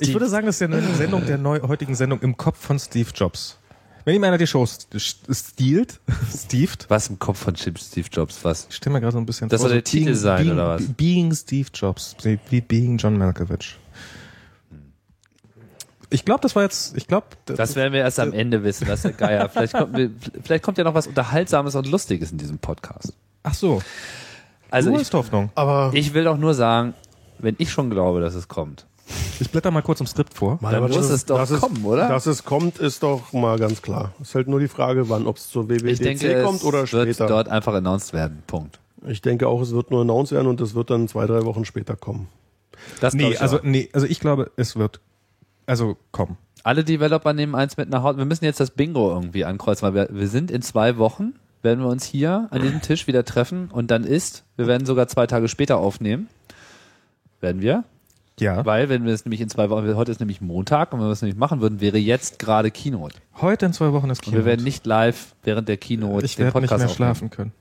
[SPEAKER 2] ich würde sagen, das ist ja eine Sendung der neu, heutigen Sendung im Kopf von Steve Jobs. Wenn ihm einer die Show st- st- stiehlt, stieft,
[SPEAKER 1] Was im Kopf von Chip Steve Jobs, was?
[SPEAKER 2] ich stelle mir gerade so ein bisschen
[SPEAKER 1] Das soll
[SPEAKER 2] so
[SPEAKER 1] der Titel sein, oder was?
[SPEAKER 2] Being Steve Jobs, wie Being John Malkovich. Ich glaube, das war jetzt, ich glaube,
[SPEAKER 1] Das werden wir erst am Ende wissen, das ist ja Geier. Vielleicht kommt, wir- vielleicht kommt ja noch was Unterhaltsames und Lustiges in diesem Podcast.
[SPEAKER 2] ach so,
[SPEAKER 1] Also
[SPEAKER 2] du
[SPEAKER 1] ich,
[SPEAKER 2] hast Hoffnung.
[SPEAKER 3] Aber
[SPEAKER 1] ich will doch nur sagen, wenn ich schon glaube, dass es kommt.
[SPEAKER 2] Ich blätter mal kurz im Skript vor.
[SPEAKER 3] Mann,
[SPEAKER 1] Dann
[SPEAKER 3] aber
[SPEAKER 1] muss
[SPEAKER 3] das
[SPEAKER 1] es
[SPEAKER 3] ist-
[SPEAKER 1] doch
[SPEAKER 3] das ist-
[SPEAKER 1] kommen, oder?
[SPEAKER 3] Dass es kommt, ist doch mal ganz klar. Ist halt nur die Frage, wann, ob es zur WWDC
[SPEAKER 1] Ich denke,
[SPEAKER 3] kommt
[SPEAKER 1] es
[SPEAKER 3] oder
[SPEAKER 1] wird
[SPEAKER 3] später.
[SPEAKER 1] dort einfach announced werden. Punkt.
[SPEAKER 3] Ich denke auch, es wird nur announced werden und es wird dann zwei, drei Wochen später kommen.
[SPEAKER 1] Das glaub
[SPEAKER 2] Nee,
[SPEAKER 1] ich
[SPEAKER 2] also
[SPEAKER 1] auch.
[SPEAKER 2] nee, also ich glaube, es wird also kommen.
[SPEAKER 1] alle Developer nehmen eins mit nach Hause. Wir müssen jetzt das Bingo irgendwie ankreuzen, weil wir, wir sind in zwei Wochen, werden wir uns hier an diesem Tisch wieder treffen und dann ist, wir werden sogar zwei Tage später aufnehmen. Werden wir?
[SPEAKER 2] Ja.
[SPEAKER 1] Weil, wenn wir es nämlich in zwei Wochen, heute ist nämlich Montag und wenn wir es nämlich machen würden, wäre jetzt gerade Keynote.
[SPEAKER 2] Heute in zwei Wochen ist
[SPEAKER 1] Und
[SPEAKER 2] Kino.
[SPEAKER 1] wir werden nicht live während der Keynote
[SPEAKER 2] ich werde nicht mehr
[SPEAKER 1] aufnehmen.
[SPEAKER 2] schlafen können.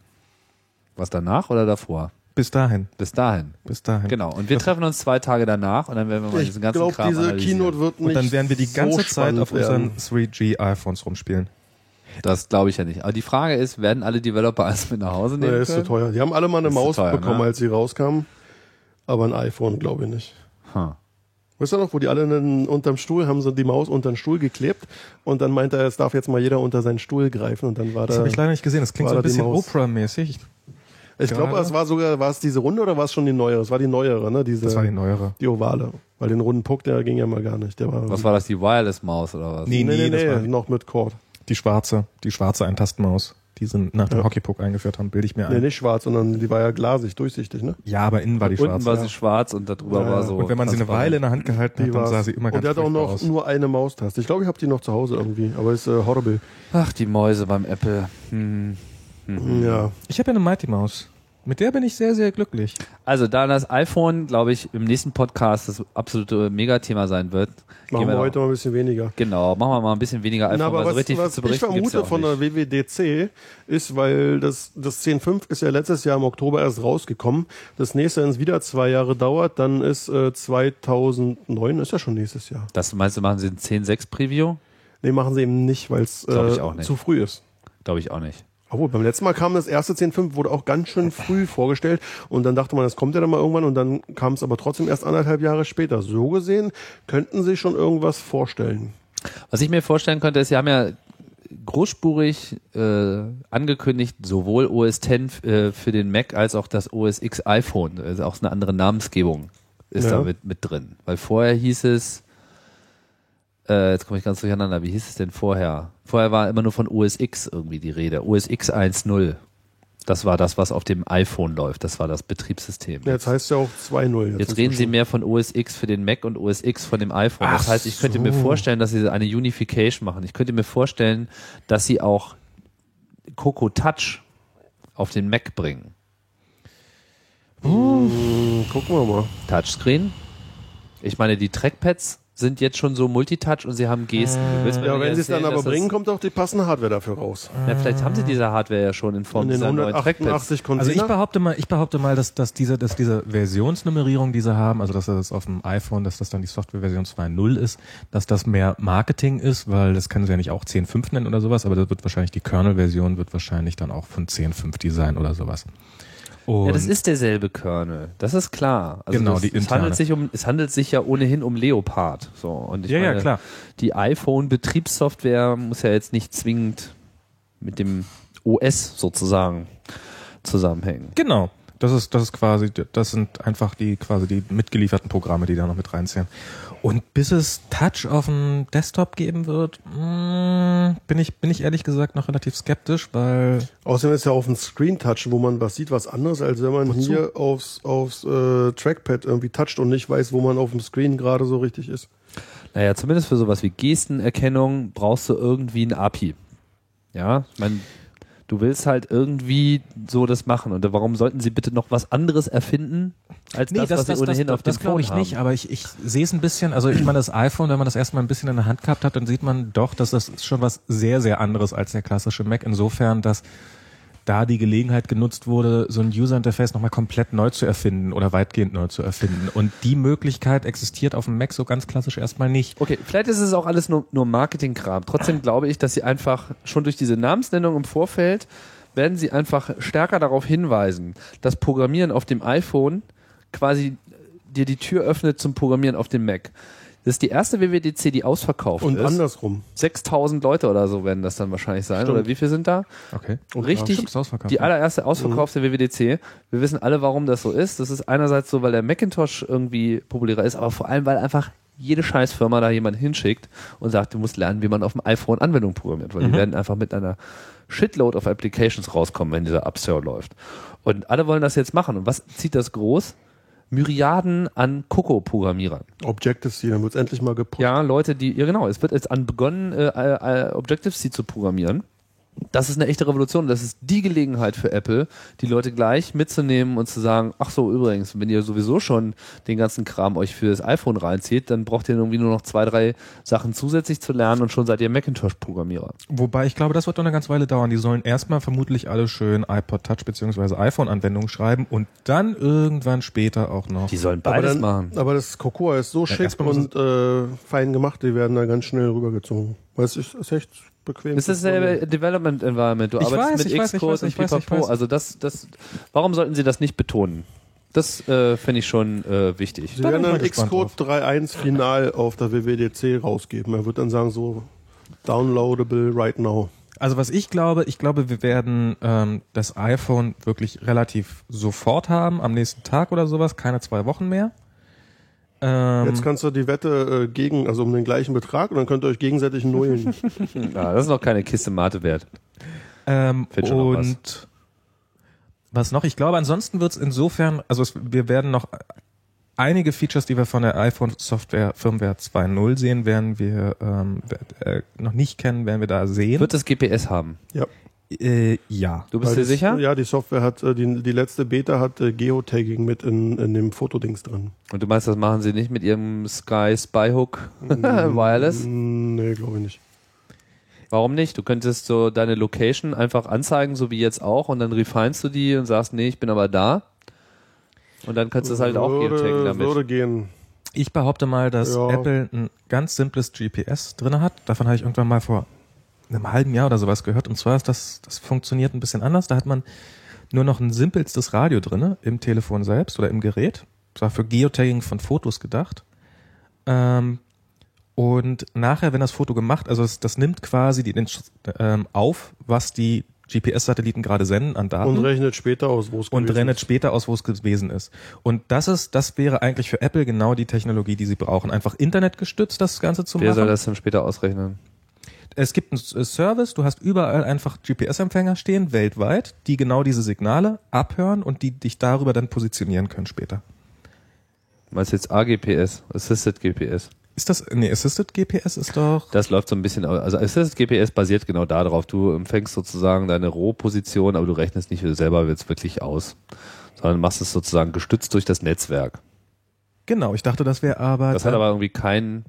[SPEAKER 1] Was danach oder davor?
[SPEAKER 2] Bis dahin,
[SPEAKER 1] Bis dahin.
[SPEAKER 2] bis dahin.
[SPEAKER 1] Genau. Und wir treffen uns zwei Tage danach und dann werden wir mal
[SPEAKER 3] Ich
[SPEAKER 1] diesen ganzen
[SPEAKER 3] glaube,
[SPEAKER 1] Kram
[SPEAKER 3] diese
[SPEAKER 1] analysieren.
[SPEAKER 3] Keynote wird nicht
[SPEAKER 2] Und dann werden wir die ganze
[SPEAKER 3] so
[SPEAKER 2] Zeit
[SPEAKER 3] spannend
[SPEAKER 2] auf unseren
[SPEAKER 3] werden.
[SPEAKER 2] 3G iPhones rumspielen.
[SPEAKER 1] Das glaube ich ja nicht. Aber die Frage ist, werden alle Developer alles mit nach Hause nehmen?
[SPEAKER 3] Nee, ist zu
[SPEAKER 1] können?
[SPEAKER 3] teuer. Die haben alle mal eine
[SPEAKER 1] Ist zu
[SPEAKER 3] Maus
[SPEAKER 1] teuer,
[SPEAKER 3] bekommen,
[SPEAKER 1] ne?
[SPEAKER 3] als sie rauskamen. Aber ein iPhone, glaube ich nicht.
[SPEAKER 1] Hm.
[SPEAKER 3] Weißt du noch, wo die alle einen, unterm Stuhl haben, so die Maus unterm Stuhl geklebt und dann meinte er, es darf jetzt mal jeder unter seinen Stuhl greifen und dann war
[SPEAKER 2] Das
[SPEAKER 3] da.
[SPEAKER 2] habe ich leider nicht gesehen. Das klingt
[SPEAKER 3] Äh, war
[SPEAKER 2] so ein
[SPEAKER 3] da die
[SPEAKER 2] bisschen
[SPEAKER 3] Maus.
[SPEAKER 2] Oprah-mäßig.
[SPEAKER 3] Ich glaube,
[SPEAKER 2] Gerade?
[SPEAKER 3] es war sogar, war es diese Runde oder war es schon die neuere? Es war die neuere, ne? Diese,
[SPEAKER 2] Das war die neuere.
[SPEAKER 3] die ovale. Weil den runden Puck, der ging ja mal gar nicht. Der war,
[SPEAKER 1] Was war das, die Wireless Maus oder was?
[SPEAKER 2] Nee.
[SPEAKER 3] nee, nee, nee,
[SPEAKER 2] das war die-
[SPEAKER 3] noch mit Cord.
[SPEAKER 2] Die schwarze, die schwarze Eintastenmaus, die sie nach dem Hockeypuck eingeführt haben, bilde ich mir ein.
[SPEAKER 3] Nee, nicht schwarz, sondern die war ja glasig, durchsichtig, ne?
[SPEAKER 2] Ja, aber innen war die
[SPEAKER 1] Unten
[SPEAKER 2] schwarze.
[SPEAKER 1] war sie schwarz und darüber war so.
[SPEAKER 2] und wenn man sie eine
[SPEAKER 1] transparent.
[SPEAKER 2] Weile in der Hand gehalten
[SPEAKER 3] Die
[SPEAKER 2] hat, dann
[SPEAKER 3] war's.
[SPEAKER 2] sah sie immer
[SPEAKER 3] Und
[SPEAKER 2] ganz
[SPEAKER 3] der hat auch
[SPEAKER 2] furchtbar
[SPEAKER 3] noch
[SPEAKER 2] aus.
[SPEAKER 3] nur eine Maustaste. Ich glaube, ich habe die noch zu Hause irgendwie, aber ist äh, horrible.
[SPEAKER 1] Ach, die Mäuse beim Apple. Hm.
[SPEAKER 3] Ja.
[SPEAKER 2] Ich habe ja eine Mighty Maus. Mit der bin ich sehr, sehr glücklich.
[SPEAKER 1] Also, da das iPhone, glaube ich, im nächsten Podcast das absolute Megathema sein wird, gehen
[SPEAKER 3] Machen wir
[SPEAKER 1] da-
[SPEAKER 3] heute mal ein bisschen weniger.
[SPEAKER 1] Genau, machen wir mal ein bisschen weniger iPhone,
[SPEAKER 3] Na, aber
[SPEAKER 1] weil
[SPEAKER 3] was,
[SPEAKER 1] so richtig
[SPEAKER 3] was
[SPEAKER 1] zu
[SPEAKER 3] ich
[SPEAKER 1] berichten gibt's ja
[SPEAKER 3] vermute
[SPEAKER 1] auch
[SPEAKER 3] von der
[SPEAKER 1] nicht.
[SPEAKER 3] WWDC ist, weil das, das 10.5 ist ja letztes Jahr im Oktober erst rausgekommen. Das nächste, wenn es wieder zwei Jahre dauert, dann ist äh, 2009, ist ja schon nächstes Jahr.
[SPEAKER 1] Das meinst du, machen sie ein 10.6 Preview?
[SPEAKER 3] Nee, machen sie eben nicht, weil es
[SPEAKER 1] Glaub ich
[SPEAKER 3] äh,
[SPEAKER 1] auch nicht.
[SPEAKER 3] zu früh ist.
[SPEAKER 1] Glaube ich auch nicht.
[SPEAKER 3] Obwohl, beim letzten Mal kam das erste 10.5, wurde auch ganz schön früh vorgestellt und dann dachte man, das kommt ja dann mal irgendwann und dann kam es aber trotzdem erst anderthalb Jahre später. So gesehen könnten sie schon irgendwas vorstellen.
[SPEAKER 1] Was ich mir vorstellen könnte, ist, sie haben ja großspurig äh, angekündigt, sowohl OS X äh, für den Mac als auch das OS X iPhone, also auch eine andere Namensgebung ist
[SPEAKER 3] Ja.
[SPEAKER 1] da mit, mit drin. Weil vorher hieß es, äh, jetzt komme ich ganz durcheinander, wie hieß es denn vorher? Vorher war immer nur von OS X irgendwie die Rede, OS X 1.0. Das war das, was auf dem iPhone läuft. Das war das Betriebssystem.
[SPEAKER 3] Ja, Jetzt heißt es ja auch 2.0.
[SPEAKER 1] Jetzt reden sie mehr von OS X für den Mac und OS X von dem iPhone. Das
[SPEAKER 2] Ach
[SPEAKER 1] heißt, ich könnte
[SPEAKER 2] so.
[SPEAKER 1] mir vorstellen, dass sie eine Unification machen. Ich könnte mir vorstellen, dass sie auch Coco Touch auf den Mac bringen.
[SPEAKER 3] Hm, Gucken wir mal.
[SPEAKER 1] Touchscreen. Ich meine, die Trackpads sind jetzt schon so Multitouch und sie haben Gesten. Du willst mir
[SPEAKER 3] Äh. Ja,
[SPEAKER 1] nicht
[SPEAKER 3] wenn sie es dann
[SPEAKER 1] erzählen,
[SPEAKER 3] aber
[SPEAKER 1] dass das-
[SPEAKER 3] bringen, kommt auch die passende Hardware dafür raus.
[SPEAKER 1] Na, vielleicht haben sie diese Hardware ja schon in Form
[SPEAKER 3] Von den
[SPEAKER 1] dieser neuen Trackpads.
[SPEAKER 3] 188 Container.
[SPEAKER 2] Also ich behaupte mal, ich behaupte mal, dass, dass diese, dass diese Versionsnummerierung, die sie haben, also dass das auf dem iPhone, dass das dann die Software-Version 2.0 ist, dass das mehr Marketing ist, weil das können sie ja nicht auch 10.5 nennen oder sowas, aber das wird wahrscheinlich die Kernel-Version wird wahrscheinlich dann auch von 10.5 Design oder sowas. Und
[SPEAKER 1] Ja, das ist derselbe Kernel. Das ist klar. Also
[SPEAKER 2] Genau,
[SPEAKER 1] das,
[SPEAKER 2] die
[SPEAKER 1] es handelt
[SPEAKER 2] interne.
[SPEAKER 1] sich um, es handelt sich ja ohnehin um Leopard. So und ich
[SPEAKER 2] ja, ja,
[SPEAKER 1] meine,
[SPEAKER 2] klar.
[SPEAKER 1] die iPhone-Betriebssoftware muss ja jetzt nicht zwingend mit dem OS sozusagen zusammenhängen.
[SPEAKER 2] Genau. Das ist, das ist quasi, das sind einfach die quasi die mitgelieferten Programme, die da noch mit reinzählen. Und bis es Touch auf dem Desktop geben wird, mm, bin ich, bin ich ehrlich gesagt noch relativ skeptisch, weil
[SPEAKER 3] Außerdem ist ja auf dem Screen Touch, wo man was sieht, was anderes, als wenn man
[SPEAKER 2] Wozu?
[SPEAKER 3] hier aufs, aufs äh, Trackpad irgendwie toucht und nicht weiß, wo man auf dem Screen gerade so richtig ist.
[SPEAKER 1] Naja, zumindest für sowas wie Gestenerkennung brauchst du irgendwie ein API. Ja, ich meine, du willst halt irgendwie so das machen. Und warum sollten sie bitte noch was anderes erfinden, als das, was sie ohnehin auf dem
[SPEAKER 2] das glaube
[SPEAKER 1] Phone
[SPEAKER 2] ich
[SPEAKER 1] haben?
[SPEAKER 2] nicht, aber ich, ich sehe es ein bisschen, also ich meine das iPhone, wenn man das erstmal ein bisschen in der Hand gehabt hat, dann sieht man doch, dass das ist schon was sehr, sehr anderes als der klassische Mac, insofern, dass da die Gelegenheit genutzt wurde, so ein User-Interface nochmal komplett neu zu erfinden oder weitgehend neu zu erfinden. Und die Möglichkeit existiert auf dem Mac so ganz klassisch erstmal nicht.
[SPEAKER 1] Okay, vielleicht ist es auch alles nur, nur Marketingkram. Trotzdem glaube ich, dass sie einfach schon durch diese Namensnennung im Vorfeld werden sie einfach stärker darauf hinweisen, dass Programmieren auf dem iPhone quasi dir die Tür öffnet zum Programmieren auf dem Mac. Das ist die erste WWDC, die ausverkauft
[SPEAKER 3] Und
[SPEAKER 1] ist.
[SPEAKER 3] andersrum.
[SPEAKER 1] 6000 Leute oder so werden das dann wahrscheinlich sein.
[SPEAKER 3] Stimmt.
[SPEAKER 1] Oder wie viel sind da?
[SPEAKER 2] Okay.
[SPEAKER 1] Richtig,
[SPEAKER 2] stimmt, ist ausverkauft,
[SPEAKER 1] die
[SPEAKER 2] ja. Mhm.
[SPEAKER 1] allererste ausverkaufte WWDC. Wir wissen alle, warum das so ist. Das ist einerseits so, weil der Macintosh irgendwie populärer ist, aber vor allem, weil einfach jede Scheißfirma da jemand hinschickt und sagt, du musst lernen, wie man auf dem iPhone Anwendungen programmiert, weil die
[SPEAKER 2] Mhm.
[SPEAKER 1] werden einfach mit einer Shitload of Applications rauskommen, wenn dieser Upsell läuft. Und alle wollen das jetzt machen. Und was zieht das groß? Myriaden an Coco-Programmierern.
[SPEAKER 3] Objective-C, dann wird's endlich mal gepusht.
[SPEAKER 1] Ja, Leute, die, ja genau, es wird jetzt an begonnen, äh, äh, äh, Objective-C zu programmieren. Das ist eine echte Revolution. Das ist die Gelegenheit für Apple, die Leute gleich mitzunehmen und zu sagen, ach so, übrigens, wenn ihr sowieso schon den ganzen Kram euch für das iPhone reinzieht, dann braucht ihr irgendwie nur noch zwei, drei Sachen zusätzlich zu lernen und schon seid ihr Macintosh-Programmierer.
[SPEAKER 2] Wobei ich glaube, das wird noch eine ganze Weile dauern. Die sollen erstmal vermutlich alle schön iPod Touch bzw. iPhone-Anwendungen schreiben und dann irgendwann später auch noch.
[SPEAKER 1] Die sollen
[SPEAKER 3] aber,
[SPEAKER 1] beides
[SPEAKER 3] dann,
[SPEAKER 1] machen.
[SPEAKER 3] aber das Cocoa ist so schick
[SPEAKER 2] erstmal muss
[SPEAKER 3] und äh, fein gemacht, die werden da ganz schnell rübergezogen. Weil es ist, ist echt bequem.
[SPEAKER 1] Das ist dasselbe Development Environment. Du
[SPEAKER 2] Ich weiß,
[SPEAKER 1] arbeitest
[SPEAKER 2] ich
[SPEAKER 1] mit
[SPEAKER 2] weiß, ich
[SPEAKER 1] Xcode
[SPEAKER 2] weiß,
[SPEAKER 1] und
[SPEAKER 2] ich weiß, ich
[SPEAKER 1] Pipapo.
[SPEAKER 2] weiß.
[SPEAKER 1] Also das, das, warum sollten sie das nicht betonen? Das äh, finde ich schon äh, wichtig.
[SPEAKER 3] Sie
[SPEAKER 2] Da bin
[SPEAKER 3] werden
[SPEAKER 2] ich mal
[SPEAKER 3] dann
[SPEAKER 2] gespannt
[SPEAKER 3] Xcode 3.1
[SPEAKER 1] Mhm.
[SPEAKER 3] final auf der WWDC rausgeben. Er wird dann sagen so, downloadable right now.
[SPEAKER 2] Also was ich glaube, ich glaube, wir werden ähm, das iPhone wirklich relativ sofort haben, am nächsten Tag oder sowas, keine zwei Wochen mehr. Ähm,
[SPEAKER 3] Jetzt kannst du die Wette äh, gegen, also um den gleichen Betrag und dann könnt ihr euch gegenseitig nullen.
[SPEAKER 1] Ja, das ist noch keine Kiste Mate wert.
[SPEAKER 2] Ähm,
[SPEAKER 1] Fehlt schon noch was.
[SPEAKER 2] und was noch? Ich glaube, ansonsten wird es insofern, also es, wir werden noch einige Features, die wir von der iPhone Software Firmware 2.0 sehen, werden wir ähm, äh, noch nicht kennen, werden wir da sehen.
[SPEAKER 1] Wird das GPS haben?
[SPEAKER 3] ja.
[SPEAKER 2] äh, ja.
[SPEAKER 1] Du bist
[SPEAKER 3] Weil
[SPEAKER 1] dir
[SPEAKER 3] das-
[SPEAKER 1] sicher?
[SPEAKER 3] Ja, die Software hat, äh, die, die letzte Beta hat äh, Geotagging mit in, in dem Fotodings drin.
[SPEAKER 1] Und du meinst, das machen sie nicht mit ihrem Sky Spy Hook Wireless?
[SPEAKER 3] Mm, Nee, glaube ich nicht.
[SPEAKER 1] Warum nicht? Du könntest so deine Location einfach anzeigen, so wie jetzt auch, und dann refinest du die und sagst, nee, ich bin aber da. Und dann kannst du es halt auch geotagen damit.
[SPEAKER 3] Würde gehen.
[SPEAKER 2] Ich behaupte mal, dass
[SPEAKER 3] Ja.
[SPEAKER 2] Apple ein ganz simples GPS drinne hat. Davon habe ich irgendwann mal vor einem halben Jahr oder sowas gehört. Und zwar ist das, das funktioniert ein bisschen anders. Da hat man nur noch ein simpelstes Radio drinne im Telefon selbst oder im Gerät. Das war für Geotagging von Fotos gedacht. Ähm, und nachher, wenn das Foto gemacht, also das, das nimmt quasi die, den, Sch- ähm, auf, was die GPS-Satelliten gerade senden an Daten
[SPEAKER 3] Und rechnet später aus, wo es
[SPEAKER 2] und
[SPEAKER 3] gewesen
[SPEAKER 2] rennt
[SPEAKER 3] ist.
[SPEAKER 2] später aus, wo es gewesen ist. Und das ist, das wäre eigentlich für Apple genau die Technologie, die sie brauchen. Einfach internetgestützt das Ganze zu
[SPEAKER 1] Wer
[SPEAKER 2] machen.
[SPEAKER 1] soll das dann später ausrechnen?
[SPEAKER 2] Es gibt einen S- äh, Service, du hast überall einfach GPS-Empfänger stehen, weltweit, die genau diese Signale abhören und die dich darüber dann positionieren können später.
[SPEAKER 1] Du meinst jetzt AGPS, Assisted GPS?
[SPEAKER 2] Ist das, nee, Assisted GPS ist doch,
[SPEAKER 1] Das läuft so ein bisschen, au- also Assisted GPS basiert genau darauf. Du empfängst sozusagen deine Rohposition, aber du rechnest nicht selber jetzt wirklich aus, sondern machst es sozusagen gestützt durch das Netzwerk.
[SPEAKER 2] genau, ich dachte, das wäre aber,
[SPEAKER 1] Das hat aber irgendwie kein,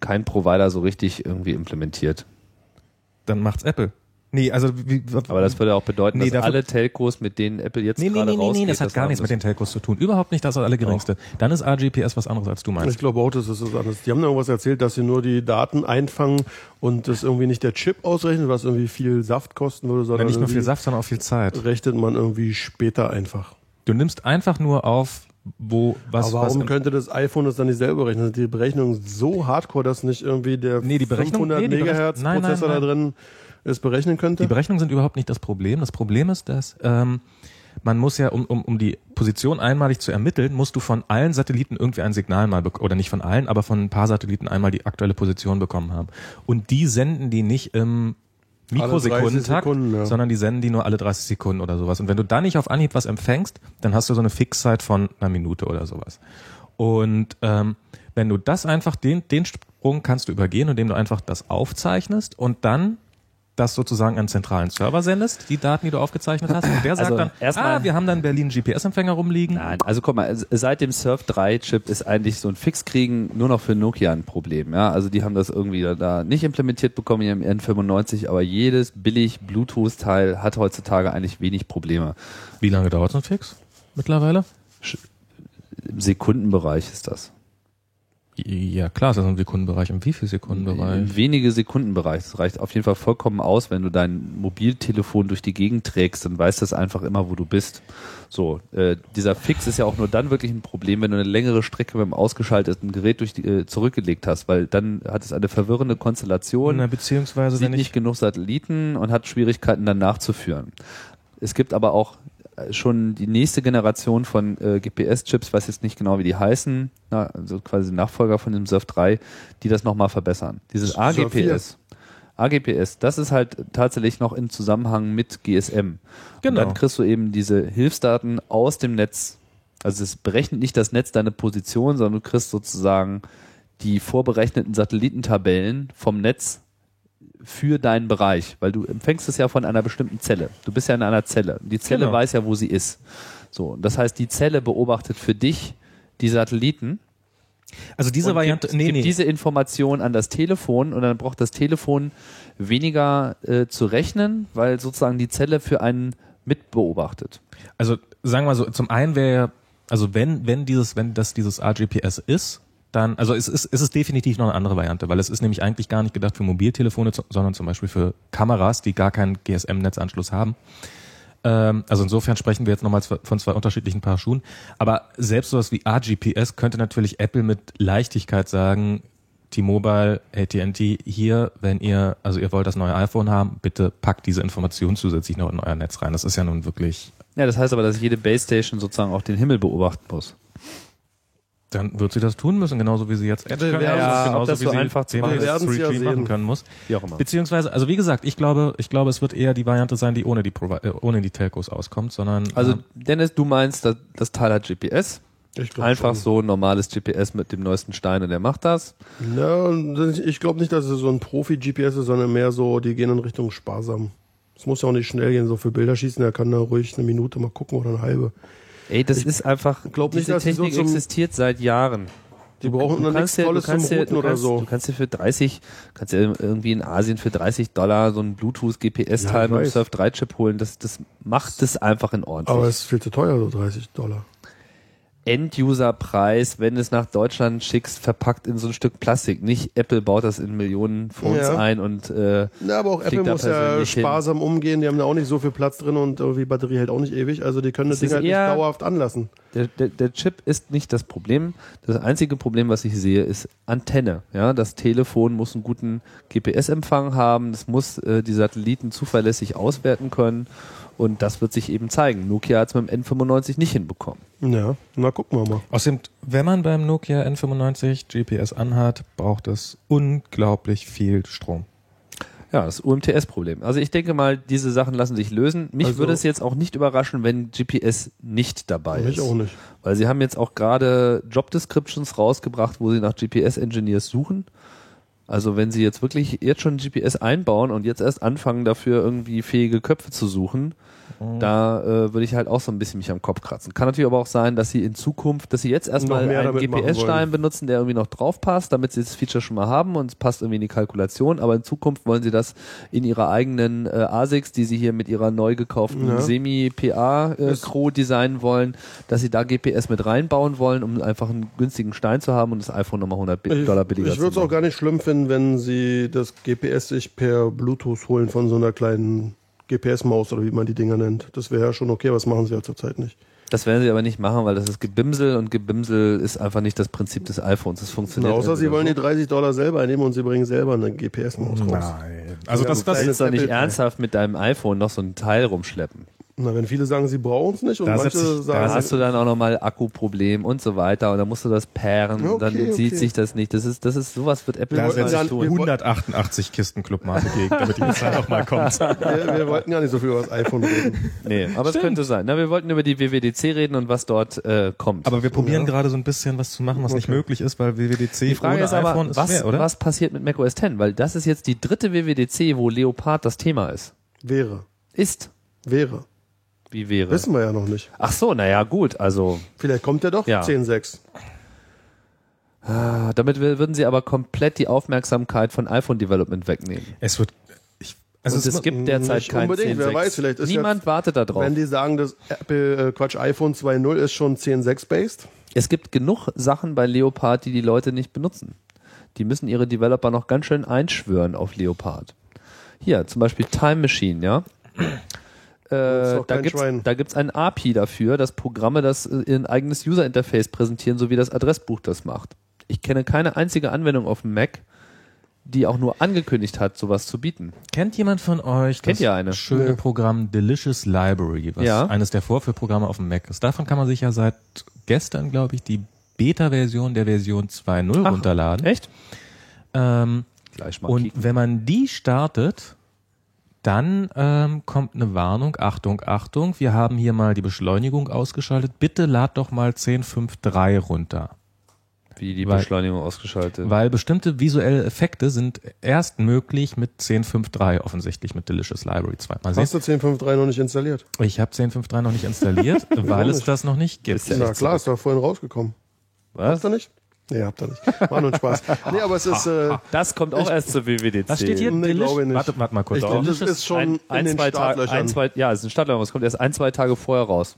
[SPEAKER 1] kein Provider so richtig irgendwie implementiert.
[SPEAKER 2] dann macht's Apple. Nee, also, wie,
[SPEAKER 1] Aber das würde auch bedeuten,
[SPEAKER 2] Nee,
[SPEAKER 1] dass
[SPEAKER 2] dafür-
[SPEAKER 1] alle Telcos, mit denen Apple jetzt
[SPEAKER 2] Nee, nee,
[SPEAKER 1] gerade
[SPEAKER 2] nee, nee,
[SPEAKER 1] rausgeht,
[SPEAKER 2] nee, das hat gar
[SPEAKER 1] haben
[SPEAKER 2] nichts mit den Telcos zu tun. Überhaupt nicht, das ist das Allergeringste. Dann ist RGPS was anderes, als du meinst.
[SPEAKER 3] Ich glaube auch, das ist was anderes. Die haben da irgendwas erzählt, dass sie nur die Daten einfangen und das irgendwie nicht der Chip ausrechnet, was irgendwie viel Saft kosten würde, sondern
[SPEAKER 2] Wenn nicht
[SPEAKER 1] äh,
[SPEAKER 2] nur viel
[SPEAKER 3] irgendwie
[SPEAKER 2] Saft, sondern auch viel Zeit.
[SPEAKER 3] rechnet man irgendwie später einfach.
[SPEAKER 2] Du nimmst einfach nur auf, wo was
[SPEAKER 3] Aber um warum
[SPEAKER 2] was,
[SPEAKER 3] könnte das iPhone das dann nicht selber berechnen? Sind die Berechnungen so hardcore, dass nicht irgendwie der
[SPEAKER 2] Nee, die Berechnung-
[SPEAKER 3] 500
[SPEAKER 2] nee, die Berech-
[SPEAKER 3] Megahertz
[SPEAKER 2] Nein, nein,
[SPEAKER 3] Prozessor da
[SPEAKER 2] nein.
[SPEAKER 3] drin es berechnen könnte?
[SPEAKER 2] Die Berechnungen sind überhaupt nicht das Problem. Das Problem ist, dass ähm, man muss ja, um, um, um die Position einmalig zu ermitteln, musst du von allen Satelliten irgendwie ein Signal mal bekommen. Oder nicht von allen, aber von ein paar Satelliten einmal die aktuelle Position bekommen haben. Und die senden die nicht im
[SPEAKER 3] Alle 30
[SPEAKER 2] Mikrosekundentakt,
[SPEAKER 3] Sekunden, ja.
[SPEAKER 2] sondern die senden die nur alle 30 Sekunden oder sowas. Und wenn du da nicht auf Anhieb was empfängst, dann hast du so eine Fixzeit von einer Minute oder sowas. Und ähm, wenn du das einfach, den, den Sprung kannst du übergehen, indem du einfach das aufzeichnest und dann das sozusagen an einen zentralen Server sendest, die Daten, die du aufgezeichnet hast. Und der sagt
[SPEAKER 1] Also,
[SPEAKER 2] dann,
[SPEAKER 1] erstmal-
[SPEAKER 2] ah, wir haben da einen Berlin-GPS-Empfänger rumliegen.
[SPEAKER 1] Nein, also guck mal, seit dem Surf 3 Chip ist eigentlich so ein Fixkriegen nur noch für Nokia ein Problem, ja? Also die haben das irgendwie da- da nicht implementiert bekommen in ihrem N95, aber jedes billig Bluetooth Teil hat heutzutage eigentlich wenig Probleme.
[SPEAKER 2] Wie lange dauert so ein Fix mittlerweile?
[SPEAKER 1] Im Sekundenbereich ist das.
[SPEAKER 2] Ja, klar, das ist ein Sekundenbereich. Im wie viel Sekundenbereich?
[SPEAKER 1] Im Äh, wenige Sekundenbereich. Das reicht auf jeden Fall vollkommen aus, wenn du dein Mobiltelefon durch die Gegend trägst, dann weiß das einfach immer, wo du bist. So, äh, dieser Fix ist ja auch nur dann wirklich ein Problem, wenn du eine längere Strecke mit dem ausgeschalteten Gerät durch die, äh, zurückgelegt hast, weil dann hat es eine verwirrende Konstellation
[SPEAKER 2] Na, beziehungsweise,
[SPEAKER 1] sieht
[SPEAKER 2] wenn
[SPEAKER 1] nicht
[SPEAKER 2] ich,
[SPEAKER 1] genug Satelliten und hat Schwierigkeiten dann nachzuführen. Es gibt aber auch äh, schon die nächste Generation von äh, GPS-Chips, weiß jetzt nicht genau, wie die heißen, na, also quasi Nachfolger von dem Surf 3, die das nochmal verbessern. Dieses
[SPEAKER 3] Surf 4.
[SPEAKER 1] AGPS. AGPS, das ist halt tatsächlich noch im Zusammenhang mit GSM.
[SPEAKER 2] Genau.
[SPEAKER 1] Und dann kriegst du eben diese Hilfsdaten aus dem Netz. Also es berechnet nicht das Netz deine Position, sondern du kriegst sozusagen die vorberechneten Satellitentabellen vom Netz für deinen Bereich, weil du empfängst es ja von einer bestimmten Zelle. Du bist ja in einer Zelle. Die Zelle
[SPEAKER 2] Genau.
[SPEAKER 1] weiß ja, wo sie ist. So, und das heißt, die Zelle beobachtet für dich die Satelliten.
[SPEAKER 2] also diese
[SPEAKER 1] und
[SPEAKER 2] Variante,
[SPEAKER 1] gibt,
[SPEAKER 2] nee,
[SPEAKER 1] gibt
[SPEAKER 2] nee,
[SPEAKER 1] diese Information an das Telefon und dann braucht das Telefon weniger äh, zu rechnen, weil sozusagen die Zelle für einen mitbeobachtet.
[SPEAKER 2] also sagen wir mal so, zum einen wäre ja, also wenn, wenn dieses, wenn das dieses RGPS ist, dann, also es ist, es ist definitiv noch eine andere Variante, weil es ist nämlich eigentlich gar nicht gedacht für Mobiltelefone, zu- sondern zum Beispiel für Kameras, die gar keinen GSM-Netzanschluss haben. Ähm, also insofern sprechen wir jetzt nochmal zwe- von zwei unterschiedlichen Paar Schuhen. Aber selbst sowas wie RGPS könnte natürlich Apple mit Leichtigkeit sagen, T-Mobile, AT&T, hier, wenn ihr, also ihr wollt das neue iPhone haben, bitte packt diese Information zusätzlich noch in euer Netz rein. Das ist ja nun wirklich,
[SPEAKER 1] Ja, das heißt aber, dass jede Base Station sozusagen auch den Himmel beobachten muss.
[SPEAKER 2] dann wird sie das tun müssen, genauso wie sie jetzt Edge
[SPEAKER 3] werden
[SPEAKER 2] kann,
[SPEAKER 3] es-
[SPEAKER 1] ob
[SPEAKER 2] genauso
[SPEAKER 1] das so einfach zu
[SPEAKER 2] wie
[SPEAKER 1] machen
[SPEAKER 2] sie
[SPEAKER 1] ist.
[SPEAKER 3] Wir werden's
[SPEAKER 2] Street
[SPEAKER 3] ja
[SPEAKER 2] Dream
[SPEAKER 3] sehen.
[SPEAKER 2] machen können muss.
[SPEAKER 1] Wie auch immer.
[SPEAKER 2] Beziehungsweise, also wie gesagt, ich glaube, ich glaube, es wird eher die Variante sein, die ohne die Provi äh, ohne die Telcos auskommt, sondern
[SPEAKER 1] Also,
[SPEAKER 2] ähm,
[SPEAKER 1] Dennis, du meinst, das, das Teil hat GPS.
[SPEAKER 3] Ich glaub
[SPEAKER 1] Einfach
[SPEAKER 3] schon.
[SPEAKER 1] so ein normales GPS mit dem neuesten Stein und der macht das.
[SPEAKER 3] Ja, ich glaube nicht, dass es so ein Profi-GPS ist, sondern mehr so, die gehen in Richtung sparsam. Es muss ja auch nicht schnell gehen, so für Bilder schießen, er kann da ruhig eine Minute mal gucken oder eine halbe.
[SPEAKER 1] Ey, das ist einfach,
[SPEAKER 3] glaub nicht,
[SPEAKER 1] diese
[SPEAKER 3] dass die so
[SPEAKER 1] Technik
[SPEAKER 3] zum-
[SPEAKER 1] existiert seit Jahren.
[SPEAKER 3] Die brauchen dann nichts
[SPEAKER 1] dir-
[SPEAKER 3] Tolles zum
[SPEAKER 1] dir-
[SPEAKER 3] Routen
[SPEAKER 1] du
[SPEAKER 3] oder
[SPEAKER 1] kannst,
[SPEAKER 3] so.
[SPEAKER 1] Du kannst dir für 30, kannst dir irgendwie in Asien für 30 Dollar so ein
[SPEAKER 3] Ja,
[SPEAKER 1] Bluetooth-GPS-Teil
[SPEAKER 3] ich
[SPEAKER 1] mit
[SPEAKER 3] weiß.
[SPEAKER 1] Surf 3-Chip holen. Das, das macht es einfach in
[SPEAKER 3] Aber
[SPEAKER 1] Ordnung.
[SPEAKER 3] es ist viel zu teuer, so 30 Dollar.
[SPEAKER 1] End-User-Preis, wenn du es nach Deutschland schickst, verpackt in so ein Stück Plastik. Nicht Apple baut das in Millionen Phones
[SPEAKER 3] Ja.
[SPEAKER 1] ein und äh,
[SPEAKER 3] Na, aber auch
[SPEAKER 1] Fliegt
[SPEAKER 3] Apple
[SPEAKER 1] da
[SPEAKER 3] muss ja
[SPEAKER 1] persönlich hin.
[SPEAKER 3] sparsam umgehen, die haben da auch nicht so viel Platz drin und irgendwie Batterie hält auch nicht ewig, also die können das,
[SPEAKER 1] Es
[SPEAKER 3] Ding
[SPEAKER 1] ist
[SPEAKER 3] halt nicht
[SPEAKER 1] eher-
[SPEAKER 3] dauerhaft anlassen.
[SPEAKER 1] Der, der, der Chip ist nicht das Problem. Das einzige Problem, was ich sehe, ist Antenne. Ja, das Telefon muss einen guten GPS-Empfang haben. Es muss äh, die Satelliten zuverlässig auswerten können. Und das wird sich eben zeigen. Nokia hat es mit dem N95 nicht hinbekommen.
[SPEAKER 3] Ja, na gucken wir mal.
[SPEAKER 2] Außerdem, wenn man beim Nokia N95 GPS anhat, braucht es unglaublich viel Strom.
[SPEAKER 1] Ja, das UMTS-Problem. Also ich denke mal, diese Sachen lassen sich lösen. Mich
[SPEAKER 3] Also-
[SPEAKER 1] würde es jetzt auch nicht überraschen, wenn GPS nicht dabei
[SPEAKER 3] Mich
[SPEAKER 1] ist.
[SPEAKER 3] auch nicht.
[SPEAKER 1] Weil sie haben jetzt auch gerade Job-Descriptions rausgebracht, wo sie nach GPS-Engineers suchen. Also wenn sie jetzt wirklich jetzt schon GPS einbauen und jetzt erst anfangen, dafür irgendwie fähige Köpfe zu suchen,
[SPEAKER 3] Mhm.
[SPEAKER 1] da äh, würde ich halt auch so ein bisschen mich am Kopf kratzen. Kann natürlich aber auch sein, dass sie in Zukunft, dass sie jetzt erstmal
[SPEAKER 3] Noch mehr
[SPEAKER 1] einen
[SPEAKER 3] damit machen
[SPEAKER 1] GPS-Stein
[SPEAKER 3] wollen.
[SPEAKER 1] benutzen, der irgendwie noch drauf passt, damit sie das Feature schon mal haben und es passt irgendwie in die Kalkulation, aber in Zukunft wollen sie das in ihrer eigenen äh, ASICs, die sie hier mit ihrer neu gekauften
[SPEAKER 3] Ja. Ist-
[SPEAKER 1] Semi-PA-Crew designen wollen, dass sie da GPS mit reinbauen wollen, um einfach einen günstigen Stein zu haben und das iPhone nochmal 100 Bi-
[SPEAKER 3] Ich,
[SPEAKER 1] Dollar billiger
[SPEAKER 3] ich
[SPEAKER 1] zu
[SPEAKER 3] würde es auch
[SPEAKER 1] machen.
[SPEAKER 3] gar nicht schlimm finden, wenn sie das GPS sich per Bluetooth holen von so einer kleinen GPS-Maus oder wie man die Dinger nennt. Das wäre ja schon okay, aber das machen sie ja zurzeit nicht.
[SPEAKER 1] Das werden sie aber nicht machen, weil das ist Gebimsel und Gebimsel ist einfach nicht das Prinzip des iPhones. Das
[SPEAKER 3] Na,
[SPEAKER 1] funktioniert
[SPEAKER 3] außer sie
[SPEAKER 1] entweder
[SPEAKER 3] wollen
[SPEAKER 1] so.
[SPEAKER 3] die 30 Dollar selber nehmen und sie bringen selber eine GPS-Maus raus.
[SPEAKER 2] Nein. Also
[SPEAKER 3] Ja,
[SPEAKER 2] das,
[SPEAKER 3] gut,
[SPEAKER 1] Du
[SPEAKER 2] das,
[SPEAKER 1] willst doch nicht
[SPEAKER 3] Apple-
[SPEAKER 1] ernsthaft mit deinem iPhone noch so ein Teil rumschleppen.
[SPEAKER 3] Na, wenn viele sagen, sie brauchen es nicht und
[SPEAKER 2] Da setzt
[SPEAKER 3] manche
[SPEAKER 2] sich- da
[SPEAKER 1] Da
[SPEAKER 3] sagen,
[SPEAKER 1] hast du dann auch nochmal Akkuproblem und so weiter und dann musst du das paaren und dann
[SPEAKER 3] Okay,
[SPEAKER 1] sieht
[SPEAKER 3] okay.
[SPEAKER 1] sich das nicht. Das ist, das ist, sowas wird Apple
[SPEAKER 2] da
[SPEAKER 3] Wir
[SPEAKER 1] niemals
[SPEAKER 3] wollten
[SPEAKER 2] setzt
[SPEAKER 3] ja-
[SPEAKER 1] nicht
[SPEAKER 2] sich
[SPEAKER 3] wir
[SPEAKER 1] tun.
[SPEAKER 3] wollten-
[SPEAKER 2] 108 80 Kistenclub-Marke gegen, damit die Zahl auch mal kommt.
[SPEAKER 3] wir, wir wollten gar nicht so viel über das iPhone reden.
[SPEAKER 1] Nee, aber es könnte sein. Na, wir wollten über die WWDC reden und was dort äh, kommt.
[SPEAKER 2] Aber wir probieren gerade so ein bisschen was zu machen, was nicht möglich ist, weil WWDC
[SPEAKER 1] die Frage
[SPEAKER 2] ohne
[SPEAKER 1] ist aber,
[SPEAKER 2] iPhone ist
[SPEAKER 1] was,
[SPEAKER 2] schwer, oder?
[SPEAKER 1] was passiert mit macOS 10? Weil das ist jetzt die dritte WWDC, wo Leopard das Thema ist.
[SPEAKER 3] Wäre.
[SPEAKER 1] Ist.
[SPEAKER 3] Wäre.
[SPEAKER 1] Wie wäre.
[SPEAKER 3] Wissen wir ja noch nicht.
[SPEAKER 1] Ach so, naja, gut, also
[SPEAKER 3] Vielleicht kommt ja doch
[SPEAKER 1] Ja.
[SPEAKER 3] 10.6.
[SPEAKER 1] ah, damit wir- würden sie aber komplett die Aufmerksamkeit von iPhone-Development wegnehmen.
[SPEAKER 2] Es wird, ich, also
[SPEAKER 1] Und
[SPEAKER 2] es
[SPEAKER 1] es
[SPEAKER 2] ist,
[SPEAKER 1] gibt derzeit
[SPEAKER 3] nicht
[SPEAKER 1] kein 10.6.
[SPEAKER 3] unbedingt, wer weiß, vielleicht ist
[SPEAKER 1] Niemand wartet da drauf.
[SPEAKER 3] Wenn die sagen, das Apple, äh, Quatsch, iPhone 2.0 ist schon 10.6 based.
[SPEAKER 1] Es gibt genug Sachen bei Leopard, die die Leute nicht benutzen. Die müssen ihre Developer noch ganz schön einschwören auf Leopard. Hier, zum Beispiel Time Machine, ja.
[SPEAKER 3] ist
[SPEAKER 1] Äh,
[SPEAKER 3] doch
[SPEAKER 1] da
[SPEAKER 3] kein
[SPEAKER 1] gibt's
[SPEAKER 3] Schwein.
[SPEAKER 1] da gibt's ein API dafür, dass Programme das äh, ihr eigenes User-Interface präsentieren, so wie das Adressbuch das macht. Ich kenne keine einzige Anwendung auf dem Mac, die auch nur angekündigt hat, sowas zu bieten.
[SPEAKER 2] Kennt jemand von euch
[SPEAKER 1] Kennt
[SPEAKER 2] das
[SPEAKER 1] ihr eine?
[SPEAKER 2] schöne
[SPEAKER 3] Nö.
[SPEAKER 2] Programm Delicious Library, was
[SPEAKER 1] Ja.
[SPEAKER 2] eines der Vorführprogramme auf dem Mac ist? Davon kann man sich ja seit gestern, glaube ich, die Beta-Version der Version 2.0
[SPEAKER 1] Ach,
[SPEAKER 2] runterladen.
[SPEAKER 1] Echt?
[SPEAKER 2] Ähm,
[SPEAKER 1] Gleich mal.
[SPEAKER 2] und
[SPEAKER 1] kicken.
[SPEAKER 2] wenn man die startet, dann ähm, kommt eine Warnung, Achtung, Achtung, wir haben hier mal die Beschleunigung ausgeschaltet, bitte lad doch mal 10.5.3 runter.
[SPEAKER 1] wie die
[SPEAKER 2] weil-
[SPEAKER 1] Beschleunigung ausgeschaltet.
[SPEAKER 2] Weil bestimmte visuelle Effekte sind erst möglich mit 10.5.3 offensichtlich, mit Delicious Library 2. Mal sehen.
[SPEAKER 3] Hast du 10.5.3 noch nicht installiert?
[SPEAKER 2] Ich habe 10.5.3 noch nicht installiert, weil es das noch nicht gibt.
[SPEAKER 3] Na klar, ist doch vorhin rausgekommen.
[SPEAKER 1] Was?
[SPEAKER 3] Habt ihr nicht? Nee, habt ihr nicht. War nur ein Spaß. Nee, aber es ist, äh,
[SPEAKER 1] Das kommt auch erst zur WWDC.
[SPEAKER 2] Was steht hier?
[SPEAKER 3] Nee,
[SPEAKER 2] Delish-
[SPEAKER 3] glaube ich nicht.
[SPEAKER 2] Warte, warte mal kurz.
[SPEAKER 3] ich glaube, das
[SPEAKER 1] Delicious
[SPEAKER 3] ist schon
[SPEAKER 1] ein, ein,
[SPEAKER 3] in den
[SPEAKER 1] zwei Tage,
[SPEAKER 3] Startlöchern.
[SPEAKER 1] ein, zwei, ja, es ist ein Startlöcher, es kommt erst ein, zwei Tage vorher raus.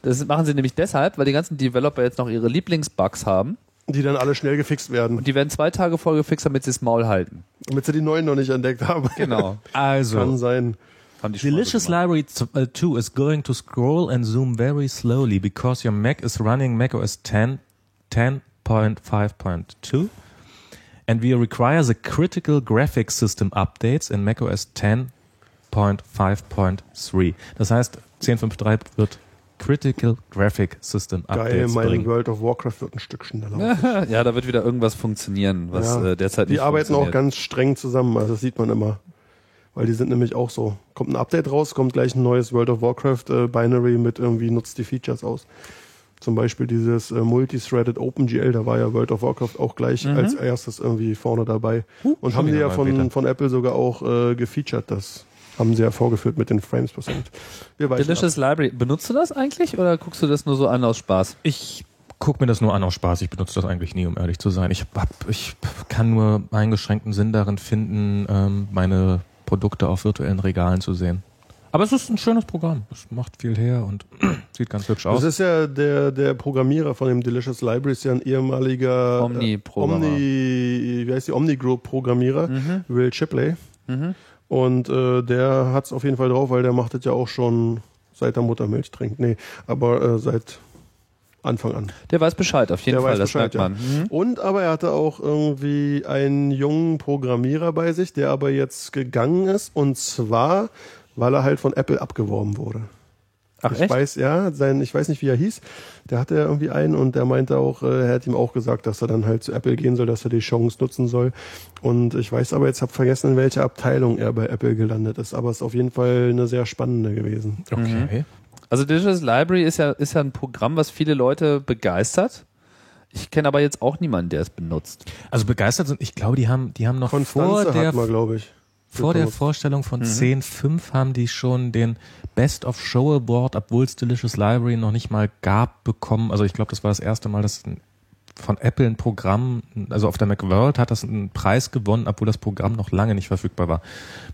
[SPEAKER 1] Das machen sie nämlich deshalb, weil die ganzen Developer jetzt noch ihre Lieblingsbugs haben
[SPEAKER 3] die dann alle schnell gefixt werden,
[SPEAKER 1] und die werden zwei Tage vorher gefixt, damit sie das Maul halten.
[SPEAKER 3] damit sie die neuen noch nicht entdeckt haben.
[SPEAKER 1] Genau.
[SPEAKER 3] Kann
[SPEAKER 2] also,
[SPEAKER 3] sein.
[SPEAKER 1] Haben die schon mal
[SPEAKER 2] Delicious
[SPEAKER 1] so gemacht.
[SPEAKER 2] Library 2 is going to scroll and zoom very slowly because your Mac is running macOS 10, 10.5.2 and we require the critical graphics system updates in macOS 10.5.3. Das heißt, 10.5.3 wird Critical Graphic System
[SPEAKER 3] Geil,
[SPEAKER 2] Updates
[SPEAKER 3] mein
[SPEAKER 2] bringen.
[SPEAKER 3] World of Warcraft wird ein Stück schneller.
[SPEAKER 1] Ja, da wird wieder irgendwas funktionieren, was
[SPEAKER 3] Ja.
[SPEAKER 1] äh, derzeit
[SPEAKER 3] Die
[SPEAKER 1] nicht
[SPEAKER 3] arbeiten auch
[SPEAKER 1] funktioniert.
[SPEAKER 3] ganz streng zusammen, also das sieht man immer. Weil die sind nämlich auch so. Kommt ein Update raus, kommt gleich ein neues World of Warcraft äh, Binary mit irgendwie nutzt die Features aus. Zum Beispiel dieses äh, Multithreaded OpenGL, da war ja World of Warcraft auch gleich
[SPEAKER 1] Mhm.
[SPEAKER 3] als erstes irgendwie vorne dabei. Und haben die
[SPEAKER 2] wieder
[SPEAKER 3] ja
[SPEAKER 2] mal Beta.
[SPEAKER 3] von, von Apple sogar auch äh, gefeatured, das haben sie ja vorgeführt mit den Frames Prozent. Wir weichen ab.
[SPEAKER 1] Delicious Library, benutzt du das eigentlich oder guckst du das nur so an aus Spaß?
[SPEAKER 2] Ich guck mir das nur an aus Spaß. Ich benutze das eigentlich nie, um ehrlich zu sein. Ich, hab, ich kann nur eingeschränkten Sinn darin finden, ähm, meine Produkte auf virtuellen Regalen zu sehen. Aber es ist ein schönes Programm. Es macht viel her und sieht ganz hübsch aus.
[SPEAKER 3] Das ist ja der, der Programmierer von dem Delicious Library, ist ja ein ehemaliger
[SPEAKER 1] Omni-Programmer. Mhm.
[SPEAKER 3] Äh, Omni, wie heißt die Omni-Group-Programmierer, Will Shipley. Und äh, der hat es auf jeden Fall drauf, weil der macht das ja auch schon seit der Mutter Milch trinkt. Nee, aber äh, seit Anfang an.
[SPEAKER 1] Der weiß Bescheid, auf jeden
[SPEAKER 3] Der
[SPEAKER 1] Fall,
[SPEAKER 3] weiß
[SPEAKER 1] das
[SPEAKER 3] Bescheid, ja.
[SPEAKER 1] merkt man. Mhm.
[SPEAKER 3] Und aber er hatte auch irgendwie einen jungen Programmierer bei sich, der aber jetzt gegangen ist und zwar, weil er halt von Apple abgeworben wurde.
[SPEAKER 1] Ach,
[SPEAKER 3] ich
[SPEAKER 1] echt?
[SPEAKER 3] weiß, ja, sein, ich weiß nicht, wie er hieß. Der hatte ja irgendwie einen und der meinte auch, äh, er hat ihm auch gesagt, dass er dann halt zu Apple gehen soll, dass er die Chance nutzen soll. Und ich weiß aber, jetzt habe vergessen, in welcher Abteilung er bei Apple gelandet ist, aber es ist auf jeden Fall eine sehr spannende gewesen. Mhm.
[SPEAKER 2] Okay.
[SPEAKER 1] Also Delicious Library ist ja, ist ja ein Programm, was viele Leute begeistert. Ich kenne aber jetzt auch niemanden, der es benutzt.
[SPEAKER 2] Also begeistert sind, ich glaube, die haben, die haben noch
[SPEAKER 3] Konstanze
[SPEAKER 2] vor der,
[SPEAKER 3] hat man, glaube ich.
[SPEAKER 2] vor der
[SPEAKER 3] benutzt.
[SPEAKER 2] Vorstellung
[SPEAKER 3] Mhm.
[SPEAKER 2] von 10.5 haben die schon den Best of Show Award, obwohl es Delicious Library noch nicht mal gab, bekommen. Also ich glaube, das war das erste Mal, dass ein, von Apple ein Programm, also auf der Macworld hat das einen Preis gewonnen, obwohl das Programm noch lange nicht verfügbar war.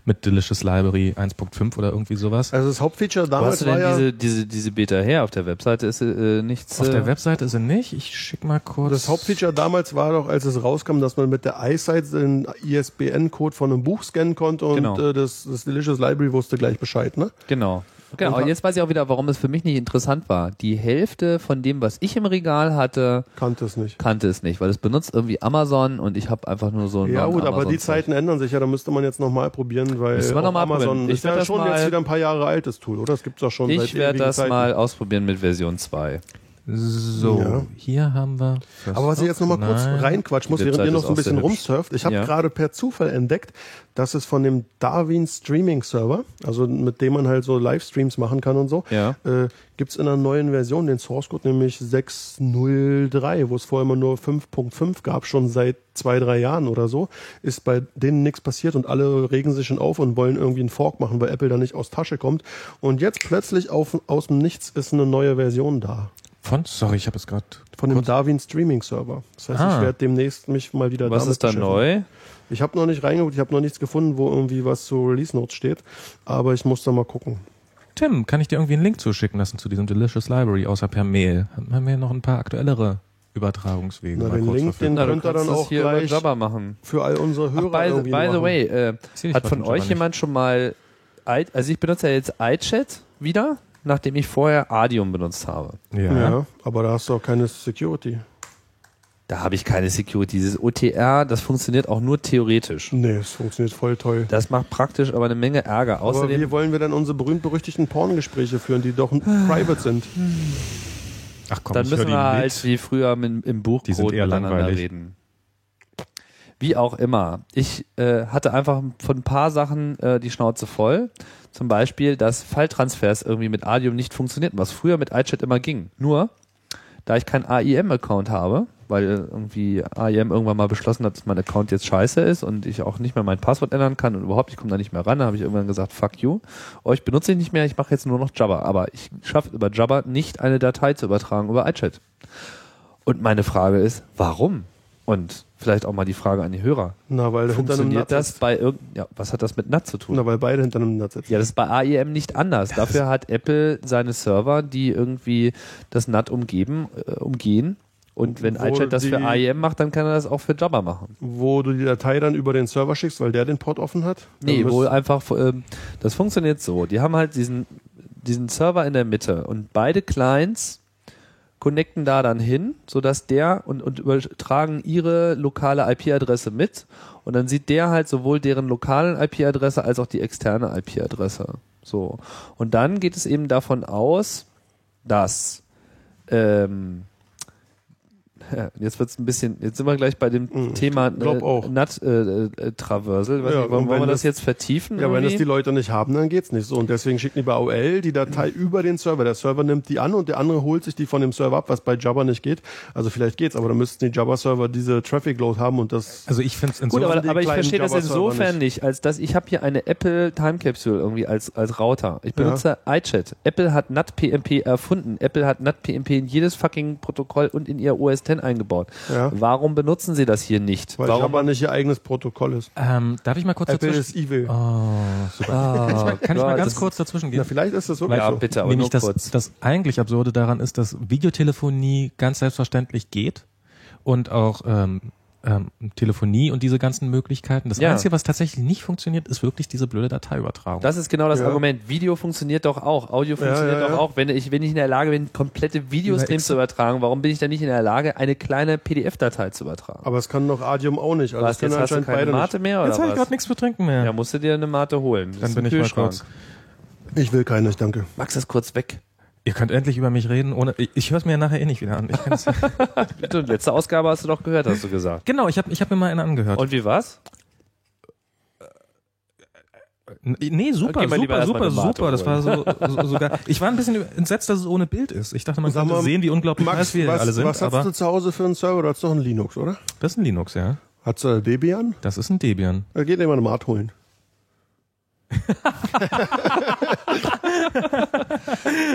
[SPEAKER 2] Mit Delicious Library 1.5 oder irgendwie sowas.
[SPEAKER 3] Also das Hauptfeature
[SPEAKER 1] Wo
[SPEAKER 3] damals
[SPEAKER 1] hast du
[SPEAKER 3] war
[SPEAKER 1] denn
[SPEAKER 3] ja
[SPEAKER 1] diese, diese, diese Beta her? Auf der Webseite ist äh, nichts.
[SPEAKER 2] Auf der
[SPEAKER 1] äh,
[SPEAKER 2] Webseite ist sie nicht. Ich schick mal kurz.
[SPEAKER 3] Das Hauptfeature damals war doch, als es rauskam, dass man mit der EyeSight den ISBN-Code von einem Buch scannen konnte und
[SPEAKER 1] Genau.
[SPEAKER 3] äh, das, das Delicious Library wusste gleich Bescheid, ne?
[SPEAKER 1] Genau. Genau,
[SPEAKER 3] Und
[SPEAKER 1] aber jetzt weiß ich auch wieder, warum es für mich nicht interessant war. Die Hälfte von dem, was ich im Regal hatte,
[SPEAKER 3] Kannte es nicht.
[SPEAKER 1] kannte es nicht, weil es benutzt irgendwie Amazon und ich habe einfach nur so ein
[SPEAKER 3] Ja gut, aber die
[SPEAKER 1] Non-Amazon-Zeug.
[SPEAKER 3] Zeiten ändern sich ja, da müsste man jetzt nochmal probieren, weil
[SPEAKER 1] Müsste man noch
[SPEAKER 3] auch
[SPEAKER 1] mal
[SPEAKER 3] Amazon
[SPEAKER 1] probieren. Ich
[SPEAKER 3] ist
[SPEAKER 1] werd
[SPEAKER 3] ja
[SPEAKER 1] das
[SPEAKER 3] schon
[SPEAKER 1] mal-
[SPEAKER 3] jetzt wieder ein paar Jahre altes Tool, oder? Das gibt's ja schon seit
[SPEAKER 1] Ich werde
[SPEAKER 3] ewigen
[SPEAKER 1] das
[SPEAKER 3] Zeiten.
[SPEAKER 1] mal ausprobieren mit Version 2.
[SPEAKER 2] so,
[SPEAKER 3] Ja.
[SPEAKER 2] hier haben wir.
[SPEAKER 3] Aber was ich jetzt nochmal kurz
[SPEAKER 2] Nein.
[SPEAKER 3] reinquatschen muss,
[SPEAKER 1] Die
[SPEAKER 3] während
[SPEAKER 1] Website
[SPEAKER 3] ihr noch
[SPEAKER 1] ist
[SPEAKER 3] so ein
[SPEAKER 1] auch sehr
[SPEAKER 3] bisschen
[SPEAKER 1] hübsch.
[SPEAKER 3] rumsurft, ich habe
[SPEAKER 1] Ja.
[SPEAKER 3] gerade per Zufall entdeckt, dass es von dem Darwin Streaming Server, also mit dem man halt so Livestreams machen kann und so,
[SPEAKER 1] Ja.
[SPEAKER 3] äh, gibt's in einer neuen Version den Source Code, nämlich 6.03, wo es vorher immer nur 5.5 gab, schon seit zwei, drei Jahren oder so, ist bei denen nichts passiert und alle regen sich schon auf und wollen irgendwie einen Fork machen, weil Apple da nicht aus Tasche kommt. Und jetzt plötzlich auf, aus dem Nichts ist eine neue Version da.
[SPEAKER 2] Von, sorry, ich habe es gerade.
[SPEAKER 3] Von dem Darwin Streaming Server. Das heißt,
[SPEAKER 2] Ah.
[SPEAKER 3] ich werde demnächst mich mal wieder
[SPEAKER 1] Was
[SPEAKER 3] damit
[SPEAKER 1] ist da
[SPEAKER 3] beschäftigen.
[SPEAKER 1] neu?
[SPEAKER 3] Ich habe noch nicht reingeguckt, ich habe noch nichts gefunden, wo irgendwie was zu Release Notes steht, aber ich muss da mal gucken.
[SPEAKER 2] Tim, kann ich dir irgendwie einen Link zuschicken lassen zu diesem Delicious Library, außer per Mail? Haben wir hier noch ein paar aktuellere Übertragungswege?
[SPEAKER 3] Na,
[SPEAKER 2] mal
[SPEAKER 3] den
[SPEAKER 2] kurz
[SPEAKER 3] Link,
[SPEAKER 2] verfügbar?
[SPEAKER 3] den
[SPEAKER 1] Na, du
[SPEAKER 3] könnt ihr
[SPEAKER 1] kannst
[SPEAKER 3] dann
[SPEAKER 1] das
[SPEAKER 3] auch
[SPEAKER 1] hier über
[SPEAKER 3] gleich
[SPEAKER 1] Jabber machen.
[SPEAKER 3] für all unsere
[SPEAKER 1] Ach,
[SPEAKER 3] Hörer
[SPEAKER 1] by, the-
[SPEAKER 3] irgendwie
[SPEAKER 1] by the
[SPEAKER 3] machen.
[SPEAKER 1] way, äh,
[SPEAKER 2] Seh ich
[SPEAKER 1] hat
[SPEAKER 2] grad
[SPEAKER 1] von
[SPEAKER 2] nicht, aber
[SPEAKER 1] euch
[SPEAKER 2] nicht.
[SPEAKER 1] jemand schon mal, I, also ich benutze ja jetzt iChat wieder, nachdem ich vorher Adium benutzt habe.
[SPEAKER 3] Ja.
[SPEAKER 2] Ja.
[SPEAKER 3] aber da hast du auch keine Security.
[SPEAKER 1] Da habe ich keine Security. Dieses OTR, das funktioniert auch nur theoretisch.
[SPEAKER 3] Nee, es funktioniert voll toll.
[SPEAKER 1] Das macht praktisch aber eine Menge Ärger.
[SPEAKER 3] aber
[SPEAKER 1] Außerdem
[SPEAKER 3] wie wollen wir dann unsere berühmt-berüchtigten Porngespräche führen, die doch private sind?
[SPEAKER 2] Ach komm,
[SPEAKER 1] Dann
[SPEAKER 2] ich
[SPEAKER 1] müssen
[SPEAKER 2] hör die
[SPEAKER 1] wir halt
[SPEAKER 2] mit.
[SPEAKER 1] wie früher mit, im Buch
[SPEAKER 2] Die sind eher langweilig.
[SPEAKER 1] reden. Wie auch immer. Ich äh, hatte einfach von ein paar Sachen äh, die Schnauze voll. Zum Beispiel, dass Falltransfers irgendwie mit Adium nicht funktionierten, was früher mit iChat immer ging. Nur, da ich keinen AIM-Account habe, weil irgendwie AIM irgendwann mal beschlossen hat, dass mein Account jetzt scheiße ist und ich auch nicht mehr mein Passwort ändern kann und überhaupt, ich komme da nicht mehr ran, da habe ich irgendwann gesagt, fuck you. Euch benutze ich nicht mehr, ich mache jetzt nur noch Jabber. Aber ich schaffe über Jabber nicht eine Datei zu übertragen über iChat. Und meine Frage ist, warum? Und vielleicht auch mal die Frage an die Hörer.
[SPEAKER 3] Na, weil du hinter einem
[SPEAKER 1] Funktioniert
[SPEAKER 3] Nut
[SPEAKER 1] das
[SPEAKER 3] sitzt.
[SPEAKER 1] bei irgendeinem, ja, was hat das mit NAT zu tun?
[SPEAKER 3] Na, weil beide hinter einem Nut sitzen.
[SPEAKER 1] Ja, das ist bei AIM nicht anders. Dafür hat Apple seine Server, die irgendwie das NAT umgeben, äh, umgehen. Und wenn
[SPEAKER 3] Wo
[SPEAKER 1] iChat das für
[SPEAKER 3] die-
[SPEAKER 1] AIM macht, dann kann er das auch für Jabber machen.
[SPEAKER 3] Wo du die Datei dann über den Server schickst, weil der den Port offen hat? Dann
[SPEAKER 1] Nee,
[SPEAKER 3] müsst-
[SPEAKER 1] wohl einfach, ähm, das funktioniert so. Die haben halt diesen, diesen Server in der Mitte und beide Clients connecten da dann hin, sodass der und, und übertragen ihre lokale IP-Adresse mit und dann sieht der halt sowohl deren lokalen IP-Adresse als auch die externe IP-Adresse. So. Und dann geht es eben davon aus, dass ähm, jetzt wird's ein bisschen, jetzt sind wir gleich bei dem Thema
[SPEAKER 3] Mhm. glaub auch.
[SPEAKER 1] Nut äh, äh, Traversal. Weiß
[SPEAKER 3] Ja,
[SPEAKER 1] nicht, wollen wollen
[SPEAKER 3] und
[SPEAKER 1] wir
[SPEAKER 3] wenn
[SPEAKER 1] das,
[SPEAKER 3] das-
[SPEAKER 1] jetzt vertiefen?
[SPEAKER 3] Ja, wenn das
[SPEAKER 1] irgendwie?
[SPEAKER 3] die Leute nicht haben, dann geht's nicht so. Und deswegen schicken die bei AOL die Datei über den Server. Der Server nimmt die an und der andere holt sich die von dem Server ab, was bei Jabber nicht geht. Also vielleicht geht's, aber dann müssten die Jabber-Server diese Traffic Load haben und das.
[SPEAKER 2] Also ich finde es
[SPEAKER 1] Gut,
[SPEAKER 3] So
[SPEAKER 2] insofern.
[SPEAKER 1] aber,
[SPEAKER 3] sind die
[SPEAKER 1] aber ich
[SPEAKER 3] kleinen
[SPEAKER 1] verstehe das
[SPEAKER 3] Java-Server
[SPEAKER 1] insofern nicht, als dass ich habe hier eine Apple Time Capsule irgendwie als, als Router. Ich benutze iChat. Apple hat NatPMP erfunden. Apple hat NatPMP in jedes fucking Protokoll und in ihr OS X eingebaut.
[SPEAKER 3] Ja.
[SPEAKER 1] Warum benutzen sie das hier nicht?
[SPEAKER 3] Weil
[SPEAKER 1] Warum?
[SPEAKER 3] Jabber nicht ihr eigenes Protokoll ist.
[SPEAKER 2] Ähm, darf ich mal kurz
[SPEAKER 3] Apple
[SPEAKER 2] dazwischen?
[SPEAKER 3] ist evil.
[SPEAKER 1] Ah.
[SPEAKER 2] Oh, super. kann ich mal, kann ich mal
[SPEAKER 1] Gott,
[SPEAKER 2] ganz
[SPEAKER 1] das-
[SPEAKER 2] kurz dazwischen
[SPEAKER 3] Na,
[SPEAKER 2] gehen?
[SPEAKER 3] vielleicht ist das wirklich
[SPEAKER 1] Ja,
[SPEAKER 3] so.
[SPEAKER 1] bitte, aber
[SPEAKER 2] Nämlich
[SPEAKER 1] nur
[SPEAKER 2] das,
[SPEAKER 1] kurz.
[SPEAKER 2] das eigentlich Absurde daran ist, dass Videotelefonie ganz selbstverständlich geht und auch ähm, ähm, Telefonie und diese ganzen Möglichkeiten. Das
[SPEAKER 1] Ja.
[SPEAKER 2] Einzige, was tatsächlich nicht funktioniert, ist wirklich diese blöde Dateiübertragung.
[SPEAKER 1] Das ist genau das
[SPEAKER 3] Ja.
[SPEAKER 1] Argument. Video funktioniert doch auch, Audio funktioniert
[SPEAKER 3] ja,
[SPEAKER 1] doch
[SPEAKER 3] ja.
[SPEAKER 1] auch. Wenn ich, wenn ich in der Lage bin, komplette Videostreams
[SPEAKER 2] Ex-
[SPEAKER 1] zu übertragen, warum bin ich dann nicht in der Lage, eine kleine PDF-Datei zu übertragen?
[SPEAKER 3] Aber es kann doch Adium auch nicht. Also
[SPEAKER 1] Was,
[SPEAKER 3] es können
[SPEAKER 1] jetzt hast du
[SPEAKER 3] anscheinend
[SPEAKER 1] keine
[SPEAKER 3] beide
[SPEAKER 1] Mate mehr oder
[SPEAKER 2] Jetzt habe ich
[SPEAKER 1] was?
[SPEAKER 2] gerade nichts zu trinken mehr.
[SPEAKER 1] Ja, musst du dir eine Mate holen. Das
[SPEAKER 2] Dann
[SPEAKER 1] ist
[SPEAKER 2] bin
[SPEAKER 1] im
[SPEAKER 2] ich mal
[SPEAKER 1] Kühlschrank.
[SPEAKER 2] kurz.
[SPEAKER 3] nicht. Ich will keine, ich danke.
[SPEAKER 1] Max ist kurz weg.
[SPEAKER 2] Ihr könnt endlich über mich reden, ohne. Ich, ich höre es mir ja nachher eh nicht wieder an. Ich kann's-
[SPEAKER 1] Bitte, und letzte Ausgabe hast du doch gehört, hast du gesagt.
[SPEAKER 2] genau, ich habe ich hab mir mal einen angehört.
[SPEAKER 1] Und wie war's?
[SPEAKER 2] N- nee, super,
[SPEAKER 1] Geh mal lieber
[SPEAKER 2] super,
[SPEAKER 1] erst mal eine
[SPEAKER 2] super,
[SPEAKER 1] Mate
[SPEAKER 2] super. Das war so, so sogar. Ich war ein bisschen entsetzt, dass es ohne Bild ist. Ich dachte, man
[SPEAKER 3] Sag
[SPEAKER 2] kann
[SPEAKER 3] mal,
[SPEAKER 2] sehen, wie unglaublich
[SPEAKER 3] Max,
[SPEAKER 2] heiß wir
[SPEAKER 3] was,
[SPEAKER 2] alle sind.
[SPEAKER 3] was hast
[SPEAKER 2] aber
[SPEAKER 3] du zu Hause für einen Server? Du hast doch einen Linux, oder?
[SPEAKER 2] das ist ein Linux, ja.
[SPEAKER 3] Hast du da Debian?
[SPEAKER 2] Das ist ein Debian.
[SPEAKER 3] Da geht immer eine Mart holen.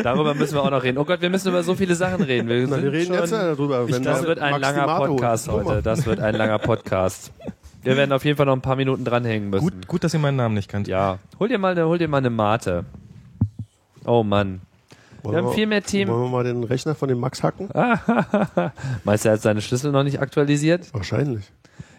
[SPEAKER 1] Darüber müssen wir auch noch reden. Oh Gott, wir müssen über so viele Sachen reden. Wir,
[SPEAKER 3] Na,
[SPEAKER 1] sind
[SPEAKER 3] wir reden
[SPEAKER 1] schon,
[SPEAKER 3] jetzt ja darüber. wenn
[SPEAKER 1] Das
[SPEAKER 3] wir
[SPEAKER 1] wird ein
[SPEAKER 3] Max die
[SPEAKER 1] langer
[SPEAKER 3] Mate holen.
[SPEAKER 1] Podcast
[SPEAKER 3] Guck mal.
[SPEAKER 1] heute. Das wird ein langer Podcast. Wir werden auf jeden Fall noch ein paar Minuten dranhängen müssen.
[SPEAKER 2] Gut, gut, dass ihr meinen Namen nicht kennt.
[SPEAKER 1] Ja. Hol dir mal, eine- hol dir mal eine Mate. Oh Mann.
[SPEAKER 3] Wollen
[SPEAKER 1] haben viel mehr Themen.
[SPEAKER 3] Wollen wir mal den Rechner von dem Max hacken?
[SPEAKER 1] Meinst du, er hat seine Schlüssel noch nicht aktualisiert?
[SPEAKER 3] Wahrscheinlich.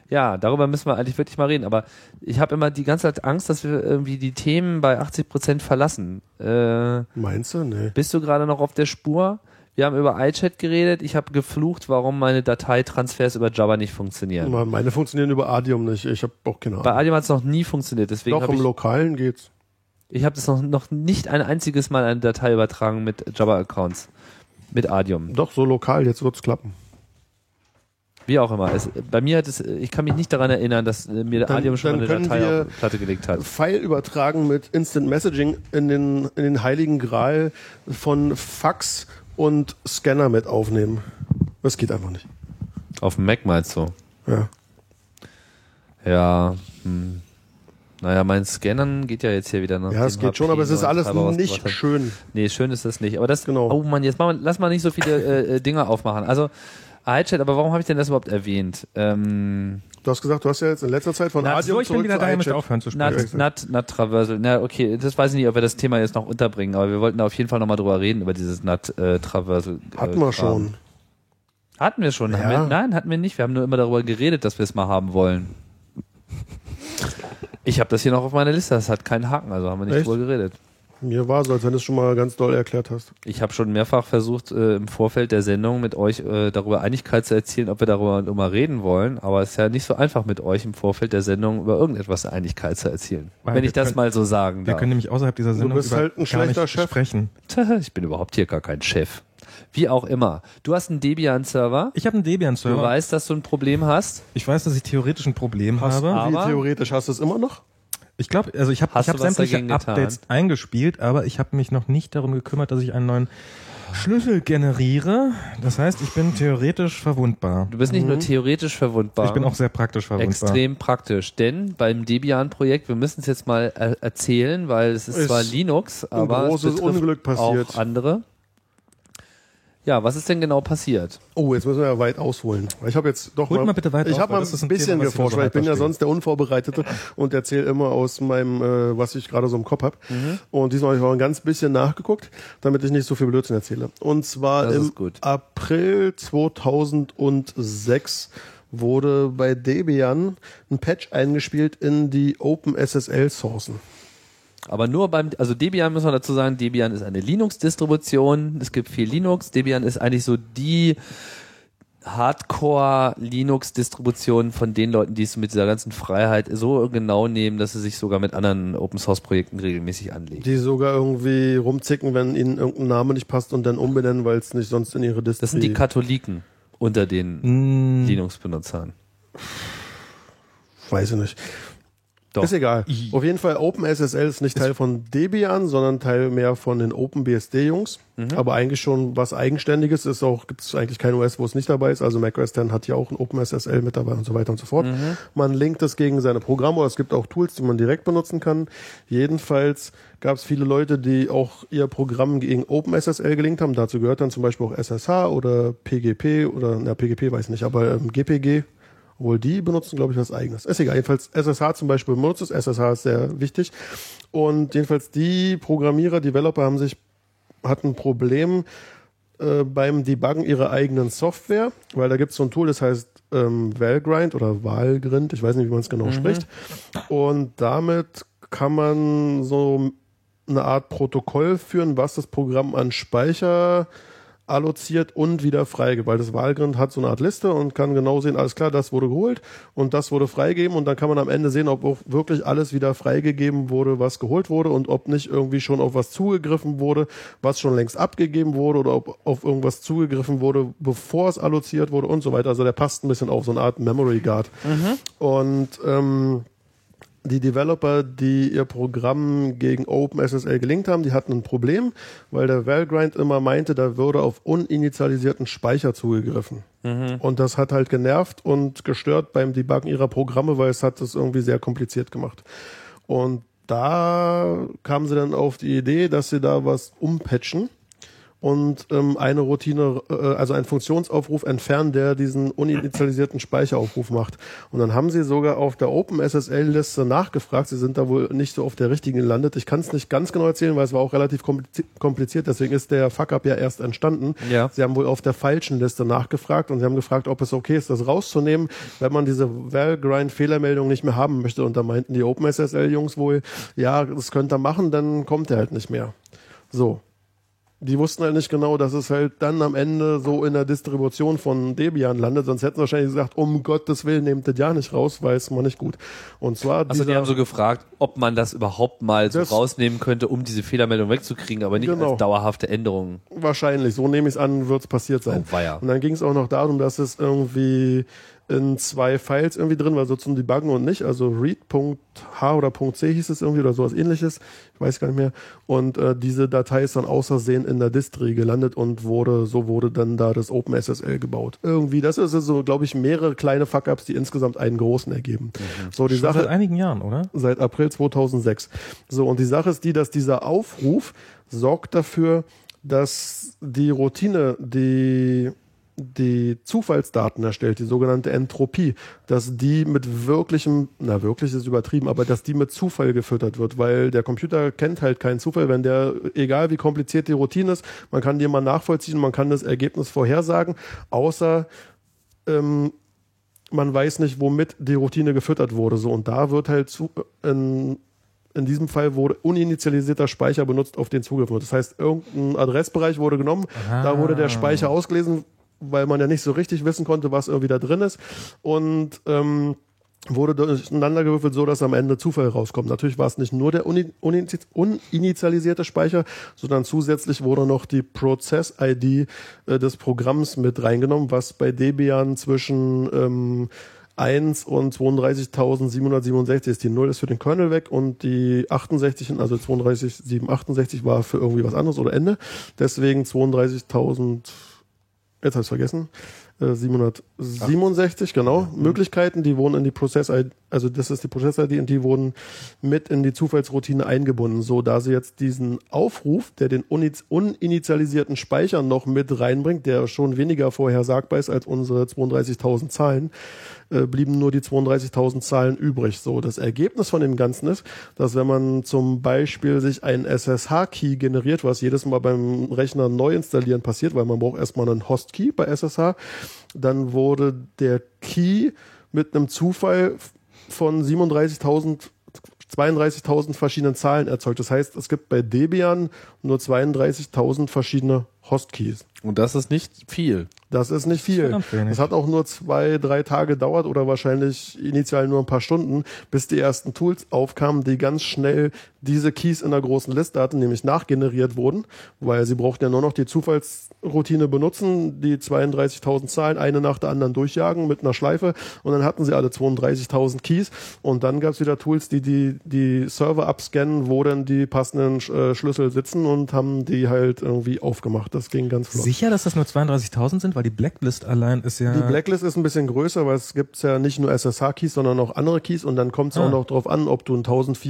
[SPEAKER 1] Ja, darüber müssen wir eigentlich wirklich mal reden. Aber ich habe immer die ganze Zeit Angst, dass wir irgendwie die Themen bei 80 Prozent verlassen. Äh,
[SPEAKER 3] Meinst du? Nee.
[SPEAKER 1] Bist du gerade noch auf der Spur? Wir haben über iChat geredet. Ich habe geflucht, warum meine Dateitransfers über Jabber nicht funktionieren.
[SPEAKER 3] Me- Meine funktionieren über Adium nicht. Ich habe auch keine
[SPEAKER 1] Bei
[SPEAKER 3] Ahnung.
[SPEAKER 1] Adium hat es noch nie funktioniert. Deswegen
[SPEAKER 3] Doch,
[SPEAKER 1] habe
[SPEAKER 3] im
[SPEAKER 1] ich,
[SPEAKER 3] Lokalen geht's.
[SPEAKER 1] ich habe das noch, noch nicht ein einziges Mal eine Datei übertragen mit Jabber-Accounts. Mit Adium.
[SPEAKER 3] Doch, so lokal, jetzt wird's klappen.
[SPEAKER 1] Wie auch immer. Es, bei mir hat es, ich kann mich nicht daran erinnern, dass äh, mir
[SPEAKER 3] Dann-
[SPEAKER 1] Adium schon
[SPEAKER 3] dann
[SPEAKER 1] mal eine
[SPEAKER 3] können
[SPEAKER 1] Datei
[SPEAKER 3] wir-
[SPEAKER 1] auf die Platte gelegt hat.
[SPEAKER 3] File übertragen mit Instant Messaging in den, in den heiligen Gral von Fax und Scanner mit aufnehmen. Das geht einfach nicht.
[SPEAKER 1] Auf dem Mac meinst du?
[SPEAKER 3] Ja.
[SPEAKER 1] Ja. Hm. Naja, mein Scannern geht ja jetzt hier wieder ne? nach.
[SPEAKER 3] Ja, es
[SPEAKER 1] dem
[SPEAKER 3] geht schon, aber es ist
[SPEAKER 1] HP
[SPEAKER 3] alles
[SPEAKER 1] Treiber
[SPEAKER 3] nicht
[SPEAKER 1] rausgebracht hat.
[SPEAKER 3] schön.
[SPEAKER 1] Nee, schön ist das nicht. Aber das,
[SPEAKER 3] Genau.
[SPEAKER 1] oh Mann, jetzt mal, lass mal nicht so viele äh, äh, Dinge aufmachen. Also, iChat, aber warum habe ich denn das überhaupt erwähnt? Ähm,
[SPEAKER 3] Du hast gesagt, du hast ja jetzt in letzter Zeit von
[SPEAKER 2] Na,
[SPEAKER 3] Adium
[SPEAKER 2] so, ich bin
[SPEAKER 3] zurück
[SPEAKER 2] wieder
[SPEAKER 3] zu
[SPEAKER 2] da, ihr müsst
[SPEAKER 3] iChat.
[SPEAKER 2] aufhören zu spielen.
[SPEAKER 1] Nut, Nut, Nut Traversal. Na, okay, das weiß ich nicht, ob wir das Thema jetzt noch unterbringen, aber wir wollten da auf jeden Fall nochmal drüber reden, über dieses Nut äh, Traversal. äh,
[SPEAKER 3] Hatten
[SPEAKER 1] Kram.
[SPEAKER 3] wir schon.
[SPEAKER 1] Hatten wir schon. Haben
[SPEAKER 3] Ja.
[SPEAKER 1] wir, nein, hatten wir nicht. Wir haben nur immer darüber geredet, dass wir es mal haben wollen. Ich habe das hier noch auf meiner Liste, das hat keinen Haken, also haben wir nicht
[SPEAKER 3] Echt?
[SPEAKER 1] drüber geredet.
[SPEAKER 3] Mir war so, als wenn du es schon mal ganz doll erklärt hast.
[SPEAKER 1] Ich habe schon mehrfach versucht, äh, im Vorfeld der Sendung mit euch äh, darüber Einigkeit zu erzielen, ob wir darüber noch mal reden wollen. Aber es ist ja nicht so einfach, mit euch im Vorfeld der Sendung über irgendetwas Einigkeit zu erzielen.
[SPEAKER 2] Weil
[SPEAKER 1] Wenn
[SPEAKER 2] wir
[SPEAKER 1] ich das
[SPEAKER 2] können-
[SPEAKER 1] mal so sagen
[SPEAKER 2] Wir
[SPEAKER 1] darf.
[SPEAKER 2] können nämlich außerhalb dieser Sendung
[SPEAKER 3] bist
[SPEAKER 2] über
[SPEAKER 3] halt ein
[SPEAKER 2] gar
[SPEAKER 3] schlechter
[SPEAKER 2] nicht
[SPEAKER 3] Chef.
[SPEAKER 2] sprechen.
[SPEAKER 1] Ich bin überhaupt hier gar kein Chef. Wie auch immer. Du hast einen Debian-Server.
[SPEAKER 2] Ich habe einen
[SPEAKER 1] Du
[SPEAKER 2] Debian-Server.
[SPEAKER 1] weißt, dass du ein Problem hast.
[SPEAKER 2] Ich weiß, dass ich theoretisch ein Problem habe.
[SPEAKER 1] Aber-
[SPEAKER 3] Wie theoretisch hast du es immer noch?
[SPEAKER 2] Ich glaube, also ich habe
[SPEAKER 1] Hast
[SPEAKER 2] ich hab
[SPEAKER 1] du was
[SPEAKER 2] sämtliche
[SPEAKER 1] dagegen getan?
[SPEAKER 2] Updates eingespielt, aber ich habe mich noch nicht darum gekümmert, dass ich einen neuen Schlüssel generiere. Das heißt, ich bin theoretisch verwundbar.
[SPEAKER 1] Du bist nicht nur theoretisch verwundbar.
[SPEAKER 2] Mhm. Ich bin auch sehr praktisch verwundbar.
[SPEAKER 1] extrem praktisch. Denn beim Debian-Projekt, wir müssen es jetzt mal er erzählen, weil es ist,
[SPEAKER 3] Ist
[SPEAKER 1] zwar Linux, aber es
[SPEAKER 3] großes
[SPEAKER 1] betrifft
[SPEAKER 3] Unglück passiert.
[SPEAKER 1] auch andere. Ja, was ist denn genau passiert?
[SPEAKER 3] Oh, jetzt müssen wir ja weit ausholen. Ich habe jetzt doch
[SPEAKER 2] Holt
[SPEAKER 3] mal,
[SPEAKER 2] mal bitte weit
[SPEAKER 3] ich
[SPEAKER 2] aus,
[SPEAKER 3] habe
[SPEAKER 2] weil
[SPEAKER 3] mal
[SPEAKER 2] das ist
[SPEAKER 3] ein
[SPEAKER 2] ein
[SPEAKER 3] bisschen
[SPEAKER 2] Thema, was
[SPEAKER 3] geforscht,
[SPEAKER 2] hier so
[SPEAKER 3] weil ich bin ja
[SPEAKER 2] halb verstehe.
[SPEAKER 3] sonst der Unvorbereitete und erzähle immer aus meinem, äh, was ich gerade so im Kopf habe. Und diesmal habe ich auch ein ganz bisschen nachgeguckt, damit ich nicht so viel Blödsinn erzähle. Und zwar
[SPEAKER 1] Das ist
[SPEAKER 3] im
[SPEAKER 1] gut.
[SPEAKER 3] April 2006 wurde bei Debian ein Patch eingespielt in die OpenSSL-Sourcen.
[SPEAKER 1] Aber nur beim, also Debian muss man dazu sagen, Debian ist eine Linux-Distribution, es gibt viel Linux. Debian ist eigentlich so die Hardcore-Linux-Distribution von den Leuten, die es mit dieser ganzen Freiheit so genau nehmen, dass sie sich sogar mit anderen Open-Source-Projekten regelmäßig anlegen.
[SPEAKER 3] Die sogar irgendwie rumzicken, wenn ihnen irgendein Name nicht passt und dann umbenennen, weil es nicht sonst in ihre Distri
[SPEAKER 1] Das sind die Katholiken unter den
[SPEAKER 3] Hm.
[SPEAKER 1] Linux-Benutzern.
[SPEAKER 3] Weiß ich nicht.
[SPEAKER 1] Doch.
[SPEAKER 3] Ist egal. Auf jeden Fall OpenSSL ist nicht Teil von Debian, sondern Teil mehr von den OpenBSD-Jungs. Aber eigentlich schon was Eigenständiges ist auch, gibt es eigentlich kein OS, wo es nicht dabei ist. Also macOS 10 hat ja auch ein OpenSSL mit dabei und so weiter und so fort. Man linkt es gegen seine Programme oder es gibt auch Tools, die man direkt benutzen kann. Jedenfalls gab es viele Leute, die auch ihr Programm gegen OpenSSL gelinkt haben. Dazu gehört dann zum Beispiel auch SSH oder PGP oder, na, PGP weiß ich nicht, aber ähm, GPG. Obwohl die benutzen, glaube ich, was eigenes. Ist egal. Jedenfalls SSH zum Beispiel benutzt es. SSH ist sehr wichtig. Und jedenfalls die Programmierer, Developer haben sich, hatten ein Problem äh, beim Debuggen ihrer eigenen Software, weil da gibt es so ein Tool, das heißt ähm, Valgrind oder Valgrind, ich weiß nicht, wie man es genau spricht. Und damit kann man so eine Art Protokoll führen, was das Programm an Speicher alloziert und wieder freigegeben. Weil das Wahlgrund hat so eine Art Liste und kann genau sehen, alles klar, das wurde geholt und das wurde freigegeben und dann kann man am Ende sehen, ob auch wirklich alles wieder freigegeben wurde, was geholt wurde und ob nicht irgendwie schon auf was zugegriffen wurde, was schon längst abgegeben wurde oder ob auf irgendwas zugegriffen wurde, bevor es alloziert wurde und so weiter. Also der passt ein bisschen auf so eine Art Memory Guard. Und ähm, die Developer, die ihr Programm gegen OpenSSL gelinkt haben, die hatten ein Problem, weil der Valgrind immer meinte, da würde auf uninitialisierten Speicher zugegriffen. Und das hat halt genervt und gestört beim Debuggen ihrer Programme, weil es hat es irgendwie sehr kompliziert gemacht. Und da kamen sie dann auf die Idee, dass sie da was umpatchen und ähm, eine Routine, äh, also einen Funktionsaufruf entfernen, der diesen uninitialisierten Speicheraufruf macht. Und dann haben sie sogar auf der OpenSSL-Liste nachgefragt. Sie sind da wohl nicht so auf der richtigen gelandet. Ich kann es nicht ganz genau erzählen, weil es war auch relativ komplizi- kompliziert. Deswegen ist der Fuck-Up ja erst entstanden.
[SPEAKER 1] Ja.
[SPEAKER 3] Sie haben wohl auf der falschen Liste nachgefragt und sie haben gefragt, ob es okay ist, das rauszunehmen, wenn man diese Valgrind-Fehlermeldung nicht mehr haben möchte. Und da meinten die OpenSSL-Jungs wohl, ja, das könnt ihr machen, dann kommt er halt nicht mehr. So die wussten halt nicht genau, dass es halt dann am Ende so in der Distribution von Debian landet, sonst hätten sie wahrscheinlich gesagt, um Gottes Willen, nehmt das ja nicht raus, weil es mal nicht gut. Und zwar
[SPEAKER 1] Also die
[SPEAKER 3] dieser-
[SPEAKER 1] haben so gefragt, ob man das überhaupt mal so
[SPEAKER 3] Das-
[SPEAKER 1] rausnehmen könnte, um diese Fehlermeldung wegzukriegen, aber nicht
[SPEAKER 3] Genau.
[SPEAKER 1] als dauerhafte Änderung.
[SPEAKER 3] wahrscheinlich, so nehme ich es an, wird es passiert sein.
[SPEAKER 1] Oh, weia.
[SPEAKER 3] Und dann ging es auch noch darum, dass es irgendwie in zwei Files irgendwie drin war, so zum Debuggen und nicht, also read.h oder .c hieß es irgendwie oder sowas ähnliches, ich weiß gar nicht mehr. Und äh, diese Datei ist dann außersehen in der Distri gelandet und wurde, so wurde dann da das OpenSSL gebaut. Irgendwie, das ist so, glaube ich, mehrere kleine Fuck-Ups, die insgesamt einen großen ergeben.
[SPEAKER 1] Mhm.
[SPEAKER 3] So, die
[SPEAKER 2] Schon
[SPEAKER 3] Sache
[SPEAKER 2] seit einigen Jahren, oder?
[SPEAKER 3] seit April 2006. So, und die Sache ist die, dass dieser Aufruf sorgt dafür, dass die Routine, die die Zufallsdaten erstellt, die sogenannte Entropie, dass die mit wirklichem, na wirklich ist übertrieben, aber dass die mit Zufall gefüttert wird, weil der Computer kennt halt keinen Zufall, wenn der, egal wie kompliziert die Routine ist, man kann die immer nachvollziehen, man kann das Ergebnis vorhersagen, außer ähm, man weiß nicht, womit die Routine gefüttert wurde. So, und da wird halt zu, in, in diesem Fall wurde uninitialisierter Speicher benutzt, auf den zugegriffen wird. Das heißt, irgendein Adressbereich wurde genommen, da wurde der Speicher ausgelesen, weil man ja nicht so richtig wissen konnte, was irgendwie da drin ist. Und ähm, wurde durcheinander gewürfelt, so dass am Ende Zufall rauskommt. Natürlich war es nicht nur der uni- uni- uninitialisierte Speicher, sondern zusätzlich wurde noch die Prozess-ID äh, des Programms mit reingenommen, was bei Debian zwischen ähm, 1 und 32.767 ist. Die 0 ist für den Kernel weg und die 68, also 32.768 war für irgendwie was anderes oder Ende. Deswegen 32.000 jetzt habe ich vergessen, äh, 767, genau, Möglichkeiten, die wurden in die Prozess-ID, also das ist die Prozess-ID und die wurden mit in die Zufallsroutine eingebunden, so da sie jetzt diesen Aufruf, der den uniz- uninitialisierten Speicher noch mit reinbringt, der schon weniger vorhersagbar ist als unsere 32.000 Zahlen, äh, blieben nur die 32.000 Zahlen übrig. So, das Ergebnis von dem Ganzen ist, dass wenn man zum Beispiel sich einen SSH-Key generiert, was jedes Mal beim Rechner neu installieren passiert, weil man braucht erstmal einen Host-Key bei SSH, dann wurde der Key mit einem Zufall von 37.000 32.000 verschiedenen Zahlen erzeugt. Das heißt, es gibt bei Debian nur 32.000 verschiedene Hostkeys.
[SPEAKER 1] Und das ist nicht viel.
[SPEAKER 3] Das ist nicht viel.
[SPEAKER 2] Verdammt wenig.
[SPEAKER 3] Das hat auch nur zwei, drei Tage gedauert oder wahrscheinlich initial nur ein paar Stunden, bis die ersten Tools aufkamen, die ganz schnell diese Keys in der großen Liste hatten, nämlich nachgeneriert wurden, weil sie brauchten ja nur noch die Zufallsroutine benutzen, die 32.000 Zahlen eine nach der anderen durchjagen mit einer Schleife und dann hatten sie alle 32.000 Keys und dann gab es wieder Tools, die die, die Server abscannen, wo dann die passenden äh, Schlüssel sitzen und haben die halt irgendwie aufgemacht. Das ging ganz flott.
[SPEAKER 2] Sicher, dass das nur 32.000 sind, weil die Blacklist allein ist ja.
[SPEAKER 3] Die Blacklist ist ein bisschen größer, weil es gibt ja nicht nur SSH-Keys, sondern auch andere Keys und dann kommt es
[SPEAKER 2] Ah.
[SPEAKER 3] auch noch drauf an, ob du einen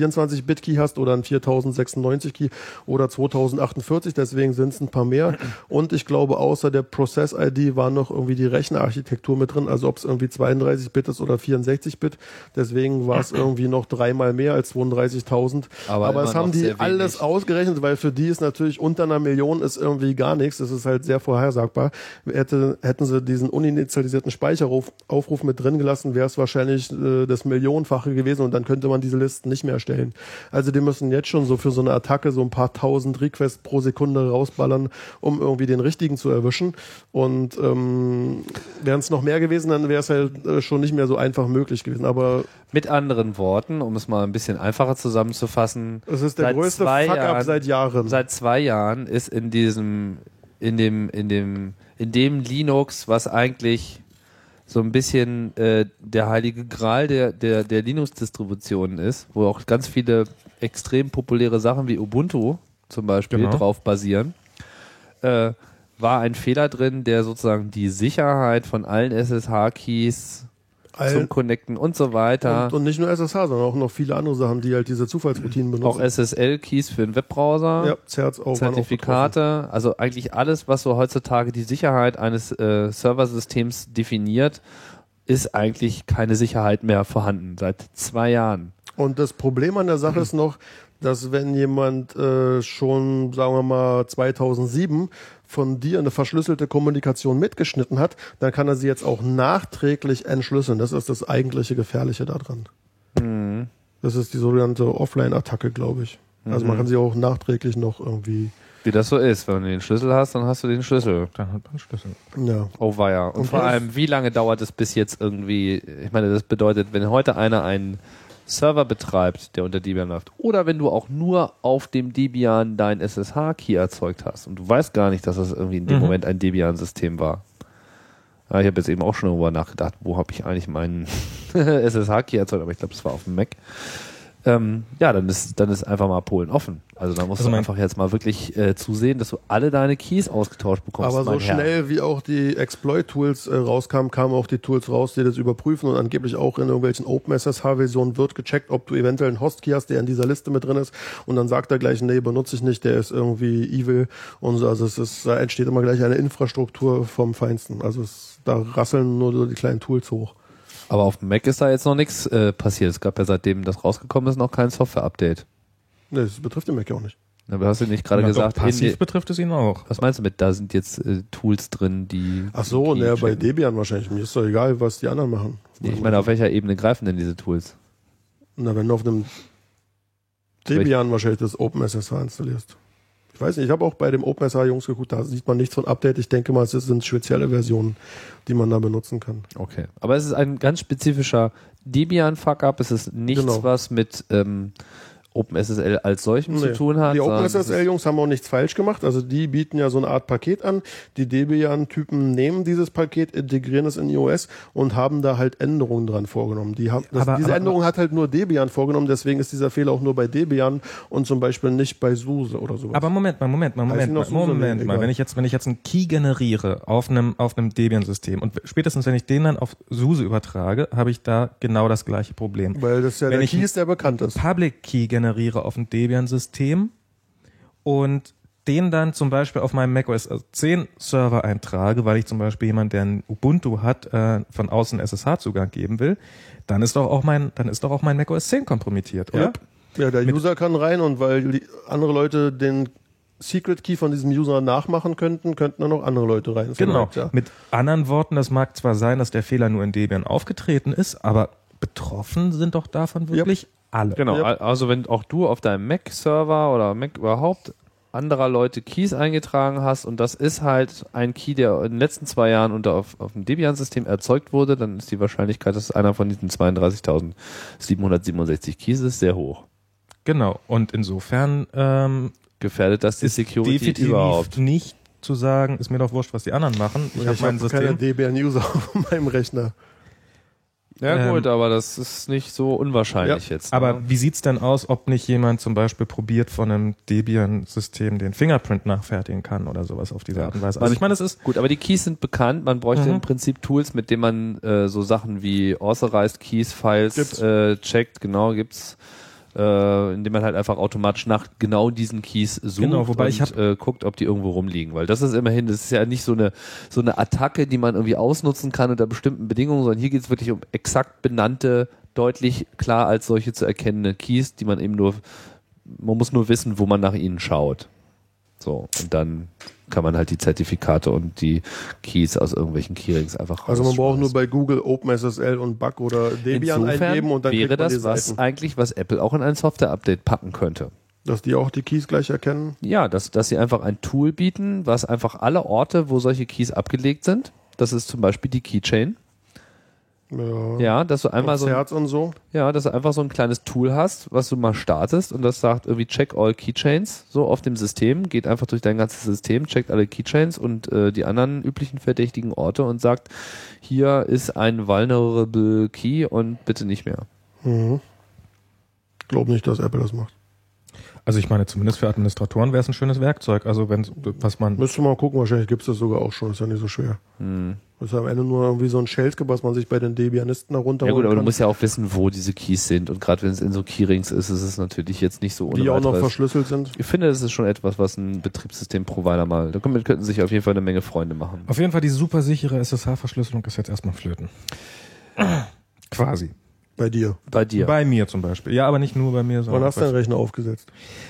[SPEAKER 3] 1024-Bit-Key hast oder einen 4096-Key oder 2048, deswegen sind es ein paar mehr. Und ich glaube, außer der Process-ID war noch irgendwie die Rechnerarchitektur mit drin, also ob es irgendwie 32-Bit ist oder 64-Bit, deswegen war es irgendwie noch dreimal mehr als 32.000.
[SPEAKER 1] Aber
[SPEAKER 3] Aber,
[SPEAKER 1] immer
[SPEAKER 3] es haben
[SPEAKER 1] noch sehr
[SPEAKER 3] die
[SPEAKER 1] wenig.
[SPEAKER 3] alles ausgerechnet, weil für die ist natürlich unter einer Million ist irgendwie gar nichts. Das ist halt sehr vorhersagbar. Hätte, hätten sie diesen uninitialisierten Speicheraufruf Aufruf mit drin gelassen, wäre es wahrscheinlich äh, das Millionenfache gewesen und dann könnte man diese Listen nicht mehr erstellen. Also die müssen jetzt schon so für so eine Attacke so ein paar tausend Requests pro Sekunde rausballern, um irgendwie den richtigen zu erwischen. Und ähm, wären es noch mehr gewesen, dann wäre es halt äh, schon nicht mehr so einfach möglich gewesen. Aber
[SPEAKER 1] Mit anderen Worten, um es mal ein bisschen einfacher zusammenzufassen,
[SPEAKER 3] es ist der
[SPEAKER 1] Seit
[SPEAKER 3] größte
[SPEAKER 1] zwei
[SPEAKER 3] Fuck-up
[SPEAKER 1] Jahren-
[SPEAKER 3] seit Jahren.
[SPEAKER 1] seit zwei Jahren ist in diesem, in dem, in dem, in dem Linux, was eigentlich so ein bisschen äh, der heilige Gral der, der, der Linux-Distributionen ist, wo auch ganz viele extrem populäre Sachen wie Ubuntu zum Beispiel
[SPEAKER 2] Genau.
[SPEAKER 1] drauf basieren, äh, war ein Fehler drin, der sozusagen die Sicherheit von allen SSH-Keys
[SPEAKER 3] Allen-
[SPEAKER 1] zum Connecten und so weiter.
[SPEAKER 3] Und, und nicht nur SSH, sondern auch noch viele andere Sachen, die halt diese Zufallsroutinen
[SPEAKER 1] auch
[SPEAKER 3] benutzen.
[SPEAKER 1] SSL-Keys für den Webbrowser,
[SPEAKER 3] ja, Zerts auch waren auch
[SPEAKER 1] Zertifikate, also eigentlich alles, was so heutzutage die Sicherheit eines äh, Serversystems definiert, ist eigentlich keine Sicherheit mehr vorhanden seit zwei Jahren.
[SPEAKER 3] betroffen. Und das Problem an der Sache ist noch, dass wenn jemand äh, schon, sagen wir mal, 2007 von dir eine verschlüsselte Kommunikation mitgeschnitten hat, dann kann er sie jetzt auch nachträglich entschlüsseln. Das ist das eigentliche Gefährliche daran. Das ist die sogenannte Offline-Attacke, glaube ich. Also man kann sie auch nachträglich noch irgendwie,
[SPEAKER 1] Wie das so ist, wenn du den Schlüssel hast, dann hast du den Schlüssel.
[SPEAKER 2] Dann hat man Schlüssel.
[SPEAKER 3] ja.
[SPEAKER 1] Oh weia. Und,
[SPEAKER 3] Und
[SPEAKER 1] vor
[SPEAKER 3] das-
[SPEAKER 1] allem, wie lange dauert es bis jetzt irgendwie, ich meine, das bedeutet, wenn heute einer einen Server betreibt, der unter Debian läuft, oder wenn du auch nur auf dem Debian dein SSH-Key erzeugt hast und du weißt gar nicht, dass das irgendwie in dem
[SPEAKER 2] Mhm.
[SPEAKER 1] Moment ein Debian-System war. Ja, ich habe jetzt eben auch schon darüber nachgedacht, wo habe ich eigentlich meinen SSH-Key erzeugt, aber ich glaube, es war auf dem Mac. Ähm, ja, dann ist, dann ist einfach mal Polen offen. Also da musst
[SPEAKER 2] Also
[SPEAKER 1] du
[SPEAKER 2] mein-
[SPEAKER 1] einfach jetzt mal wirklich äh, zusehen, dass du alle deine Keys ausgetauscht bekommst.
[SPEAKER 3] Aber so
[SPEAKER 1] mein Herr.
[SPEAKER 3] schnell wie auch die Exploit-Tools äh, rauskamen, kamen auch die Tools raus, die das überprüfen und angeblich auch in irgendwelchen OpenSSH-Versionen wird gecheckt, ob du eventuell einen Host-Key hast, der in dieser Liste mit drin ist und dann sagt er gleich, nee, benutze ich nicht, der ist irgendwie evil und so. Also es ist, da entsteht immer gleich eine Infrastruktur vom Feinsten. Also es, da rasseln nur so die kleinen Tools hoch.
[SPEAKER 1] Aber auf dem Mac ist da jetzt noch nichts äh, passiert. Es gab ja seitdem das rausgekommen ist noch kein Software-Update.
[SPEAKER 3] Nee, das betrifft den Mac ja auch nicht.
[SPEAKER 1] Aber hast du nicht gerade
[SPEAKER 2] Na,
[SPEAKER 1] gesagt,
[SPEAKER 2] doch,
[SPEAKER 1] in
[SPEAKER 2] passiv
[SPEAKER 1] die-
[SPEAKER 2] betrifft es ihn auch.
[SPEAKER 1] was meinst du mit, da sind jetzt äh, Tools drin, die.
[SPEAKER 3] Ach so,
[SPEAKER 1] die
[SPEAKER 3] ne, bei
[SPEAKER 1] checken?
[SPEAKER 3] Debian wahrscheinlich. Mir ist doch egal, was die anderen machen.
[SPEAKER 1] Nee, ich meine, auf welcher Ebene greifen denn diese Tools?
[SPEAKER 3] Na, wenn du auf einem Debian wahrscheinlich das OpenSSH installierst. Ich weiß nicht, ich habe auch bei dem OpenSSH-Jungs geguckt, da sieht man nichts von Update. Ich denke mal, es sind spezielle Versionen, die man da benutzen kann.
[SPEAKER 1] Okay. Aber es ist ein ganz spezifischer Debian-Fuck-Up. Es ist nichts,
[SPEAKER 3] Genau.
[SPEAKER 1] was mit ähm, OpenSSL als solchem zu
[SPEAKER 3] Nee.
[SPEAKER 1] tun hat.
[SPEAKER 3] Die
[SPEAKER 1] sondern es ist-
[SPEAKER 3] OpenSSL-Jungs haben auch nichts falsch gemacht. Also die bieten ja so eine Art Paket an. Die Debian-Typen nehmen dieses Paket, integrieren es in iOS und haben da halt Änderungen dran vorgenommen. Die haben, das,
[SPEAKER 2] Aber-
[SPEAKER 3] diese
[SPEAKER 2] aber-
[SPEAKER 3] Änderung hat halt nur Debian vorgenommen, deswegen ist dieser Fehler auch nur bei Debian und zum Beispiel nicht bei SUSE oder sowas.
[SPEAKER 2] Aber Moment mal, Moment mal,
[SPEAKER 3] Heißt
[SPEAKER 2] Moment
[SPEAKER 3] die
[SPEAKER 2] mal,
[SPEAKER 3] noch Susan?
[SPEAKER 2] Moment mal.
[SPEAKER 3] Egal.
[SPEAKER 2] Wenn ich jetzt, wenn ich jetzt einen Key generiere auf einem, auf einem Debian-System und spätestens wenn ich den dann auf SUSE übertrage, habe ich da genau das gleiche Problem.
[SPEAKER 3] Weil das ja
[SPEAKER 2] Wenn
[SPEAKER 3] der
[SPEAKER 2] ich-
[SPEAKER 3] Key ist, der bekannt ist.
[SPEAKER 2] Public Key generiere auf dem Debian-System und den dann zum Beispiel auf meinem macOS 10 Server eintrage, weil ich zum Beispiel jemand, der ein Ubuntu hat, äh, von außen SSH-Zugang geben will, dann ist doch auch mein, dann ist doch auch mein macOS 10 kompromittiert, oder?
[SPEAKER 3] Ja, ja der User kann rein und weil die andere Leute den Secret Key von diesem User nachmachen könnten, könnten dann auch andere Leute rein. Das
[SPEAKER 2] Genau.
[SPEAKER 3] ist korrekt, Ja.
[SPEAKER 2] Mit anderen Worten, das mag zwar sein, dass der Fehler nur in Debian aufgetreten ist, aber betroffen sind doch davon wirklich alle.
[SPEAKER 1] Genau,
[SPEAKER 3] Ja.
[SPEAKER 1] al- also wenn auch du auf deinem Mac-Server oder Mac überhaupt anderer Leute Keys eingetragen hast und das ist halt ein Key, der in den letzten zwei Jahren unter auf, auf dem Debian-System erzeugt wurde, dann ist die Wahrscheinlichkeit, dass es einer von diesen 32.767 Keys ist, sehr hoch.
[SPEAKER 2] Genau. Und insofern ähm,
[SPEAKER 1] Gefährdet das die Security
[SPEAKER 2] definitiv
[SPEAKER 1] überhaupt?
[SPEAKER 2] nicht zu sagen, ist mir doch wurscht, was die anderen machen. Ich habe mein
[SPEAKER 3] keine
[SPEAKER 2] System.
[SPEAKER 3] Debian-User auf meinem Rechner.
[SPEAKER 1] Ja
[SPEAKER 2] Ähm,
[SPEAKER 1] gut, aber das ist nicht so unwahrscheinlich jetzt.
[SPEAKER 2] Aber
[SPEAKER 1] ne?
[SPEAKER 2] wie sieht's denn aus, ob nicht jemand zum Beispiel probiert, von einem Debian-System den Fingerprint nachfertigen kann oder sowas auf diese Art und Weise? Also ich meine, es ist
[SPEAKER 1] Gut, aber die Keys sind bekannt. Man bräuchte
[SPEAKER 2] Mhm.
[SPEAKER 1] im Prinzip Tools, mit denen man äh, so Sachen wie Authorized Keys, Files
[SPEAKER 3] Gibt's.
[SPEAKER 1] äh, checkt. Genau, gibt's. Äh, indem man halt einfach automatisch nach genau diesen Keys sucht
[SPEAKER 2] Genau, wobei
[SPEAKER 1] und
[SPEAKER 2] ich hab-
[SPEAKER 1] äh, guckt, ob die irgendwo rumliegen. Weil das ist immerhin, das ist ja nicht so eine, so eine Attacke, die man irgendwie ausnutzen kann unter bestimmten Bedingungen, sondern hier geht's wirklich um exakt benannte, deutlich klar als solche zu erkennende Keys, die man eben nur, man muss nur wissen, wo man nach ihnen schaut. So, und dann kann man halt die Zertifikate und die Keys aus irgendwelchen Keyrings einfach
[SPEAKER 3] Also man braucht nur
[SPEAKER 1] rausschmeißen.
[SPEAKER 3] bei Google OpenSSL und Bug oder Debian
[SPEAKER 1] Insofern
[SPEAKER 3] eingeben und dann
[SPEAKER 1] wäre
[SPEAKER 3] kriegt man
[SPEAKER 1] das
[SPEAKER 3] die
[SPEAKER 1] was
[SPEAKER 3] Seiten.
[SPEAKER 1] eigentlich, was Apple auch in ein Software-Update packen könnte.
[SPEAKER 3] Dass die auch die Keys gleich erkennen.
[SPEAKER 1] Ja, dass, dass sie einfach ein Tool bieten, was einfach alle Orte, wo solche Keys abgelegt sind, das ist zum Beispiel die Keychain.
[SPEAKER 3] Ja.
[SPEAKER 1] Ja, dass du einmal
[SPEAKER 3] Und
[SPEAKER 1] so,
[SPEAKER 3] Herz und so.
[SPEAKER 1] ja, dass du einfach so ein kleines Tool hast, was du mal startest und das sagt irgendwie check all Keychains so auf dem System, geht einfach durch dein ganzes System, checkt alle Keychains und äh, die anderen üblichen verdächtigen Orte und sagt, hier ist ein vulnerable Key und bitte nicht mehr.
[SPEAKER 3] Mhm. Glaub nicht, dass Apple das macht.
[SPEAKER 2] Also ich meine, zumindest für Administratoren wäre es ein schönes Werkzeug. Also wenn was man
[SPEAKER 3] Müsste mal gucken, wahrscheinlich gibt's das sogar auch schon, ist ja nicht so schwer.
[SPEAKER 1] Hm.
[SPEAKER 3] Ist ja am Ende nur irgendwie so ein Shellskip, was man sich bei den Debianisten herunterholen
[SPEAKER 1] Ja gut, aber du
[SPEAKER 3] kann,
[SPEAKER 1] musst ja auch wissen, wo diese Keys sind und gerade wenn es in so Keyrings ist, ist es natürlich jetzt nicht so ohne
[SPEAKER 3] die auch noch
[SPEAKER 1] weiteres-
[SPEAKER 3] verschlüsselt sind.
[SPEAKER 1] Ich finde, das ist schon etwas, was ein Betriebssystem-Provider mal, damit könnten sich auf jeden Fall eine Menge Freunde machen.
[SPEAKER 2] auf jeden Fall die super sichere SSH-Verschlüsselung ist jetzt erstmal flöten. Quasi.
[SPEAKER 3] Bei dir.
[SPEAKER 1] Bei dir.
[SPEAKER 2] Bei mir zum Beispiel. Ja, aber nicht nur bei mir,
[SPEAKER 3] Wann
[SPEAKER 2] sondern
[SPEAKER 3] hast du deinen
[SPEAKER 2] bei
[SPEAKER 3] Rechner aufgesetzt?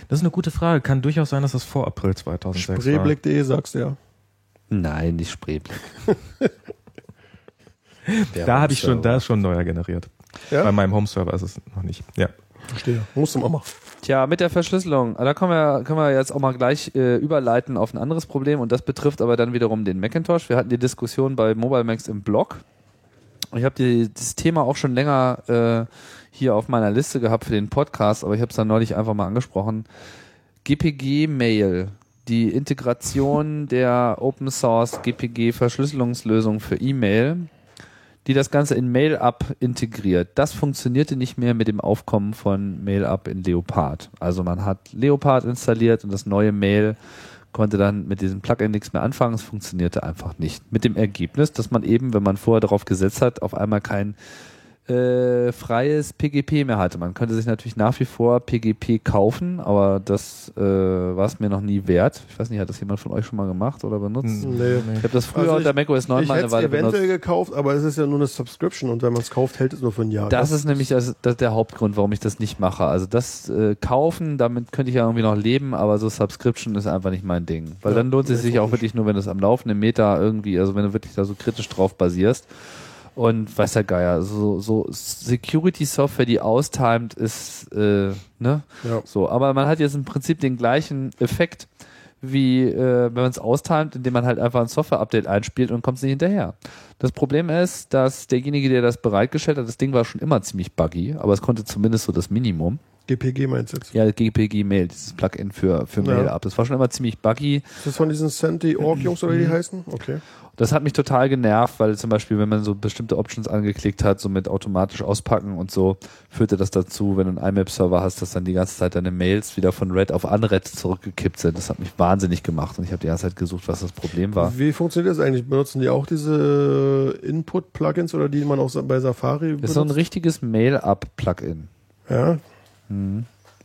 [SPEAKER 2] Das ist eine gute Frage. Kann durchaus sein, dass das vor April 2006 war.
[SPEAKER 3] Spreeblick.de sagst du ja.
[SPEAKER 1] Nein, nicht Spreeblick.
[SPEAKER 2] Da habe ich schon, da ist schon neuer generiert.
[SPEAKER 3] Ja?
[SPEAKER 2] Bei meinem Home-Server ist es noch nicht. Ja.
[SPEAKER 3] Verstehe. Musst du mal machen.
[SPEAKER 1] Tja, mit der Verschlüsselung. Ah, Da können wir, können wir jetzt auch mal gleich äh, überleiten auf ein anderes Problem und das betrifft aber dann wiederum den Macintosh. Wir hatten die Diskussion bei Mobile Max im Blog. Ich habe die- dieses Thema auch schon länger äh, hier auf meiner Liste gehabt für den Podcast, aber ich habe es dann neulich einfach mal angesprochen. GPG-Mail, die Integration der Open Source GPG-Verschlüsselungslösung für E-Mail, die das Ganze in MailUp integriert. Das funktionierte nicht mehr mit dem Aufkommen von MailUp in Leopard. Also man hat Leopard installiert und das neue Mail konnte dann mit diesem Plugin nichts mehr anfangen. Es funktionierte einfach nicht. Mit dem Ergebnis, dass man eben, wenn man vorher darauf gesetzt hat, auf einmal kein äh, freies PGP mehr hatte. Man könnte sich natürlich nach wie vor PGP kaufen, aber das äh, war es mir noch nie wert. Ich weiß nicht, hat das jemand von euch schon mal gemacht oder benutzt?
[SPEAKER 3] Nee.
[SPEAKER 1] Ich habe das früher
[SPEAKER 3] Hm. Also ich-
[SPEAKER 1] unter macOS 9
[SPEAKER 3] ich
[SPEAKER 1] mal
[SPEAKER 3] hätte
[SPEAKER 1] eine
[SPEAKER 3] es
[SPEAKER 1] Weile
[SPEAKER 3] eventuell
[SPEAKER 1] benutzt.
[SPEAKER 3] gekauft, aber es ist ja nur eine Subscription und wenn man es kauft, hält es nur für ein Jahr. ne?
[SPEAKER 1] Das ist nämlich das, das der Hauptgrund, warum ich das nicht mache. Also das äh, Kaufen, damit könnte ich ja irgendwie noch leben, aber so Subscription ist einfach nicht mein Ding. Weil
[SPEAKER 3] Ja,
[SPEAKER 1] dann lohnt
[SPEAKER 3] nee,
[SPEAKER 1] es sich
[SPEAKER 3] ist auch
[SPEAKER 1] auch wirklich nur, wenn du es am laufenden Meter irgendwie, also wenn du wirklich da so kritisch drauf basierst. Und weiß der Geier, so, so Security-Software, die austimed, ist, äh, ne?
[SPEAKER 3] ja.
[SPEAKER 1] So, aber man hat jetzt im Prinzip den gleichen Effekt, wie äh, wenn man es austimet, indem man halt einfach ein Software-Update einspielt und kommt nicht hinterher. Das Problem ist, dass derjenige, der das bereitgestellt hat, das Ding war schon immer ziemlich buggy, aber es konnte zumindest so das Minimum.
[SPEAKER 3] GPG meinst du jetzt?
[SPEAKER 1] Ja, GPG-Mail, dieses Plugin für, für
[SPEAKER 3] Ja.
[SPEAKER 1] Mail ab. Das war schon immer ziemlich buggy.
[SPEAKER 3] Ist das von diesen Santi-Org-Jungs oder wie die
[SPEAKER 1] Mhm.
[SPEAKER 3] heißen? Okay.
[SPEAKER 1] Das hat mich total genervt, weil zum Beispiel, wenn man so bestimmte Options angeklickt hat, so mit automatisch auspacken und so, führte das dazu, wenn du einen IMAP-Server hast, dass dann die ganze Zeit deine Mails wieder von Red auf Unred zurückgekippt sind. Das hat mich wahnsinnig gemacht und ich habe die ganze Zeit gesucht, was das Problem war.
[SPEAKER 3] Wie funktioniert das eigentlich? Benutzen die auch diese Input-Plugins oder die man auch sa- bei Safari
[SPEAKER 1] Das ist so ein
[SPEAKER 3] benutzt?
[SPEAKER 1] richtiges Mail-Up-Plugin,
[SPEAKER 3] Ja,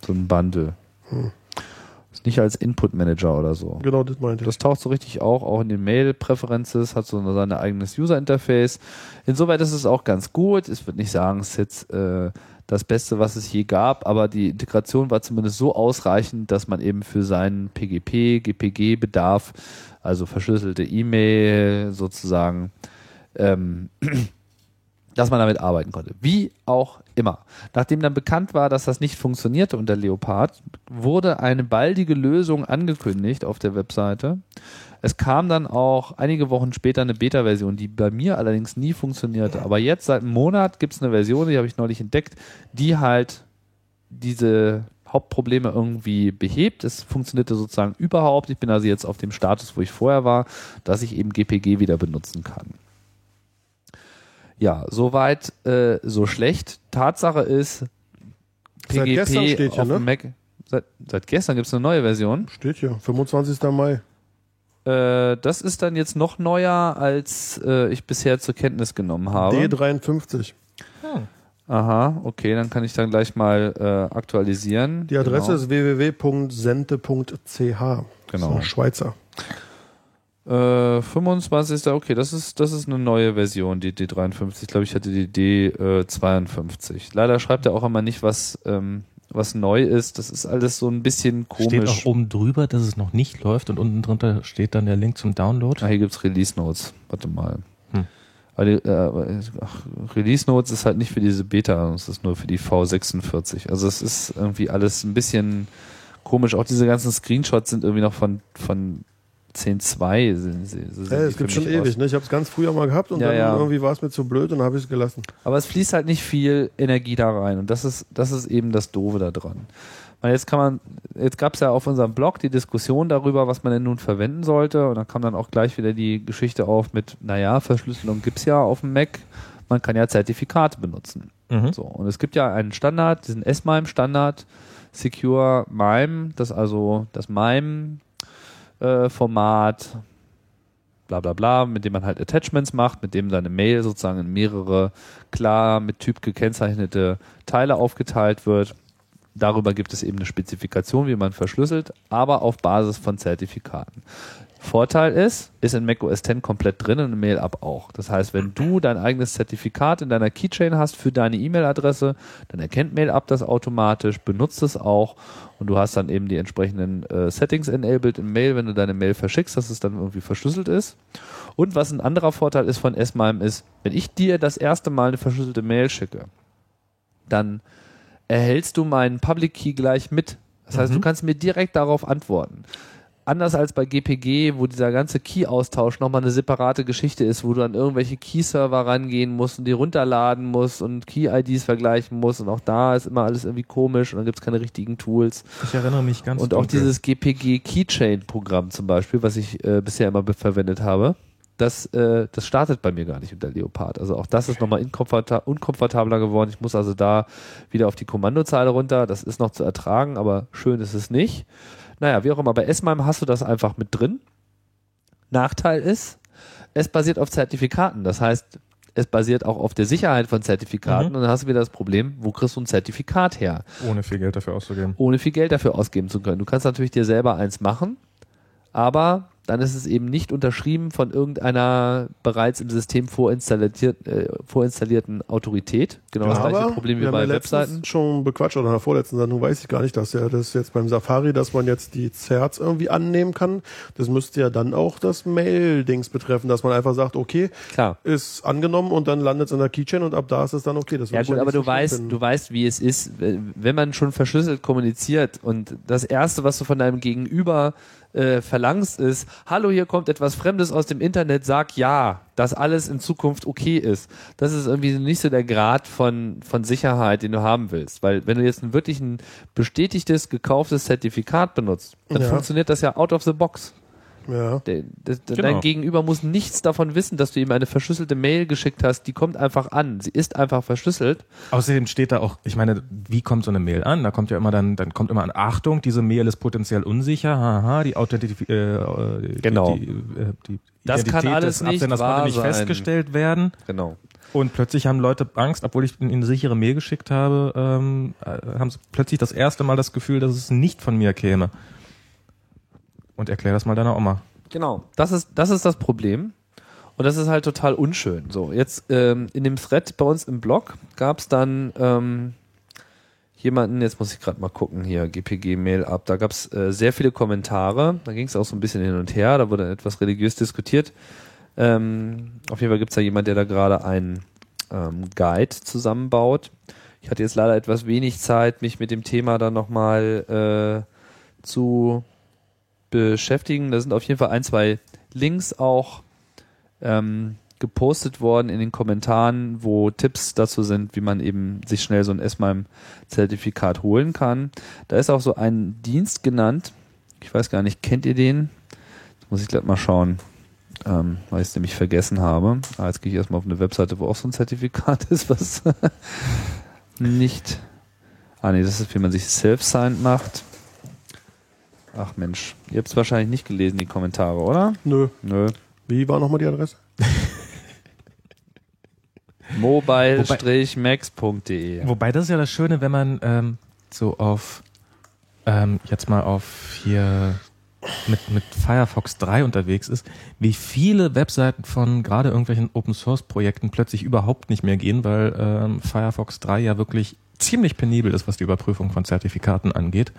[SPEAKER 1] so ein Bundle.
[SPEAKER 3] Hm.
[SPEAKER 1] Ist nicht als Input-Manager oder so.
[SPEAKER 3] genau, das meinte ich.
[SPEAKER 1] Das taucht so richtig auch, auch in den Mail-Preferences, hat so sein eigenes User-Interface. Insoweit ist es auch ganz gut. Ich würde nicht sagen, es ist jetzt äh, das Beste, was es je gab, aber die Integration war zumindest so ausreichend, dass man eben für seinen PGP, GPG-Bedarf, also verschlüsselte E-Mail sozusagen, ähm, dass man damit arbeiten konnte. Wie auch Immer. Nachdem dann bekannt war, dass das nicht funktionierte unter Leopard, wurde eine baldige Lösung angekündigt auf der Webseite. Es kam dann auch einige Wochen später eine Beta-Version, die bei mir allerdings nie funktionierte. Aber jetzt seit einem Monat gibt es eine Version, die habe ich neulich entdeckt, die halt diese Hauptprobleme irgendwie behebt. Es funktionierte sozusagen überhaupt. Ich bin also jetzt auf dem Status, wo ich vorher war, dass ich eben GPG wieder benutzen kann. Ja, soweit, äh, so schlecht. Tatsache ist,
[SPEAKER 3] Seit gestern steht hier,
[SPEAKER 1] auf dem
[SPEAKER 3] ne?
[SPEAKER 1] Mac. Seit, seit gestern gibt es eine neue Version.
[SPEAKER 3] Steht hier, 25. Mai.
[SPEAKER 1] Äh, das ist dann jetzt noch neuer, als äh, ich bisher zur Kenntnis genommen habe.
[SPEAKER 3] D53.
[SPEAKER 2] Ah.
[SPEAKER 1] Aha, okay, dann kann ich dann gleich mal äh, aktualisieren.
[SPEAKER 3] Die Adresse
[SPEAKER 1] Genau.
[SPEAKER 3] ist www.sente.ch.
[SPEAKER 1] Genau.
[SPEAKER 3] So, Schweizer.
[SPEAKER 1] Äh, 25. Okay, das ist, das ist eine neue Version, die D53. Ich glaube, ich hatte die D52. Leider schreibt er auch immer nicht, was, ähm, was neu ist. Das ist alles so ein bisschen
[SPEAKER 2] Steht
[SPEAKER 1] komisch.
[SPEAKER 2] auch oben drüber, dass es noch nicht läuft und unten drunter steht dann der Link zum Download.
[SPEAKER 1] Ah, hier gibt's Release Notes. Warte mal.
[SPEAKER 2] Hm.
[SPEAKER 1] Aber die, äh, aber, ach, Release Notes ist halt nicht für diese Beta, es ist nur für die V46. Also es ist irgendwie alles ein bisschen komisch. Auch diese ganzen Screenshots sind irgendwie noch von, von 10.2. Sind, sie- so sehen
[SPEAKER 3] Ey,
[SPEAKER 1] die
[SPEAKER 3] es gibt
[SPEAKER 1] für
[SPEAKER 3] schon
[SPEAKER 1] mich aus.
[SPEAKER 3] ewig, ne? Ich habe es ganz früher mal gehabt und
[SPEAKER 1] Ja,
[SPEAKER 3] dann
[SPEAKER 1] ja.
[SPEAKER 3] irgendwie war es mir zu blöd und habe ich es gelassen.
[SPEAKER 1] Aber es fließt halt nicht viel Energie da rein. Und das ist, das ist eben das Doofe da dran. Weil jetzt kann man, jetzt gab es ja auf unserem Blog die Diskussion darüber, was man denn nun verwenden sollte. Und da kam dann auch gleich wieder die Geschichte auf mit, naja, Verschlüsselung gibt's ja auf dem Mac. Man kann ja Zertifikate benutzen.
[SPEAKER 2] Mhm.
[SPEAKER 1] So. Und es gibt ja einen Standard, diesen S-MIME-Standard, Secure MIME, das also das MIME-Format, bla bla bla, mit dem man halt Attachments macht, mit dem seine Mail sozusagen in mehrere klar mit Typ gekennzeichnete Teile aufgeteilt wird. Darüber gibt es eben eine Spezifikation, wie man verschlüsselt, aber auf Basis von Zertifikaten. Vorteil ist, ist in macOS 10 komplett drin und in MailUp auch. Das heißt, wenn du dein eigenes Zertifikat in deiner Keychain hast für deine E-Mail-Adresse, dann erkennt MailUp das automatisch, benutzt es auch und du hast dann eben die entsprechenden äh, Settings enabled im Mail, wenn du deine Mail verschickst, dass es dann irgendwie verschlüsselt ist. Und was ein anderer Vorteil ist von S-MIME ist, wenn ich dir das erste Mal eine verschlüsselte Mail schicke, dann erhältst du meinen Public Key gleich mit. Das heißt, du kannst mir direkt darauf antworten. Anders als bei GPG, wo dieser ganze Key-Austausch nochmal eine separate Geschichte ist, wo du an irgendwelche Key-Server rangehen musst und die runterladen musst und Key-IDs vergleichen musst und auch da ist immer alles irgendwie komisch und dann gibt's keine richtigen Tools.
[SPEAKER 2] Ich erinnere mich ganz
[SPEAKER 1] Und auch
[SPEAKER 2] dunkel.
[SPEAKER 1] dieses GPG Keychain-Programm zum Beispiel, was ich äh, bisher immer be- verwendet habe, das, äh, das startet bei mir gar nicht unter Leopard. Also auch das ist nochmal inkomforta- unkomfortabler geworden. Ich muss also da wieder auf die Kommandozeile runter. Das ist noch zu ertragen, aber schön ist es nicht. Naja, wie auch immer, bei S-MIME hast du das einfach mit drin. Nachteil ist, es basiert auf Zertifikaten. Das heißt, es basiert auch auf der Sicherheit von Zertifikaten.
[SPEAKER 2] Mhm.
[SPEAKER 1] Und dann hast du wieder das Problem, wo kriegst du ein Zertifikat her?
[SPEAKER 4] Ohne viel Geld dafür auszugeben.
[SPEAKER 1] ohne viel Geld dafür ausgeben zu können. Du kannst natürlich dir selber eins machen, aber dann ist es eben nicht unterschrieben von irgendeiner bereits im System vorinstallierten, äh, vorinstallierten Autorität. Genau das gleiche Problem wie
[SPEAKER 3] wir haben ja
[SPEAKER 1] bei
[SPEAKER 3] letztens
[SPEAKER 1] Webseiten.
[SPEAKER 3] schon bequatscht oder in der vorletzten Sendung weiß ich gar nicht, dass ja das jetzt beim Safari, dass man jetzt die Zerts irgendwie annehmen kann. Das müsste ja dann auch das Mail-Dings betreffen, dass man einfach sagt, okay,
[SPEAKER 1] Klar.
[SPEAKER 3] ist angenommen und dann landet es in der Keychain und ab da ist es dann okay. Das
[SPEAKER 1] Ja
[SPEAKER 3] würde ich
[SPEAKER 1] gut, aber
[SPEAKER 3] nicht so
[SPEAKER 1] du
[SPEAKER 3] schlimm
[SPEAKER 1] weißt,
[SPEAKER 3] finden.
[SPEAKER 1] du weißt, wie es ist, wenn man schon verschlüsselt kommuniziert und das erste, was du von deinem Gegenüber äh, verlangst, ist: Hallo, hier kommt etwas Fremdes aus dem Internet. Sag ja, dass alles in Zukunft okay ist. Das ist irgendwie nicht so der Grad von von Sicherheit, den du haben willst, weil wenn du jetzt ein wirklich ein bestätigtes gekauftes Zertifikat benutzt, dann
[SPEAKER 3] Ja.
[SPEAKER 1] funktioniert das ja out of the box.
[SPEAKER 3] ja.
[SPEAKER 1] Der, der, der-
[SPEAKER 4] Genau.
[SPEAKER 1] Dein Gegenüber muss nichts davon wissen, dass du ihm eine verschlüsselte Mail geschickt hast. Die kommt einfach an. Sie ist einfach verschlüsselt.
[SPEAKER 2] Außerdem steht da auch, ich meine, wie kommt so eine Mail an? Da kommt ja immer dann, dann kommt immer an, Achtung, diese Mail ist potenziell unsicher, haha, die Authentif äh, äh, die-
[SPEAKER 1] Genau.
[SPEAKER 2] die, äh, die
[SPEAKER 1] Das
[SPEAKER 2] Identität
[SPEAKER 1] kann alles
[SPEAKER 2] des
[SPEAKER 1] nicht
[SPEAKER 2] Absenders
[SPEAKER 1] wahr
[SPEAKER 2] konnte nicht
[SPEAKER 1] sein.
[SPEAKER 2] festgestellt werden.
[SPEAKER 1] Genau.
[SPEAKER 2] Und plötzlich haben Leute Angst, obwohl ich ihnen eine sichere Mail geschickt habe, ähm, äh, haben sie plötzlich das erste Mal das Gefühl, dass es nicht von mir käme. Und erklär das mal deiner Oma.
[SPEAKER 1] Genau. Das ist, das ist das Problem. Und das ist halt total unschön. So, jetzt ähm, in dem Thread bei uns im Blog gab es dann ähm, jemanden, jetzt muss ich gerade mal gucken hier, GPG-Mail ab, da gab es äh, sehr viele Kommentare, da ging es auch so ein bisschen hin und her, da wurde etwas religiös diskutiert. Ähm, auf jeden Fall gibt es da jemand, der da gerade einen ähm, Guide zusammenbaut. Ich hatte jetzt leider etwas wenig Zeit, mich mit dem Thema dann nochmal äh, zu beschäftigen. Da sind auf jeden Fall ein, zwei Links auch ähm, gepostet worden in den Kommentaren, wo Tipps dazu sind, wie man eben sich schnell so ein S-MIME-Zertifikat holen kann. Da ist auch so ein Dienst genannt. Ich weiß gar nicht, kennt ihr den? Jetzt muss ich gleich mal schauen, ähm, weil ich es nämlich vergessen habe. Ah, jetzt gehe ich erstmal auf eine Webseite, wo auch so ein Zertifikat ist, was nicht. Ah nee, das ist, wie man sich self-signed macht. Ach Mensch, ihr habt es wahrscheinlich nicht gelesen, die Kommentare, oder?
[SPEAKER 3] Nö.
[SPEAKER 1] Nö.
[SPEAKER 3] Wie war nochmal die Adresse?
[SPEAKER 1] mobile-max.de.
[SPEAKER 2] Wobei das ist ja das Schöne, wenn man ähm, so auf ähm, jetzt mal auf hier mit, mit Firefox 3 unterwegs ist, wie viele Webseiten von gerade irgendwelchen Open Source Projekten plötzlich überhaupt nicht mehr gehen, weil ähm, Firefox 3 ja wirklich ziemlich penibel ist, was die Überprüfung von Zertifikaten angeht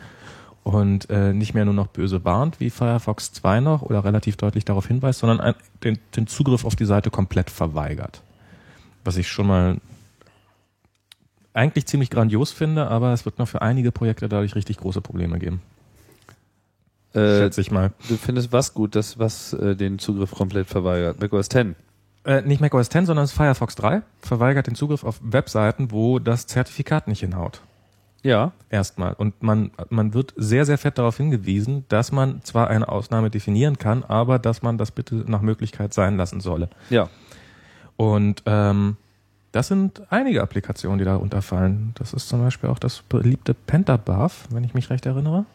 [SPEAKER 2] und äh, nicht mehr nur noch böse warnt, wie Firefox 2 noch oder relativ deutlich darauf hinweist, sondern ein, den, den Zugriff auf die Seite komplett verweigert. Was ich schon mal eigentlich ziemlich grandios finde, aber es wird noch für einige Projekte dadurch richtig große Probleme geben.
[SPEAKER 1] Äh,
[SPEAKER 2] schätze ich mal.
[SPEAKER 1] du findest was gut, das was äh, den Zugriff komplett verweigert. macOS 10.
[SPEAKER 2] Äh, nicht macOS 10, sondern es ist Firefox 3 verweigert den Zugriff auf Webseiten, wo das Zertifikat nicht hinhaut.
[SPEAKER 1] Ja.
[SPEAKER 2] Erstmal. Und man, man wird sehr, sehr fett darauf hingewiesen, dass man zwar eine Ausnahme definieren kann, aber dass man das bitte nach Möglichkeit sein lassen solle.
[SPEAKER 1] Ja.
[SPEAKER 2] Und ähm, das sind einige Applikationen, die da unterfallen. Das ist zum Beispiel auch das beliebte Pentabuff, wenn ich mich recht erinnere.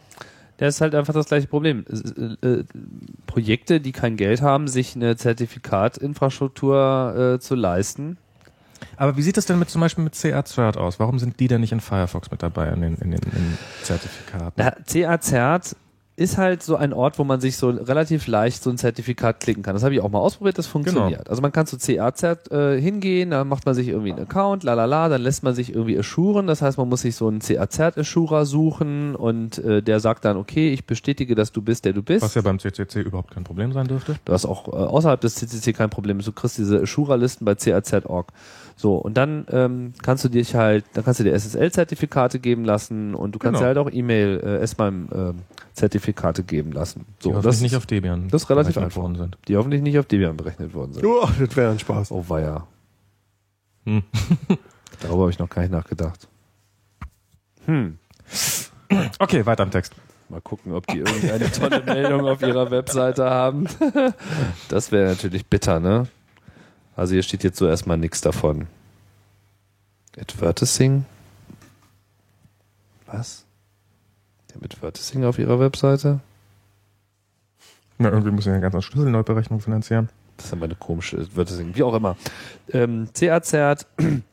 [SPEAKER 1] Das ist halt einfach das gleiche Problem. Es- äh, äh, Projekte, die kein Geld haben, sich eine Zertifikatinfrastruktur äh, zu leisten.
[SPEAKER 2] Aber wie sieht das denn mit zum Beispiel mit CA Cert aus? Warum sind die denn nicht in Firefox mit dabei in den, in den, in den Zertifikaten?
[SPEAKER 1] Na, CA Zert ist halt so ein Ort, wo man sich so relativ leicht so ein Zertifikat klicken kann. Das habe ich auch mal ausprobiert, das funktioniert. Also man kann zu CA Zert äh, hingehen, dann macht man sich irgendwie einen Account, lalala, dann lässt man sich irgendwie assuren. Das heißt, man muss sich so einen CA Zert Assurer suchen und äh, der sagt dann, okay, ich bestätige, dass du bist, der du bist.
[SPEAKER 2] Was ja beim CCC überhaupt kein Problem sein dürfte.
[SPEAKER 1] Du hast auch äh, außerhalb des CCC kein Problem. Du kriegst diese Schura-Listen bei CAZ.org. So, und dann ähm, kannst du dich halt, dann kannst du dir SSL-Zertifikate geben lassen und du kannst
[SPEAKER 2] Genau.
[SPEAKER 1] dir halt auch E-Mail, äh, S-MIME-Zertifikate geben lassen. So,
[SPEAKER 2] die
[SPEAKER 1] das
[SPEAKER 2] hoffentlich nicht auf Debian.
[SPEAKER 1] das ist relativ
[SPEAKER 2] berechnet worden sind.
[SPEAKER 1] die hoffentlich nicht auf Debian berechnet worden sind.
[SPEAKER 3] Oh, das wäre ein Spaß.
[SPEAKER 1] Oh weia.
[SPEAKER 2] Hm.
[SPEAKER 1] Darüber habe ich noch gar nicht nachgedacht. Hm.
[SPEAKER 2] Okay, weiter im Text.
[SPEAKER 1] Mal gucken, ob die irgendeine tolle Meldung auf ihrer Webseite haben. Das wäre natürlich bitter, ne? Also hier steht jetzt so erstmal nichts davon. Advertising? Was? Die haben Advertising auf ihrer Webseite?
[SPEAKER 2] Na, irgendwie müssen wir ja ganz Schlüsselneuberechnung finanzieren.
[SPEAKER 1] Das ist aber eine komische Advertising, wie auch immer. Ähm, CA-Zert,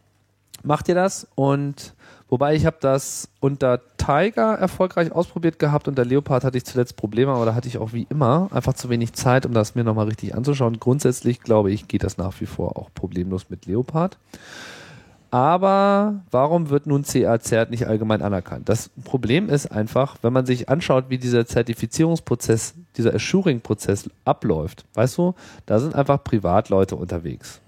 [SPEAKER 1] macht ihr das? Und wobei ich habe das unter Tiger erfolgreich ausprobiert gehabt, unter Leopard hatte ich zuletzt Probleme, aber da hatte ich auch wie immer einfach zu wenig Zeit, um das mir nochmal richtig anzuschauen. Grundsätzlich glaube ich, geht das nach wie vor auch problemlos mit Leopard. Aber warum wird nun CA-Zert nicht allgemein anerkannt? Das Problem ist einfach, wenn man sich anschaut, wie dieser Zertifizierungsprozess, dieser Assuring-Prozess abläuft. Weißt du, da sind einfach Privatleute unterwegs.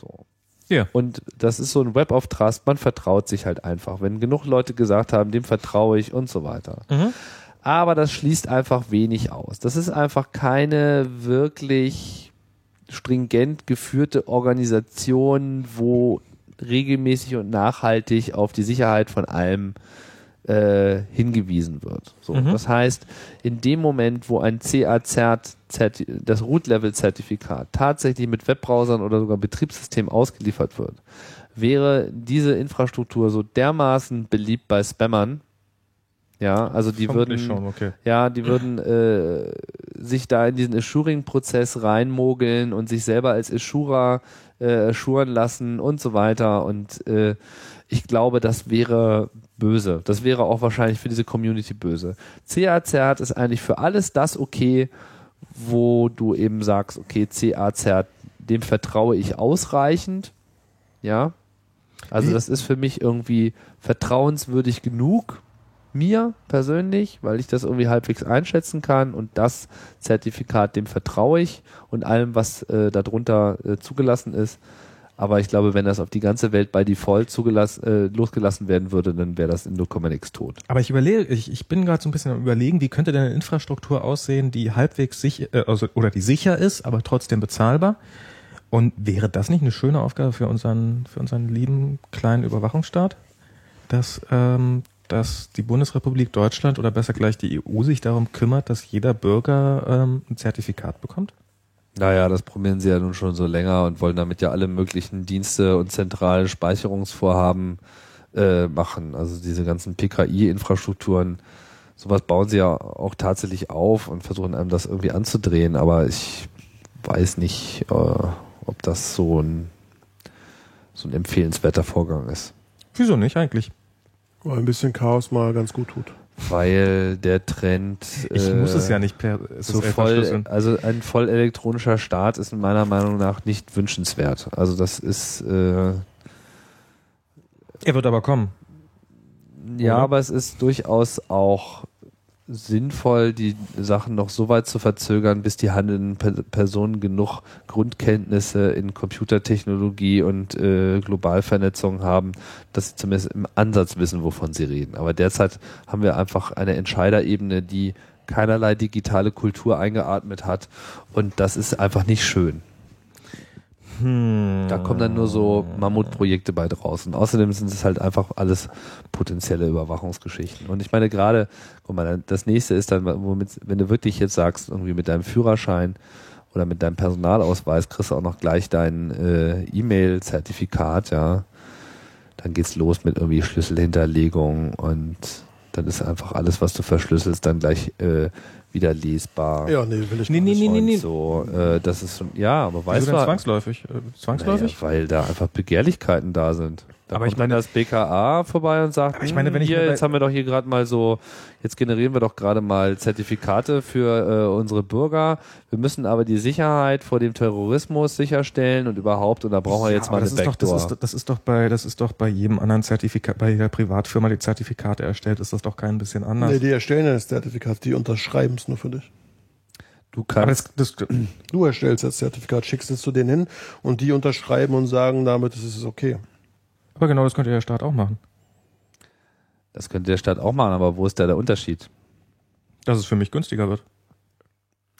[SPEAKER 1] So.
[SPEAKER 2] Ja.
[SPEAKER 1] Und das ist so ein Web of Trust, man vertraut sich halt einfach. Wenn genug Leute gesagt haben, dem vertraue ich und so weiter. Aber das schließt einfach wenig aus. Das ist einfach keine wirklich stringent geführte Organisation, wo regelmäßig und nachhaltig auf die Sicherheit von allem äh, hingewiesen wird. So,
[SPEAKER 2] Mhm.
[SPEAKER 1] Das heißt, in dem Moment, wo ein CA-Zert, Zerti- das Root-Level-Zertifikat tatsächlich mit Webbrowsern oder sogar Betriebssystemen ausgeliefert wird, wäre diese Infrastruktur so dermaßen beliebt bei Spammern, ja, also die würden,
[SPEAKER 2] Vermutlich schon, okay.
[SPEAKER 1] ja, die würden äh, sich da in diesen Assuring-Prozess reinmogeln und sich selber als Assurer äh, assuren lassen und so weiter. Und äh, ich glaube, das wäre böse. Das wäre auch wahrscheinlich für diese Community böse. CA-Zert ist eigentlich für alles das okay, wo du eben sagst, okay, CA-Zert, dem vertraue ich ausreichend. Ja. Also
[SPEAKER 2] Wie-
[SPEAKER 1] das ist für mich irgendwie vertrauenswürdig genug, mir persönlich, weil ich das irgendwie halbwegs einschätzen kann und das Zertifikat, dem vertraue ich und allem, was äh, darunter äh, zugelassen ist. Aber ich glaube, wenn das auf die ganze Welt bei Default zugelassen, äh, losgelassen werden würde, dann wäre das in 0, nix tot.
[SPEAKER 2] Aber ich überlege, ich, ich bin gerade so ein bisschen am überlegen, wie könnte denn eine Infrastruktur aussehen, die halbwegs sicher, äh, also, oder die sicher ist, aber trotzdem bezahlbar. Und wäre das nicht eine schöne Aufgabe für unseren, für unseren lieben kleinen Überwachungsstaat, dass, ähm, dass die Bundesrepublik Deutschland oder besser gleich die EU sich darum kümmert, dass jeder Bürger ähm, ein Zertifikat bekommt?
[SPEAKER 1] Naja, das probieren sie ja nun schon so länger und wollen damit ja alle möglichen Dienste und zentrale Speicherungsvorhaben äh, machen. Also diese ganzen PKI-Infrastrukturen, sowas bauen sie ja auch tatsächlich auf und versuchen einem das irgendwie anzudrehen. Aber ich weiß nicht, äh, ob das so ein, so ein empfehlenswerter Vorgang ist.
[SPEAKER 2] Wieso nicht eigentlich?
[SPEAKER 3] Weil ein bisschen Chaos mal ganz gut tut.
[SPEAKER 1] Weil der Trend.
[SPEAKER 2] Ich
[SPEAKER 1] äh,
[SPEAKER 2] muss es ja nicht per es
[SPEAKER 1] so
[SPEAKER 2] ist
[SPEAKER 1] voll,
[SPEAKER 2] verschlüsseln.
[SPEAKER 1] also ein voll elektronischer Staat ist meiner Meinung nach nicht wünschenswert. Also das ist äh,
[SPEAKER 2] Er wird aber kommen.
[SPEAKER 1] Ja,
[SPEAKER 2] Oder?
[SPEAKER 1] aber es ist durchaus auch sinnvoll, die Sachen noch so weit zu verzögern, bis die handelnden Per- Personen genug Grundkenntnisse in Computertechnologie und äh, Globalvernetzung haben, dass sie zumindest im Ansatz wissen, wovon sie reden. Aber derzeit haben wir einfach eine Entscheiderebene, die keinerlei digitale Kultur eingeatmet hat und das ist einfach nicht schön.
[SPEAKER 2] Hm.
[SPEAKER 1] Da kommen dann nur so Mammutprojekte bei draußen. Außerdem sind es halt einfach alles potenzielle Überwachungsgeschichten. Und ich meine gerade, guck mal, das nächste ist dann, womit, wenn du wirklich jetzt sagst, irgendwie mit deinem Führerschein oder mit deinem Personalausweis kriegst du auch noch gleich dein äh, E-Mail-Zertifikat, ja. Dann geht's los mit irgendwie Schlüsselhinterlegung und dann ist einfach alles, was du verschlüsselst, dann gleich äh, wieder lesbar.
[SPEAKER 3] Ja, nee, will ich
[SPEAKER 2] Nee, nee, nee, nee,
[SPEAKER 1] Und
[SPEAKER 2] nee.
[SPEAKER 1] so, äh, das ist schon, ja, aber
[SPEAKER 2] Wieso
[SPEAKER 1] weißt
[SPEAKER 2] denn
[SPEAKER 1] du,
[SPEAKER 2] zwangsläufig? Äh, zwangsläufig?
[SPEAKER 1] naja, weil da einfach Begehrlichkeiten da sind. Da
[SPEAKER 2] Aber ich
[SPEAKER 1] kommt dann
[SPEAKER 2] meine-
[SPEAKER 1] das BKA vorbei und sagt,
[SPEAKER 2] Aber ich meine,
[SPEAKER 1] "Hm,
[SPEAKER 2] wenn ich
[SPEAKER 1] hier,
[SPEAKER 2] mir bei-
[SPEAKER 1] jetzt haben wir doch hier gerade mal so, jetzt generieren wir doch gerade mal Zertifikate für äh, unsere Bürger. Wir müssen aber die Sicherheit vor dem Terrorismus sicherstellen und überhaupt, und da brauchen wir
[SPEAKER 2] Ja,
[SPEAKER 1] jetzt
[SPEAKER 2] aber
[SPEAKER 1] mal
[SPEAKER 2] das
[SPEAKER 1] eine
[SPEAKER 2] ist doch, das
[SPEAKER 1] Backdoor.
[SPEAKER 2] ist, das ist doch bei, das ist doch bei jedem anderen Zertifikat, bei jeder Privatfirma, die Zertifikate erstellt, ist das doch kein bisschen anders.
[SPEAKER 3] Nee, die erstellen ja das Zertifikat, die unterschreiben es nur für dich.
[SPEAKER 1] du
[SPEAKER 2] aber
[SPEAKER 1] kannst,
[SPEAKER 2] das, das,
[SPEAKER 3] Du erstellst das Zertifikat, schickst es zu denen hin und die unterschreiben und sagen damit, es ist okay.
[SPEAKER 2] aber genau das könnte der Staat auch machen.
[SPEAKER 1] das könnte der Staat auch machen, aber wo ist da der Unterschied?
[SPEAKER 2] Dass es für mich günstiger wird.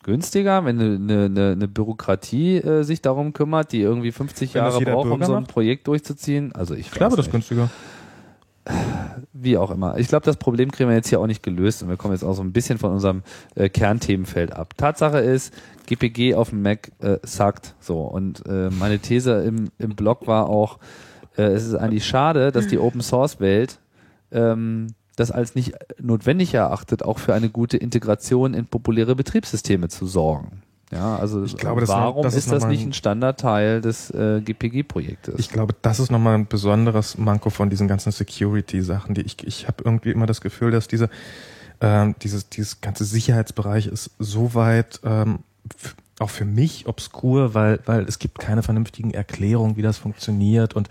[SPEAKER 1] Günstiger, wenn eine, eine, eine- eine Bürokratie äh, sich darum kümmert, die irgendwie 50
[SPEAKER 2] Wenn das
[SPEAKER 1] Jahre
[SPEAKER 2] jeder
[SPEAKER 1] braucht, um
[SPEAKER 2] Bürger
[SPEAKER 1] so ein
[SPEAKER 2] macht?
[SPEAKER 1] Projekt durchzuziehen. Also ich
[SPEAKER 2] Ich glaube,
[SPEAKER 1] weiß
[SPEAKER 2] das
[SPEAKER 1] nicht.
[SPEAKER 2] ist günstiger.
[SPEAKER 1] wie auch immer. Ich glaube, das Problem kriegen wir jetzt hier auch nicht gelöst und wir kommen jetzt auch so ein bisschen von unserem äh, Kernthemenfeld ab. Tatsache ist, GPG auf dem Mac äh, sagt so und äh, meine These im, im Blog war auch, äh, es ist eigentlich schade, dass die Open Source Welt ähm, das als nicht notwendig erachtet, auch für eine gute Integration in populäre Betriebssysteme zu sorgen. Ja, also
[SPEAKER 2] Ich glaube, das ist noch-
[SPEAKER 1] warum
[SPEAKER 2] das ist
[SPEAKER 1] ist, das
[SPEAKER 2] nochmal
[SPEAKER 1] nicht
[SPEAKER 2] ein-
[SPEAKER 1] ein Standardteil des äh, GPG-Projektes?
[SPEAKER 2] Ich glaube, das ist nochmal ein besonderes Manko von diesen ganzen Security-Sachen, die ich, ich habe irgendwie immer das Gefühl, dass diese, ähm, dieses, dieses ganze Sicherheitsbereich ist so weit, ähm, f- auch für mich obskur, weil, weil es gibt keine vernünftigen Erklärungen, wie das funktioniert und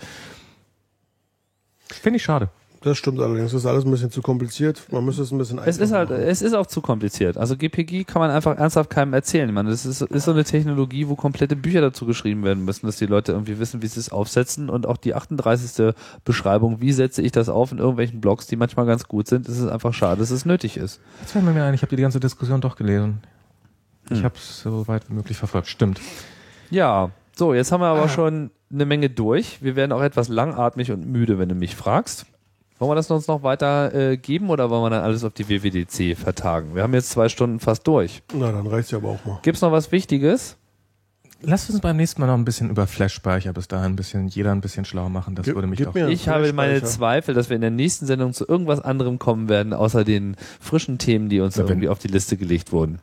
[SPEAKER 2] finde ich schade.
[SPEAKER 3] Das stimmt allerdings, das ist alles ein bisschen zu kompliziert. Man müsste es ein bisschen
[SPEAKER 1] Es ist halt,
[SPEAKER 3] machen.
[SPEAKER 1] es ist auch zu kompliziert. Also GPG kann man einfach ernsthaft keinem erzählen. Ich meine, das ist, ist so eine Technologie, wo komplette Bücher dazu geschrieben werden müssen, dass die Leute irgendwie wissen, wie sie es aufsetzen und auch die 38. Beschreibung, wie setze ich das auf in irgendwelchen Blogs, die manchmal ganz gut sind, ist es einfach schade, dass es nötig ist.
[SPEAKER 2] Jetzt fällt mir mir ein, ich habe die ganze Diskussion doch gelesen.
[SPEAKER 3] Hm.
[SPEAKER 2] Ich habe es so weit wie möglich verfolgt. Stimmt.
[SPEAKER 1] Ja, so, jetzt haben wir aber schon eine Menge durch. Wir werden auch etwas langatmig und müde, wenn du mich fragst. Wollen wir das uns noch weiter äh, geben oder wollen wir dann alles auf die WWDC vertagen? Wir haben jetzt zwei Stunden fast durch.
[SPEAKER 3] Na, dann reicht's ja aber auch mal.
[SPEAKER 1] Gibt's noch was Wichtiges?
[SPEAKER 2] Lass uns beim nächsten Mal noch ein bisschen über Flash-Speicher bis dahin ein bisschen, jeder ein bisschen schlau machen. Das
[SPEAKER 3] Gib-
[SPEAKER 2] würde mich
[SPEAKER 3] gib
[SPEAKER 2] doch
[SPEAKER 3] mir- Ja,
[SPEAKER 1] ich habe meine
[SPEAKER 3] Speicher.
[SPEAKER 1] Zweifel, dass wir in der nächsten Sendung zu irgendwas anderem kommen werden, außer den frischen Themen, die uns
[SPEAKER 2] Ja, wenn-
[SPEAKER 1] irgendwie auf die Liste gelegt wurden.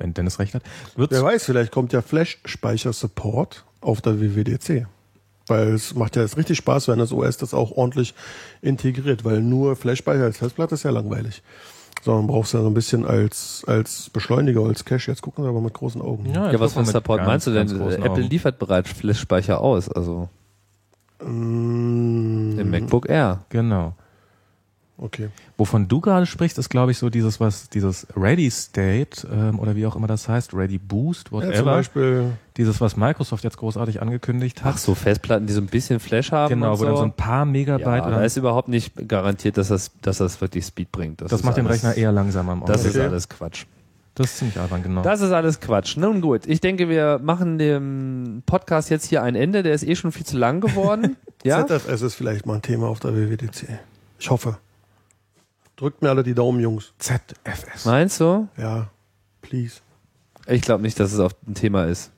[SPEAKER 2] wenn Dennis recht hat, wird's
[SPEAKER 3] Wer weiß, vielleicht kommt ja Flash-Speicher-Support auf der WWDC. Weil es macht ja jetzt richtig Spaß, wenn das OS das auch ordentlich integriert, weil nur Flash-Speicher als Festplatte ist ja langweilig. Sondern man braucht es ja so ein bisschen als, als Beschleuniger, als Cache. Jetzt gucken wir aber mit großen Augen.
[SPEAKER 1] Ja, was für ein Support meinst du denn? Apple liefert bereits Flash-Speicher aus, also
[SPEAKER 3] Mm,
[SPEAKER 2] Mhm.
[SPEAKER 1] im MacBook Air.
[SPEAKER 2] Genau.
[SPEAKER 3] Okay.
[SPEAKER 2] Wovon du gerade sprichst, ist glaube ich so dieses was dieses Ready State ähm, oder wie auch immer das heißt, Ready Boost,
[SPEAKER 3] Ja, zum
[SPEAKER 2] whatever.
[SPEAKER 3] Beispiel
[SPEAKER 2] dieses was Microsoft jetzt großartig angekündigt hat.
[SPEAKER 1] Ach so, Festplatten, die so ein bisschen Flash haben.
[SPEAKER 2] genau,
[SPEAKER 1] und
[SPEAKER 2] wo
[SPEAKER 1] so.
[SPEAKER 2] dann so ein paar Megabyte
[SPEAKER 1] ja,
[SPEAKER 2] oder
[SPEAKER 1] da ist überhaupt nicht garantiert, dass das, dass das wirklich Speed bringt.
[SPEAKER 2] das
[SPEAKER 1] ist
[SPEAKER 2] macht den
[SPEAKER 1] alles-
[SPEAKER 2] Rechner eher langsamer am
[SPEAKER 1] Das
[SPEAKER 2] Augenblick.
[SPEAKER 1] ist alles Quatsch.
[SPEAKER 2] Das ist ziemlich albern, genau.
[SPEAKER 1] Das ist alles Quatsch. Nun gut, ich denke, wir machen dem Podcast jetzt hier ein Ende. Der ist eh schon viel zu lang geworden. ja?
[SPEAKER 3] ZFS ist vielleicht mal ein Thema auf der WWDC. Ich hoffe. Drückt mir alle die Daumen, Jungs.
[SPEAKER 2] ZFS.
[SPEAKER 1] Meinst du?
[SPEAKER 3] Ja, please.
[SPEAKER 1] Ich glaube nicht, dass es auf ein Thema ist.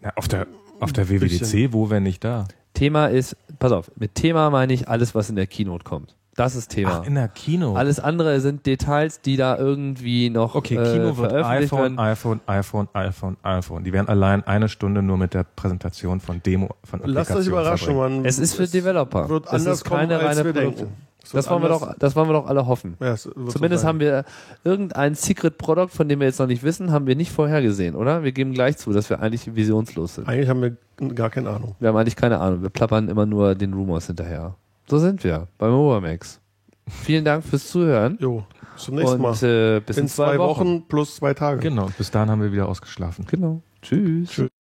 [SPEAKER 2] Na, auf der auf der WWDC, wo wenn nicht da?
[SPEAKER 1] Thema ist, pass auf, mit Thema meine ich alles, was in der Keynote kommt. Das ist Thema.
[SPEAKER 2] Ach, in der Kino.
[SPEAKER 1] alles andere sind Details, die da irgendwie noch
[SPEAKER 2] Okay,
[SPEAKER 1] äh,
[SPEAKER 2] Kino wird
[SPEAKER 1] veröffentlicht
[SPEAKER 2] iPhone,
[SPEAKER 1] werden.
[SPEAKER 2] iPhone, iPhone, iPhone, iPhone. Die werden allein eine Stunde nur mit der Präsentation von Demo von
[SPEAKER 3] Lasst euch
[SPEAKER 2] Applikationen
[SPEAKER 3] überraschen,
[SPEAKER 2] verbringen.
[SPEAKER 3] Mann.
[SPEAKER 1] Es ist für Developer.
[SPEAKER 3] Wird
[SPEAKER 1] das
[SPEAKER 3] anders
[SPEAKER 1] ist keine
[SPEAKER 3] kommen, als
[SPEAKER 1] reine
[SPEAKER 3] wir
[SPEAKER 1] Produkte.
[SPEAKER 3] denken. Es wird
[SPEAKER 1] Das wollen, wir
[SPEAKER 3] anders-
[SPEAKER 1] doch, das wollen wir doch alle hoffen.
[SPEAKER 3] Ja, es wird so
[SPEAKER 1] Zumindest
[SPEAKER 3] sein.
[SPEAKER 1] haben wir irgendein Secret Product, von dem wir jetzt noch nicht wissen, haben wir nicht vorhergesehen, oder? Wir geben gleich zu, dass wir eigentlich visionslos sind.
[SPEAKER 3] Eigentlich haben wir gar keine Ahnung.
[SPEAKER 1] Wir haben eigentlich keine Ahnung. Wir plappern immer nur den Rumors hinterher. So sind wir beim Obermax. Vielen Dank fürs Zuhören
[SPEAKER 3] Jo, bis zum nächsten
[SPEAKER 1] und
[SPEAKER 3] Mal.
[SPEAKER 1] äh, bis
[SPEAKER 3] In zwei Wochen plus zwei Tage.
[SPEAKER 2] Genau, bis dahin haben wir wieder ausgeschlafen.
[SPEAKER 1] Genau. Tschüss.
[SPEAKER 3] Tschüss.